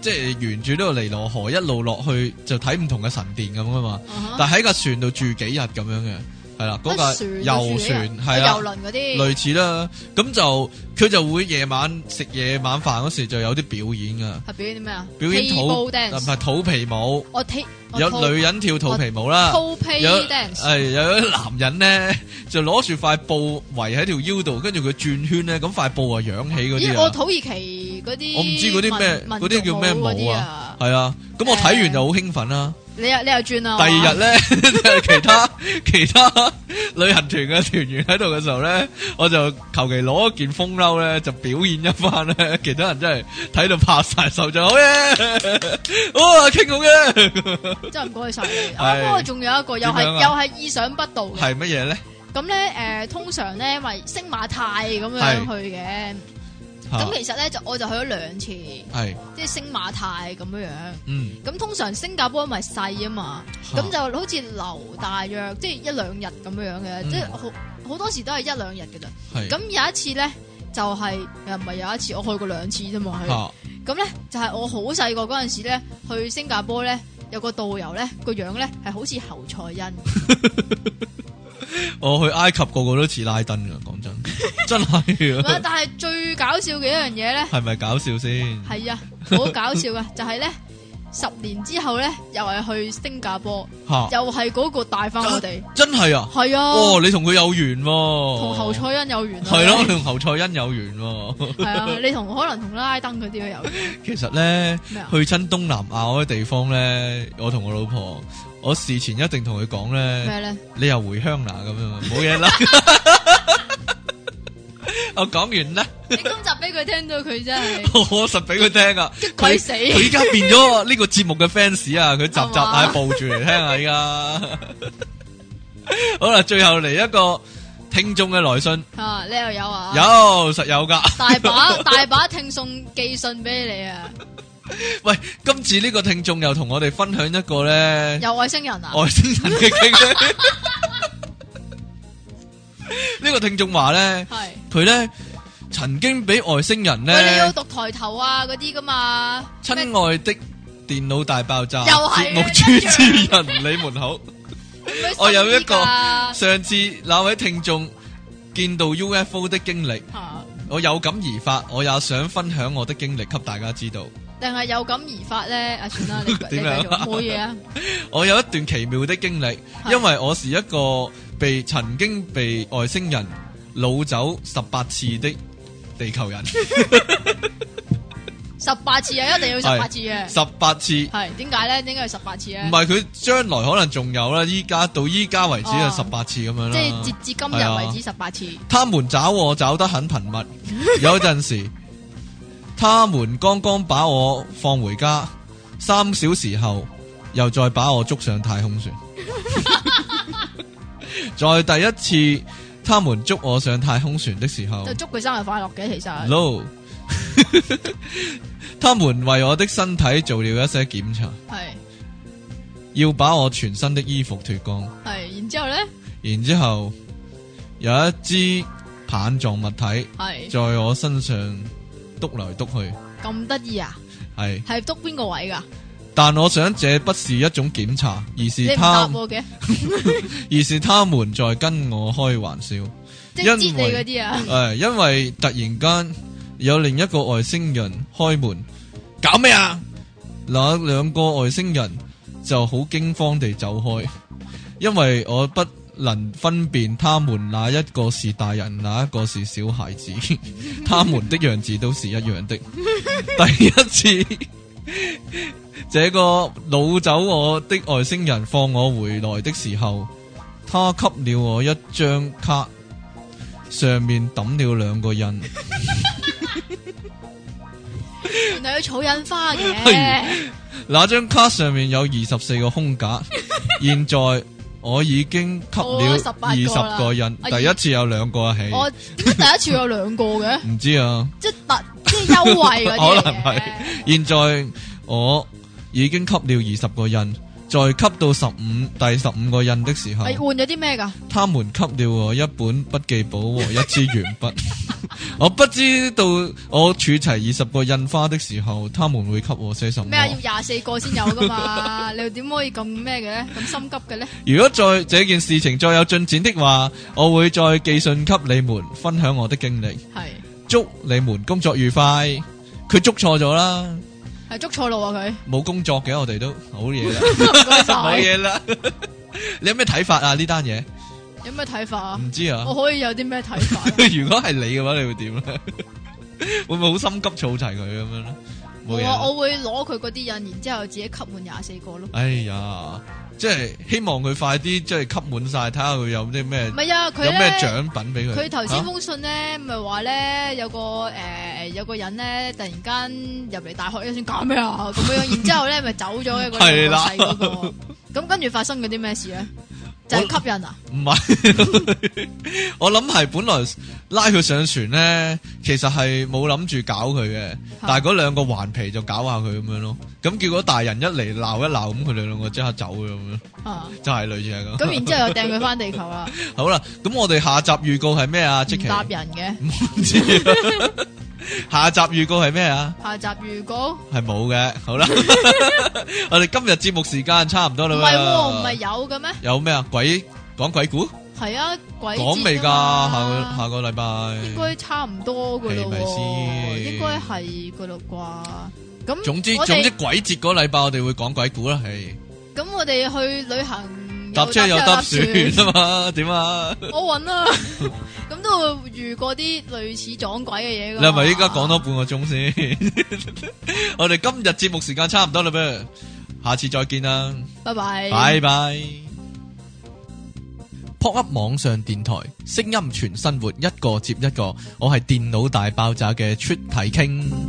Speaker 2: 即係沿住呢個尼羅河一路落去，就睇唔同嘅神殿咁噶嘛。
Speaker 1: 啊哈啊
Speaker 2: 但係喺架船度住幾日咁樣嘅，係啦，嗰架
Speaker 1: 船啊
Speaker 2: 遊
Speaker 1: 住幾日
Speaker 2: 船係啦啊
Speaker 1: 遊。輪嗰啲。
Speaker 2: 類似啦，咁就佢就會夜晚食夜晚飯嗰時就有啲表演噶，
Speaker 1: 系表演啲咩啊？
Speaker 2: 表演肚啊
Speaker 1: Table
Speaker 2: 唔係
Speaker 1: dance，哦
Speaker 2: 肚皮舞，
Speaker 1: 我 t
Speaker 2: 有女人跳肚皮舞啦，
Speaker 1: 哦肚皮
Speaker 2: 有
Speaker 1: dance，
Speaker 2: 係有啲男人咧就攞住塊布圍喺條腰度，跟住佢轉圈咧，咁塊布啊揚起嗰
Speaker 1: 咦？
Speaker 2: 啲
Speaker 1: 我
Speaker 2: 啊，
Speaker 1: 土耳其嗰啲，
Speaker 2: 我唔知嗰啲咩
Speaker 1: 民
Speaker 2: 嗰啲叫咩舞啊
Speaker 1: 民族嗰啲啊？
Speaker 2: 系啊，咁我睇完就好興奮啦。
Speaker 1: 你又你又转啦，
Speaker 2: 第二日咧， 其他其他旅行團嘅團員喺度嘅時候咧，我就求其攞一件風褸咧，就表演一番咧。 其他人真係睇到拍晒手掌，好嘢， 哇，傾好嘅，
Speaker 1: 真係唔該晒你。
Speaker 2: 係
Speaker 1: 啊，不過仲有一個又係
Speaker 2: 點樣啊
Speaker 1: 又係意想不到嘅。
Speaker 2: 係乜嘢咧？
Speaker 1: 咁咧诶，誒通常咧咪星馬泰咁
Speaker 2: 係
Speaker 1: 樣去嘅。
Speaker 2: 嚇
Speaker 1: 咁其實咧就我就去咗兩次，即
Speaker 2: 係
Speaker 1: 係星馬泰咁樣樣。
Speaker 2: 嗯
Speaker 1: 咁通常新加坡咪細啊嘛，
Speaker 2: 嚇
Speaker 1: 咁就好似留大約即係一兩日咁樣樣嘅，
Speaker 2: 嗯
Speaker 1: 即係好好多時都係一兩日嘅咋。
Speaker 2: 係
Speaker 1: 咁有一次咧就係又唔係有一次，我去過兩次啫嘛。係
Speaker 2: 嚇
Speaker 1: 咁咧就係我好細個嗰陣時咧，去新加坡咧有個導遊咧個樣咧係好似侯 賽恩，
Speaker 2: 我去埃及個個都似拉登㗎，講 真，真係
Speaker 1: 咁啊
Speaker 2: 啊，
Speaker 1: 但係最搞笑嘅一樣嘢咧
Speaker 2: 係咪搞笑先？
Speaker 1: 係啊，好搞笑 嘅就係咧十年之後咧又係去新加坡，
Speaker 2: 吓，
Speaker 1: 又係嗰個帶翻我哋，
Speaker 2: 真係啊！
Speaker 1: 係啊
Speaker 2: 哦，，你同佢有緣喎，
Speaker 1: 同
Speaker 2: 同
Speaker 1: 侯賽恩有緣啊，
Speaker 2: 系咯，你同侯賽恩有緣喎。
Speaker 1: 係啊，你同可能同拉登嗰啲都有緣
Speaker 2: 其實咧，
Speaker 1: 咩啊？
Speaker 2: 去親東南亞嗰啲地方咧，我同我老婆，我事前一定同佢講咧，
Speaker 1: 咩咧？
Speaker 2: 你又回鄉啦咁 樣，冇嘢啦。我講完啦，
Speaker 1: 你今集俾佢聽到佢真係
Speaker 2: 我實俾佢聽啊！
Speaker 1: 激
Speaker 2: 佢
Speaker 1: 鬼死，
Speaker 2: 佢依家變咗呢個節目嘅 fans 啊！佢集集
Speaker 1: 係嘛
Speaker 2: 係報住嚟聽啊！依家 好啦，最後嚟一個聽眾嘅來信，
Speaker 1: 啊！你又有啊？
Speaker 2: 有實有噶。
Speaker 1: 大把大把聽送寄信俾你啊！
Speaker 2: 喂，今次呢個聽眾又同我哋分享一個咧。
Speaker 1: 有外星人啊？
Speaker 2: 外星人嘅經 歷。呢個聽眾話咧，
Speaker 1: 係
Speaker 2: 佢咧曾經俾外星人
Speaker 1: 喂，你要
Speaker 2: 咧
Speaker 1: 讀抬頭啊嗰啲噶嘛？
Speaker 2: 親
Speaker 1: 咩
Speaker 2: 愛的電腦大爆炸
Speaker 1: 又係啊
Speaker 2: 節目主持人，你們好。
Speaker 1: 咩
Speaker 2: 我有一個
Speaker 1: 新啲㗎
Speaker 2: 上次那位聽眾見到 UFO 的經歷，
Speaker 1: 嚇
Speaker 2: 我有感而發，我也想分享我的經歷給大家知道。
Speaker 1: 定係有感而發咧？啊，算啦，你你
Speaker 2: 點
Speaker 1: 繼
Speaker 2: 樣啊
Speaker 1: 續冇嘢啊。
Speaker 2: 我有一段奇妙的經歷，
Speaker 1: 係
Speaker 2: 因為我是一個被曾經被外星人擄走十八次的地 球人，
Speaker 1: 十八次啊，一定要十八次嘅。
Speaker 2: 十八次，唔
Speaker 1: 係點解咧？點解係十八次咧？
Speaker 2: 係佢將來可能仲有啦，依家到依家為止
Speaker 1: 哦
Speaker 2: 係十八次咁樣
Speaker 1: 即係截
Speaker 2: 啦。
Speaker 1: 至今
Speaker 2: 係
Speaker 1: 日
Speaker 2: 啊
Speaker 1: 為止十八次。
Speaker 2: 他們找我找得很頻密，有陣時他們剛剛把我放回家，三小時後又再把我捉上太空船。在第一次他們捉我上太空船的時候
Speaker 1: 就祝佢生日快樂嘅，其實
Speaker 2: ，no，他們為我的身體做了一些檢查，
Speaker 1: 係
Speaker 2: 要把我全身的衣服脱光，
Speaker 1: 係。然之後咧
Speaker 2: 然之後有一支棒狀物體。
Speaker 1: 係
Speaker 2: 在我身上督來督去，
Speaker 1: 咁得意啊？
Speaker 2: 系。
Speaker 1: 係篤邊個位㗎？
Speaker 2: 但我想這不是一種檢查，而
Speaker 1: 你
Speaker 2: 是
Speaker 1: 唔答
Speaker 2: 他，
Speaker 1: 我嘅，
Speaker 2: 而是他們在跟我開玩笑。
Speaker 1: 即係知
Speaker 2: 因
Speaker 1: 你嗰
Speaker 2: 為
Speaker 1: 啲啊？
Speaker 2: 诶、因為突然間有另一個外星人開門，搞咩啊？那兩個外星人就好驚慌地走開，因為我不能分辨他們哪一個是大人，哪一個是小孩子， 他們的樣子都是一樣的。第一次，這個老走我的外星人放我回來的時候，他給了我一張卡。上面抌了兩個印，
Speaker 1: 原來有草印花 嘅
Speaker 2: 係，那張卡上面有二十四個 空格。現在我已經吸了
Speaker 1: 我
Speaker 2: 二
Speaker 1: 18個啦
Speaker 2: 十個印，
Speaker 1: 哎
Speaker 2: 第一次有兩個啊起，
Speaker 1: 我點解第一次有兩個 嘅？
Speaker 2: 唔知啊，
Speaker 1: 即係特即係優惠嗰啲嚟嘅
Speaker 2: 可能係現在我已經吸了二十個印，再吸到十五第十五個印的時候，
Speaker 1: 係換咗啲咩㗎？
Speaker 2: 他們給了我一本筆記簿和一支鉛筆。 我不知道我儲齊二十個印花的時候，他們會給我些什麼
Speaker 1: 咩。啊？要廿四個先有㗎 嘛？你又點可以咁咩嘅咧？咁心急嘅咧？
Speaker 2: 如果再這件事情再有進展的話，我會再寄信給你們，分享我的經歷。
Speaker 1: 係
Speaker 2: 祝你們工作愉快。佢捉錯咗啦，
Speaker 1: 係捉錯路啊！佢
Speaker 2: 冇工作嘅我哋都好嘢 啦，
Speaker 1: 唔該
Speaker 2: 冇
Speaker 1: 晒。
Speaker 2: 嘢啦。 你有咩睇法啊？呢單嘢
Speaker 1: 有咩睇法啊？
Speaker 2: 唔知啊
Speaker 1: 我。可以有啲咩睇 法啊？
Speaker 2: 如果係你嘅話，你會點咧？會唔會好心急儲齊佢咁樣咧？唔冇嘢啦
Speaker 1: 我我會攞佢嗰啲印，然之後自己吸滿廿四個咯。
Speaker 2: 哎呀，即系希望佢快啲，即系吸滿晒，睇下佢有啲咩
Speaker 1: 唔，係啊，佢
Speaker 2: 有咩
Speaker 1: 咧。
Speaker 2: 獎品俾佢。
Speaker 1: 佢頭
Speaker 2: 啊
Speaker 1: 先封信咧，咪話咧有個诶有個人咧，突然間入嚟大學，一先搞咩啊咁 樣，然之後咧咪走咗嘅嗰
Speaker 2: 係
Speaker 1: 個
Speaker 2: 啦
Speaker 1: 細嗰個，咁跟住發生嗰啲咩事咧？就係吸引啊！
Speaker 2: 唔系，我諗係本來拉佢上船咧，其實係冇諗住搞佢嘅，但係嗰兩個顽皮就搞下佢咁樣咯。咁結果大人一嚟鬧一鬧，咁佢哋兩個即刻走咁樣，
Speaker 1: 啊
Speaker 2: 就係類似係咁。
Speaker 1: 咁然之後又掟佢翻地球啦，
Speaker 2: 好啦，咁我哋下集預告係咩啊？ 即
Speaker 1: 唔
Speaker 2: 期
Speaker 1: 答人嘅。
Speaker 2: 唔知啊 下集預告係咩啊？
Speaker 1: 下集預告唔
Speaker 2: 係冇嘅，好啦， 我哋今日節目時間差唔多啦。
Speaker 1: 係喎，唔係有嘅咩？
Speaker 2: 有咩啊？鬼講鬼故
Speaker 1: 係啊，鬼
Speaker 2: 講未㗎？
Speaker 1: 節啊
Speaker 2: 下
Speaker 1: 嘛
Speaker 2: 個下個禮拜。
Speaker 1: 應該差唔多噶
Speaker 2: 係
Speaker 1: 咯
Speaker 2: 咪
Speaker 1: 喎，
Speaker 2: 先
Speaker 1: 應該係噶咯啩。咁
Speaker 2: 总之
Speaker 1: 我哋
Speaker 2: 总之鬼节嗰礼拜我哋会讲鬼故啦，系
Speaker 1: 咁我哋去旅行
Speaker 2: 搭车又搭船
Speaker 1: 又搭
Speaker 2: 啊嘛，点啊？
Speaker 1: 船 我 搵啊，咁都會遇過啲類似撞鬼嘅嘢
Speaker 2: 你
Speaker 1: 㗎。
Speaker 2: 系咪依家讲多？半个钟先？ 我哋今日节目时间差唔多啦噃，下次再见啦，
Speaker 1: 拜拜。
Speaker 2: 拜拜。扑噏网上电台，声音全生活，一个接一个，我系电脑大爆炸嘅出体倾。